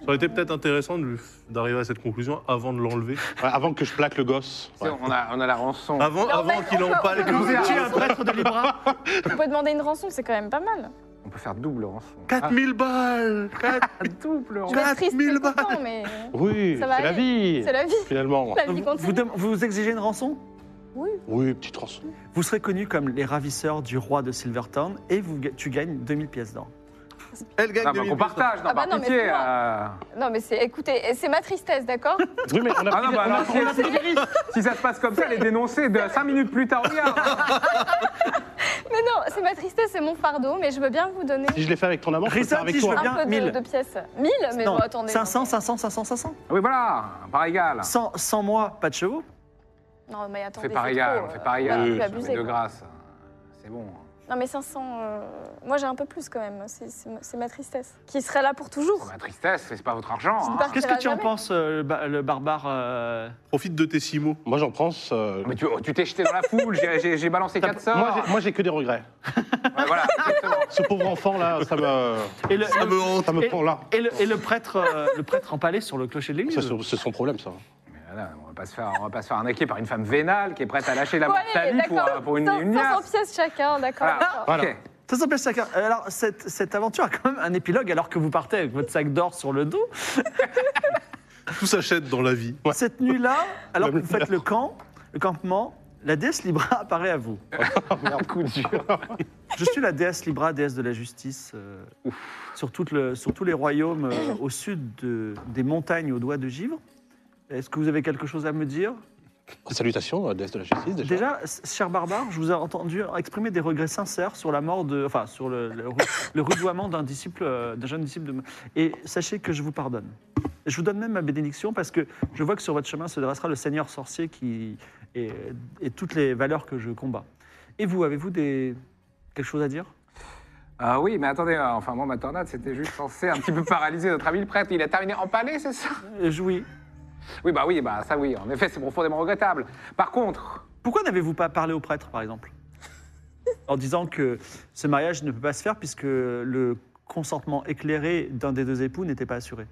S6: Ça aurait été peut-être intéressant de lui- d'arriver à cette conclusion avant de l'enlever.
S3: ouais, avant que je plaque le gosse.
S2: C'est- On a on a la rançon.
S6: Avant,
S5: Non,
S6: avant
S5: mais
S6: qu'il
S5: on peut-
S6: empale
S5: on peut
S6: le
S5: faire-
S6: gosse.
S1: un prêtre de Libra
S5: On peut demander une rançon, c'est quand même pas mal.
S2: On peut faire double rançon.
S6: 4000 balles Quatre-
S2: Double
S5: Je vais être triste et
S6: 4000 balles.
S5: content, mais
S3: Oui,
S5: Ça va
S3: c'est la vie.
S5: c'est la vie.
S3: Finalement.
S5: La vie
S1: vous,
S5: continue.
S1: vous dem- vous exigez une rançon
S5: Oui.
S3: Oui, petite rançon.
S1: Vous serez connu comme les ravisseurs du roi de Silvertown et vous, ga- tu gagnes 2000 pièces d'or.
S6: Elle gagne
S2: Non, mais
S6: 2000
S2: qu'on
S6: balles.
S2: partage, non,
S5: Ah bah
S2: par
S5: non, mais
S2: pitié.
S5: c'est moi.
S2: euh.
S5: Non, mais c'est, écoutez, c'est ma tristesse, d'accord
S3: Oui, mais on a
S2: Ah non,
S3: pris-
S2: bah
S3: on a-
S2: alors, si, si- si ça se passe comme ça, les dénoncer de 5 minutes plus tard, regarde.
S5: Mais non, c'est ma tristesse, c'est mon fardeau, mais je veux bien vous donner
S3: Si je l'ai fait avec ton amant, je peux le faire
S1: Risa,
S3: avec
S1: si je
S3: toi.
S1: veux bien.
S5: un peu de,
S1: mille.
S5: de pièces. 1000 Ah, Mais
S1: Non,
S5: bon, attendez.
S1: 500, 500, 500, 500.
S2: Ah Oui, voilà, par égal.
S1: Sans, sans moi, pas de chevaux.
S5: Non, mais attendez.
S2: C'est par
S5: c'est
S2: égal,
S5: trop,
S2: on fait
S5: euh,
S2: par
S5: on peut
S2: égal.
S5: abuser,
S2: de
S5: quoi.
S2: grâce. C'est bon.
S5: Non, mais 500. euh, Moi, j'ai un peu plus quand même. C'est, c'est ma- c'est ma tristesse. Qui sera là pour toujours.
S2: C'est Oh, ma tristesse, c'est pas votre argent.
S5: C'est une
S2: hein.
S5: partie.
S1: Qu'est-ce
S5: Ça
S1: que
S5: va
S1: tu en
S5: jamais.
S1: penses, euh, le, ba- le barbare euh,
S6: Profite de tes six mots.
S3: Moi, j'en pense. euh,
S2: Mais tu tu t'es jeté dans la foule, j'ai- j'ai j'ai balancé 4 sorts.
S3: Moi, j'ai- moi, j'ai que des regrets.
S2: Ouais, voilà, exactement.
S3: Ce pauvre enfant là, ça me,
S1: et, le,
S6: Ça me
S1: Oh,
S6: hante.
S3: ça me prend là.
S1: et le- et le prêtre, euh, le prêtre empalé sur le clocher de
S3: Ça,
S1: l'église
S3: C'est c'est son problème, ça.
S2: Ah Voilà, on, va pas se faire, on va pas se faire arnaquer par une femme vénale qui est prête à lâcher la mort de sa
S5: allez,
S2: vie pour, euh, pour une,
S5: Cin-
S2: une
S5: 500
S2: liasse.
S5: pièces chacun, d'accord.
S2: Voilà.
S5: d'accord.
S2: Ok.
S1: Ça s'appelle chacun. Alors, cette, cette aventure a quand même un épilogue alors que vous partez avec votre sac d'or sur le dos.
S6: Tout s'achète dans la vie. Ouais.
S1: Cette nuit-là, alors que vous faites le camp, le campement, la déesse Libra apparaît à vous.
S2: Oh, Coup dur.
S1: Je suis la déesse Libra, déesse de la justice, euh, sur, toute le- sur tous les royaumes euh, au sud de- des montagnes aux doigts de givre. Est-ce que vous avez quelque chose à me dire
S3: Salutations, euh, déesse de la justice, déjà.
S1: Déjà, s- cher barbare, je vous ai entendu exprimer des regrets sincères sur la mort de, enfin, sur le, le, ru- le rudoiement d'un disciple, euh, d'un jeune disciple. De... Et sachez que je vous pardonne. Je vous donne même ma bénédiction parce que je vois que sur votre chemin se dressera le seigneur sorcier qui et, et toutes les valeurs que je combats. Et vous, avez-vous des quelque chose à dire
S2: Ah oui, mais attendez, euh, enfin, moi, ma tornade, c'était juste censé un petit peu paralyser notre ami le prêtre. Il a terminé empalé, c'est ça
S1: Euh, je- Oui.
S2: Oui, bah oui, bah ça oui, en effet, c'est profondément regrettable. Par contre,
S1: Pourquoi n'avez-vous pas parlé au prêtre, par exemple En disant que ce mariage ne peut pas se faire puisque le consentement éclairé d'un des deux époux n'était pas assuré.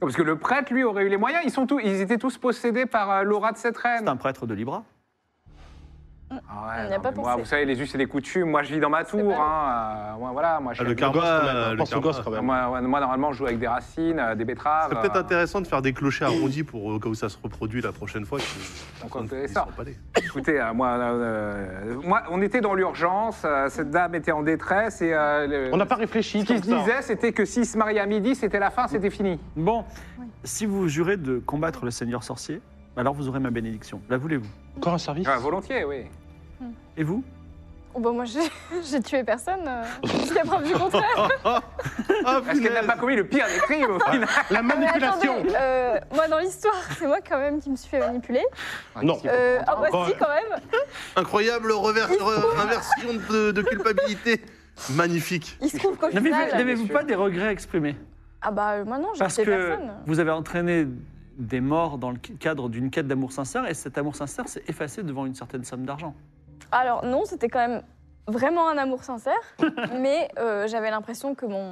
S2: parce que le prêtre, lui, aurait eu les moyens, ils, sont tous, ils étaient tous possédés par euh, l'aura de cette reine.
S1: C'est un prêtre de Libra.
S2: Ah
S5: On n'y a
S2: non,
S5: pas
S2: mais moi,
S5: pensé.
S2: vous savez, les us et les coutumes, moi, je vis dans ma tour.
S5: pas
S2: Hein, euh, moi, voilà, moi, je
S6: Ah,
S2: suis
S6: le
S2: un
S6: karma,
S3: gosse, quand même, hein.
S6: le
S3: Pense au
S6: karma.
S3: gosse, quand même.
S2: Moi, ouais, moi, normalement, je joue avec des racines, euh, des betteraves.
S6: C'est peut-être
S2: euh,
S6: intéressant de faire des clochers arrondis pour euh, au cas où ça se reproduit la prochaine fois.
S2: Encore
S6: Ils sont
S2: intéressant.
S6: emballés.
S2: Écoutez, euh, moi, euh, moi, on était dans l'urgence, euh, cette dame était en détresse et. euh, le-
S3: On n'a pas réfléchi.
S2: Ce qui se
S3: comme ça.
S2: disait, c'était que s'il se mariait à midi, c'était la fin, c'était fini.
S1: Bon, si vous jurez de combattre le seigneur sorcier, alors vous aurez ma bénédiction. La voulez-vous
S3: Encore un service
S2: Ouais, volontiers, oui.
S1: Et vous
S5: Oh, bah, moi, j'ai j'ai tué personne. euh, Jusqu'à preuve du contraire.
S6: Ah,
S2: Est-ce qu'elle n'a
S6: punaise.
S2: pas commis le pire des crimes au final
S3: La
S5: Mais
S3: manipulation
S5: attendez, euh, moi, dans l'histoire, c'est moi quand même qui me suis fait manipuler.
S3: Non.
S5: Euh, ah, bah,
S3: Bon.
S5: si, quand même.
S6: Incroyable revers, re- inversion de, de culpabilité. Magnifique.
S5: Il se trouve qu'au
S1: N'avez-vous
S5: final.
S1: n'avez-vous pas des regrets exprimés
S5: Ah, bah, euh, moi, non, j'ai
S1: Parce
S5: tué
S1: que
S5: personne.
S1: vous avez entraîné des morts dans le cadre d'une quête d'amour sincère et cet amour sincère s'est effacé devant une certaine somme d'argent.
S5: Alors non, c'était quand même vraiment un amour sincère, mais euh, j'avais l'impression que mon,